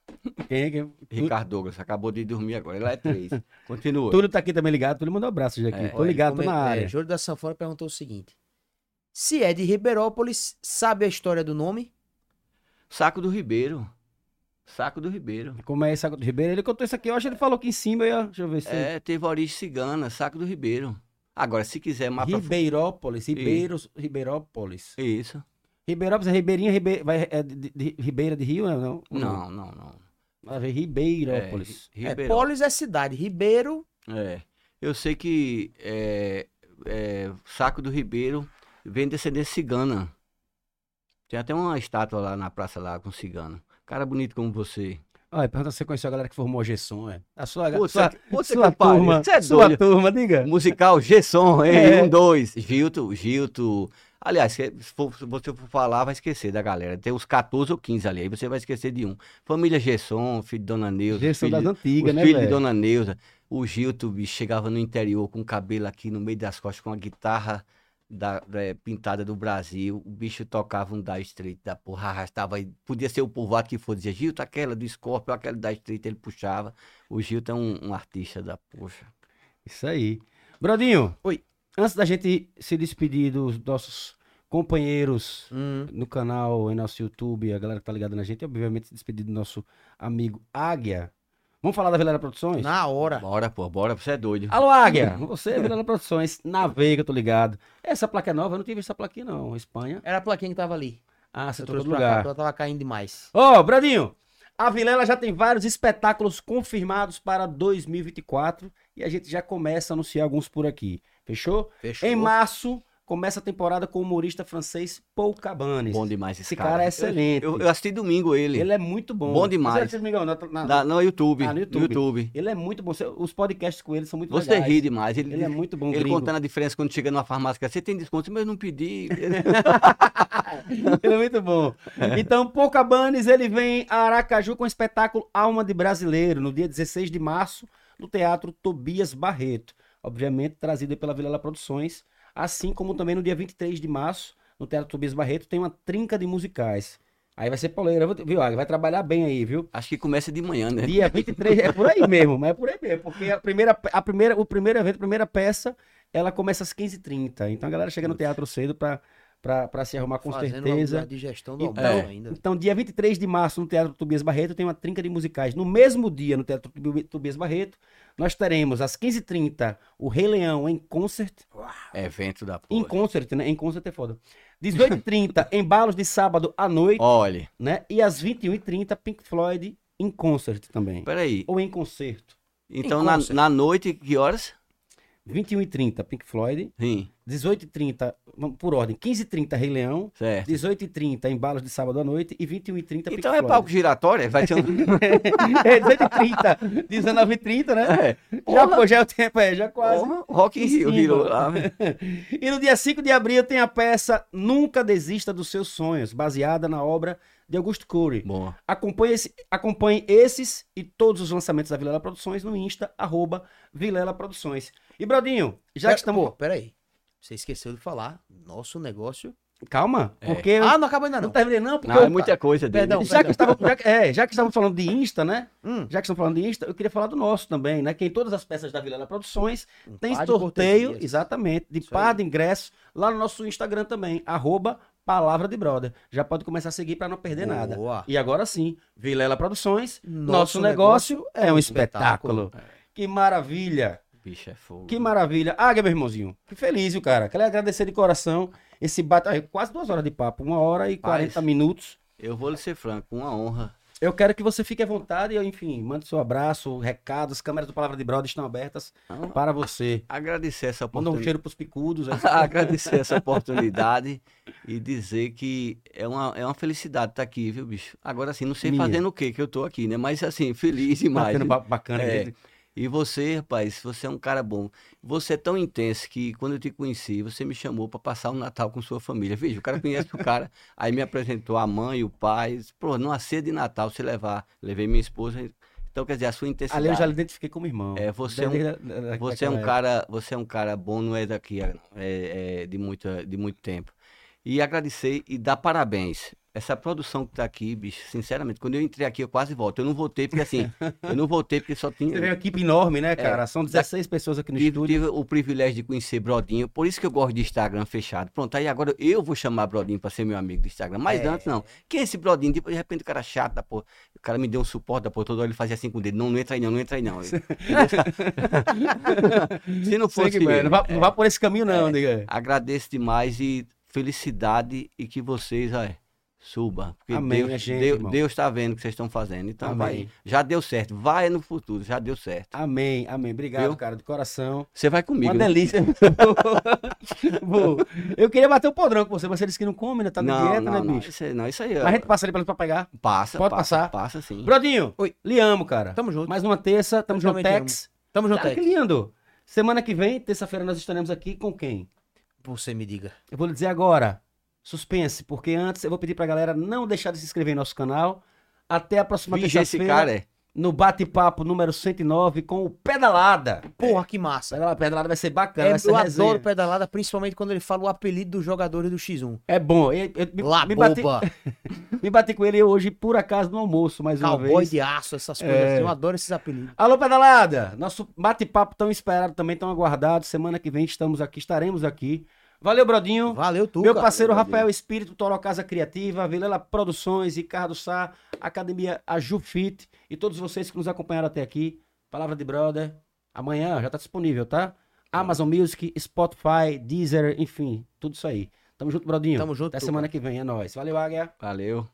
[SPEAKER 1] Quem, é quem,
[SPEAKER 3] Ricardo Douglas, acabou de dormir agora. Ele é três. Continua.
[SPEAKER 1] Túlio tá aqui também ligado. Túlio mandou um abraço já aqui.
[SPEAKER 3] É,
[SPEAKER 1] tô ligado, tô na
[SPEAKER 2] Come-
[SPEAKER 1] área.
[SPEAKER 2] É, Júlio da Sanfona perguntou o seguinte: Se é de Ribeirópolis, sabe a história do nome?
[SPEAKER 3] Saco do Ribeiro. Saco do Ribeiro.
[SPEAKER 1] Como é esse Água do Ribeiro? Ele contou isso aqui. Eu acho que ele falou aqui em cima. Eu... Deixa eu ver se.
[SPEAKER 3] É, teve origem cigana, Saco do Ribeiro. Agora, se quiser mais pra fu-
[SPEAKER 1] Ribeirópolis. Ribeiros, Ribeirópolis.
[SPEAKER 3] Isso.
[SPEAKER 1] Ribeirópolis é Ribeirinha, Ribe... vai, é de, de- de- Ribeira de Rio, né? Não.
[SPEAKER 3] Não, não, não.
[SPEAKER 1] Vai ver Ribeirópolis.
[SPEAKER 3] É,
[SPEAKER 2] É,
[SPEAKER 3] Ribeiro.
[SPEAKER 2] Polis é cidade, Ribeiro.
[SPEAKER 3] É. Eu sei que é, é, Saco do Ribeiro vem descendência cigana. Tem até uma estátua lá na praça lá com cigano. Cara bonito como você.
[SPEAKER 1] Olha, pergunta se você conheceu a galera que formou a Gesson, é? A sua,
[SPEAKER 3] Pô,
[SPEAKER 1] sua,
[SPEAKER 3] você- pô, você
[SPEAKER 1] sua
[SPEAKER 3] que pariu,
[SPEAKER 1] turma.
[SPEAKER 3] você é
[SPEAKER 1] sua
[SPEAKER 3] doido.
[SPEAKER 1] turma, diga.
[SPEAKER 3] Musical Gesson, hein?
[SPEAKER 1] É.
[SPEAKER 3] Um, dois. Gilto, Gilto. Aliás, se for- se você for falar, vai esquecer da galera. Tem uns 14 ou 15 ali, aí você vai esquecer de um. Família Gesson, filho de Dona Neuza.
[SPEAKER 1] Gesson
[SPEAKER 3] filho,
[SPEAKER 1] das antigas,
[SPEAKER 3] os
[SPEAKER 1] né,
[SPEAKER 3] filhos de
[SPEAKER 1] velho?
[SPEAKER 3] Dona Neuza. O Gilto bicho, chegava no interior com o cabelo aqui no meio das costas, com a guitarra da, da- eh, pintada do Brasil. O bicho tocava um da Street da porra, arrastava. aí. Podia ser o povoado que for, dizia Gilto, aquela do Scorpio, aquela da Street, ele puxava. O Gilto é um, um artista da poxa.
[SPEAKER 1] Isso aí. Brodinho.
[SPEAKER 2] Oi.
[SPEAKER 1] Antes da gente se despedir dos nossos companheiros
[SPEAKER 2] Hum,
[SPEAKER 1] no canal, em nosso YouTube, a galera que tá ligada na gente, e obviamente se despedir do nosso amigo Águia. Vamos falar da Velera Produções?
[SPEAKER 2] na hora.
[SPEAKER 3] Bora, pô, bora, você é doido.
[SPEAKER 1] Alô, Águia! Você, Velera Produções, na veia que eu tô ligado. Essa placa é nova, eu não tive essa plaquinha não, Espanha.
[SPEAKER 2] Era a plaquinha que tava ali.
[SPEAKER 1] Ah, você
[SPEAKER 2] Eu
[SPEAKER 1] trouxe
[SPEAKER 2] trouxe
[SPEAKER 1] pra
[SPEAKER 2] pra
[SPEAKER 1] lugar.
[SPEAKER 2] cá, porque ela tava caindo demais.
[SPEAKER 1] Ó, Bradinho, a Vilela já tem vários espetáculos confirmados para 2024 e a gente já começa a anunciar alguns por aqui. Fechou?
[SPEAKER 2] Fechou.
[SPEAKER 1] Em março, começa a temporada com o humorista francês Paul Cabanes.
[SPEAKER 3] Bom demais esse,
[SPEAKER 1] Esse cara, é excelente.
[SPEAKER 3] Eu, eu assisti domingo ele,
[SPEAKER 1] Ele é muito bom.
[SPEAKER 3] Bom demais.
[SPEAKER 1] Mas, Domingão, na- na-
[SPEAKER 3] na- no YouTube.
[SPEAKER 1] Ah, no
[SPEAKER 3] no
[SPEAKER 1] YouTube.
[SPEAKER 3] YouTube.
[SPEAKER 1] Ele é muito bom. Você- Os podcasts com ele são muito
[SPEAKER 3] Você
[SPEAKER 1] legais.
[SPEAKER 3] ri demais. Ele,
[SPEAKER 1] Ele é muito bom,
[SPEAKER 3] ele
[SPEAKER 1] gringo.
[SPEAKER 3] contando a diferença quando chega numa farmácia, que você tem desconto, mas eu não pedi.
[SPEAKER 1] Ele é muito bom. Então, Pocabanes, ele vem a Aracaju com o espetáculo Alma de Brasileiro, no dia 16 de março, no Teatro Tobias Barreto. Obviamente, trazido pela Vilela Produções. Assim como também no dia 23 de março, no Teatro Tobias Barreto, tem uma trinca de musicais. Aí vai ser poleira, viu, Águia? Vai trabalhar bem aí, viu?
[SPEAKER 3] Acho que começa de manhã, né?
[SPEAKER 1] Dia 23, é por aí mesmo, mas é por aí mesmo, porque a primeira, a primeira, o primeiro evento, a primeira peça, ela começa às 15h30. Então a galera chega no teatro cedo pra, pra, pra se arrumar com
[SPEAKER 2] Fazendo
[SPEAKER 1] certeza.
[SPEAKER 2] A digestão do
[SPEAKER 1] Então,
[SPEAKER 2] almoço ainda.
[SPEAKER 1] então, dia 23 de março, no Teatro Tobias Barreto, tem uma trinca de musicais. No mesmo dia, no Teatro Tobi- Tobias Barreto, nós teremos às 15h30 o Rei Leão em concert.
[SPEAKER 3] Evento da
[SPEAKER 1] Em
[SPEAKER 3] porra.
[SPEAKER 1] concert, né? Em concert é foda. 18h30, embalos de sábado à noite,
[SPEAKER 3] Olha,
[SPEAKER 1] né? E às 21h30, Pink Floyd em concert também.
[SPEAKER 3] peraí.
[SPEAKER 1] Ou em concerto.
[SPEAKER 3] Então, na,
[SPEAKER 2] concert.
[SPEAKER 3] na noite, que horas?
[SPEAKER 1] 21h30, Pink Floyd.
[SPEAKER 3] Sim,
[SPEAKER 1] 18h30, vamos por ordem, 15h30, Rei Leão.
[SPEAKER 3] certo.
[SPEAKER 1] 18h30, embalos de sábado à noite. E 21h30, Pink Floyd.
[SPEAKER 3] Então é palco giratório? Vai ser um...
[SPEAKER 1] É 18h30, 19h30, né?
[SPEAKER 3] é.
[SPEAKER 1] Já,
[SPEAKER 3] Porra,
[SPEAKER 1] foi, já é o tempo, é, já quase.
[SPEAKER 3] porra, Rock in Rio
[SPEAKER 1] Sim,
[SPEAKER 3] virou
[SPEAKER 1] mano.
[SPEAKER 3] lá. né? velho.
[SPEAKER 1] E no dia 5 de abril tem a peça Nunca Desista dos Seus Sonhos, baseada na obra de Augusto Cury.
[SPEAKER 3] Boa.
[SPEAKER 1] Acompanhe, esse- acompanhe esses e todos os lançamentos da Vilela Produções no Insta, arroba Vilela Produções. E, Brodinho, já
[SPEAKER 3] É,
[SPEAKER 2] Pera-
[SPEAKER 1] que estamos...
[SPEAKER 2] Pô, peraí. Você esqueceu de falar. Nosso negócio.
[SPEAKER 1] Calma,
[SPEAKER 3] É.
[SPEAKER 1] porque... eu
[SPEAKER 2] Ah, não acabou ainda
[SPEAKER 1] não
[SPEAKER 2] não.
[SPEAKER 1] terminei não, porque...
[SPEAKER 3] Não,
[SPEAKER 1] eu-
[SPEAKER 3] é muita coisa dele.
[SPEAKER 2] Perdão.
[SPEAKER 1] Já que, estava, já, que- é, já que estamos falando de Insta, né?
[SPEAKER 2] Hum,
[SPEAKER 1] Já que estamos falando de Insta, eu queria falar do nosso também, né? Que em todas as peças da Vilela Produções
[SPEAKER 2] um
[SPEAKER 1] Tem
[SPEAKER 2] par de
[SPEAKER 1] sorteio,
[SPEAKER 2] cortesias.
[SPEAKER 1] exatamente, de
[SPEAKER 2] Isso
[SPEAKER 1] par
[SPEAKER 2] aí.
[SPEAKER 1] de ingressos lá no nosso Instagram também, arroba Palavra de Brother. Já pode começar a seguir para não perder nada.
[SPEAKER 2] Boa.
[SPEAKER 1] E agora sim, Vilela Produções,
[SPEAKER 2] Nosso
[SPEAKER 1] nosso, negócio, é um espetáculo. Que maravilha,
[SPEAKER 3] Bicho, é fogo.
[SPEAKER 1] que maravilha. Ah, meu irmãozinho, que feliz, viu, cara? Quero agradecer de coração esse bate... ah, quase duas horas de papo, uma hora e
[SPEAKER 3] Rapaz.
[SPEAKER 1] 40 minutos.
[SPEAKER 3] Eu vou lhe ser franco, uma honra.
[SPEAKER 1] Eu quero que você fique à vontade, eu, enfim, mande seu abraço, recados, câmeras do Palavra de Brother estão abertas
[SPEAKER 3] Então,
[SPEAKER 1] para você.
[SPEAKER 3] Agradecer essa
[SPEAKER 1] Manda um
[SPEAKER 3] oportunidade.
[SPEAKER 1] cheiro pros picudos. assim, aí-
[SPEAKER 3] agradecer essa oportunidade e dizer que é uma, é uma felicidade estar aqui, viu, bicho? Agora, assim, não sei
[SPEAKER 1] Minha.
[SPEAKER 3] fazendo o que que eu tô aqui, né? Mas, assim, feliz demais.
[SPEAKER 1] Batendo
[SPEAKER 3] viu?
[SPEAKER 1] ba- bacana.
[SPEAKER 3] É.
[SPEAKER 1] gente.
[SPEAKER 3] E você, rapaz, você é um cara bom. Você é tão intenso que quando eu te conheci, você me chamou para passar o Natal com sua família. Veja, o cara conhece o cara. Aí me apresentou a mãe, o pai. Disse, Pô, numa ceia de Natal se levar. Levei minha esposa. Então, quer dizer, a sua intensidade.
[SPEAKER 1] Ali eu já lhe identifiquei como irmão.
[SPEAKER 3] É, você é um- Você é um cara, você é um cara bom, não é daqui, é, é de muito, de muito tempo. E agradecer e dar parabéns Essa produção que tá aqui, bicho, sinceramente, quando eu entrei aqui, eu quase volto. Eu não voltei porque assim, eu não voltei porque só tinha.
[SPEAKER 1] Você vê uma equipe enorme,
[SPEAKER 3] É,
[SPEAKER 1] né, cara? São 16 pessoas aqui no
[SPEAKER 3] Tive,
[SPEAKER 1] estúdio.
[SPEAKER 3] tive o privilégio de conhecer Brodinho, por isso que eu gosto de Instagram fechado. Pronto, aí agora eu vou chamar Brodinho pra ser meu amigo do Instagram. Mas
[SPEAKER 2] É.
[SPEAKER 3] antes não. Quem é esse Brodinho? De de repente o cara é chato da porra. O cara me deu um suporte da porra toda hora, ele fazia assim com o dedo. Não, não entra aí não, não entra aí não. Se não
[SPEAKER 1] Sei
[SPEAKER 3] fosse é.
[SPEAKER 1] que, mano,
[SPEAKER 3] ele,
[SPEAKER 1] não, vá, não vá por esse caminho, não, diga.
[SPEAKER 3] agradeço demais e felicidade e que vocês é, suba. Porque
[SPEAKER 1] Amém, minha
[SPEAKER 3] Deus,
[SPEAKER 1] gente,
[SPEAKER 3] Deus,
[SPEAKER 1] irmão.
[SPEAKER 3] Deus tá vendo o que vocês estão fazendo. Então
[SPEAKER 1] Amém.
[SPEAKER 3] vai. Já deu certo. Vai no futuro, já deu certo.
[SPEAKER 1] Amém, amém. Obrigado,
[SPEAKER 3] Viu?
[SPEAKER 1] cara, de coração.
[SPEAKER 3] Você vai comigo.
[SPEAKER 1] Uma
[SPEAKER 3] né?
[SPEAKER 1] delícia. Bom, eu queria bater o podrão com você, mas você disse que não come, né? Tá na
[SPEAKER 3] não,
[SPEAKER 1] dieta,
[SPEAKER 3] não,
[SPEAKER 1] né,
[SPEAKER 3] não,
[SPEAKER 1] bicho?
[SPEAKER 3] Isso aí, não, isso aí. é
[SPEAKER 1] Mas
[SPEAKER 3] ó,
[SPEAKER 1] a gente passa ali pra, pra pegar.
[SPEAKER 3] Passa,
[SPEAKER 1] pode
[SPEAKER 3] passa,
[SPEAKER 1] passar.
[SPEAKER 3] Passa sim.
[SPEAKER 1] Brodinho,
[SPEAKER 2] Oi.
[SPEAKER 1] lhe amo, cara.
[SPEAKER 2] Tamo junto.
[SPEAKER 1] Mais uma terça, tamo
[SPEAKER 2] Eu
[SPEAKER 1] junto,
[SPEAKER 2] também
[SPEAKER 1] Tex.
[SPEAKER 2] Tamo junto,
[SPEAKER 1] Cara, que
[SPEAKER 2] Tex.
[SPEAKER 1] lindo. Semana que vem, terça-feira, nós estaremos aqui com quem?
[SPEAKER 2] Você me diga.
[SPEAKER 1] Eu vou lhe dizer agora. Suspense, porque antes eu vou pedir pra galera não deixar de se inscrever em nosso canal. Até a próxima
[SPEAKER 3] Vixe, esse
[SPEAKER 1] terça-feira.
[SPEAKER 3] cara é.
[SPEAKER 1] no bate-papo número 109 com o Pedalada.
[SPEAKER 2] Porra, que massa.
[SPEAKER 1] Pedalada, pedalada vai ser bacana,
[SPEAKER 2] É,
[SPEAKER 1] vai ser
[SPEAKER 2] eu
[SPEAKER 1] resenha.
[SPEAKER 2] adoro pedalada, principalmente quando ele fala o apelido dos jogadores do X1.
[SPEAKER 1] É bom. Eu, eu- me,
[SPEAKER 2] Lá,
[SPEAKER 1] me, bati,
[SPEAKER 2] boba,
[SPEAKER 1] me bati com ele hoje, por acaso, no almoço, mais uma
[SPEAKER 2] cowboy
[SPEAKER 1] vez.
[SPEAKER 2] de aço, essas coisas.
[SPEAKER 1] É.
[SPEAKER 2] assim. Eu adoro esses apelidos.
[SPEAKER 1] Alô, Pedalada! Nosso bate-papo tão esperado também, tão aguardado. Semana que vem estamos aqui, estaremos aqui. Valeu, Brodinho.
[SPEAKER 2] Valeu, tu,
[SPEAKER 1] Meu
[SPEAKER 2] cara.
[SPEAKER 1] parceiro
[SPEAKER 3] Valeu,
[SPEAKER 1] Rafael Espírito, Toro Casa Criativa, Vilela Produções, Ricardo Sá, Academia Ajufit e todos vocês que nos acompanharam até aqui. Palavra de Brother, amanhã já está disponível, tá? Amazon Music, Spotify, Deezer, enfim, tudo isso aí. Tamo junto, Brodinho.
[SPEAKER 2] Tamo junto,
[SPEAKER 1] Até
[SPEAKER 2] Tuca.
[SPEAKER 1] semana que vem, é nóis. Valeu, Águia.
[SPEAKER 3] Valeu.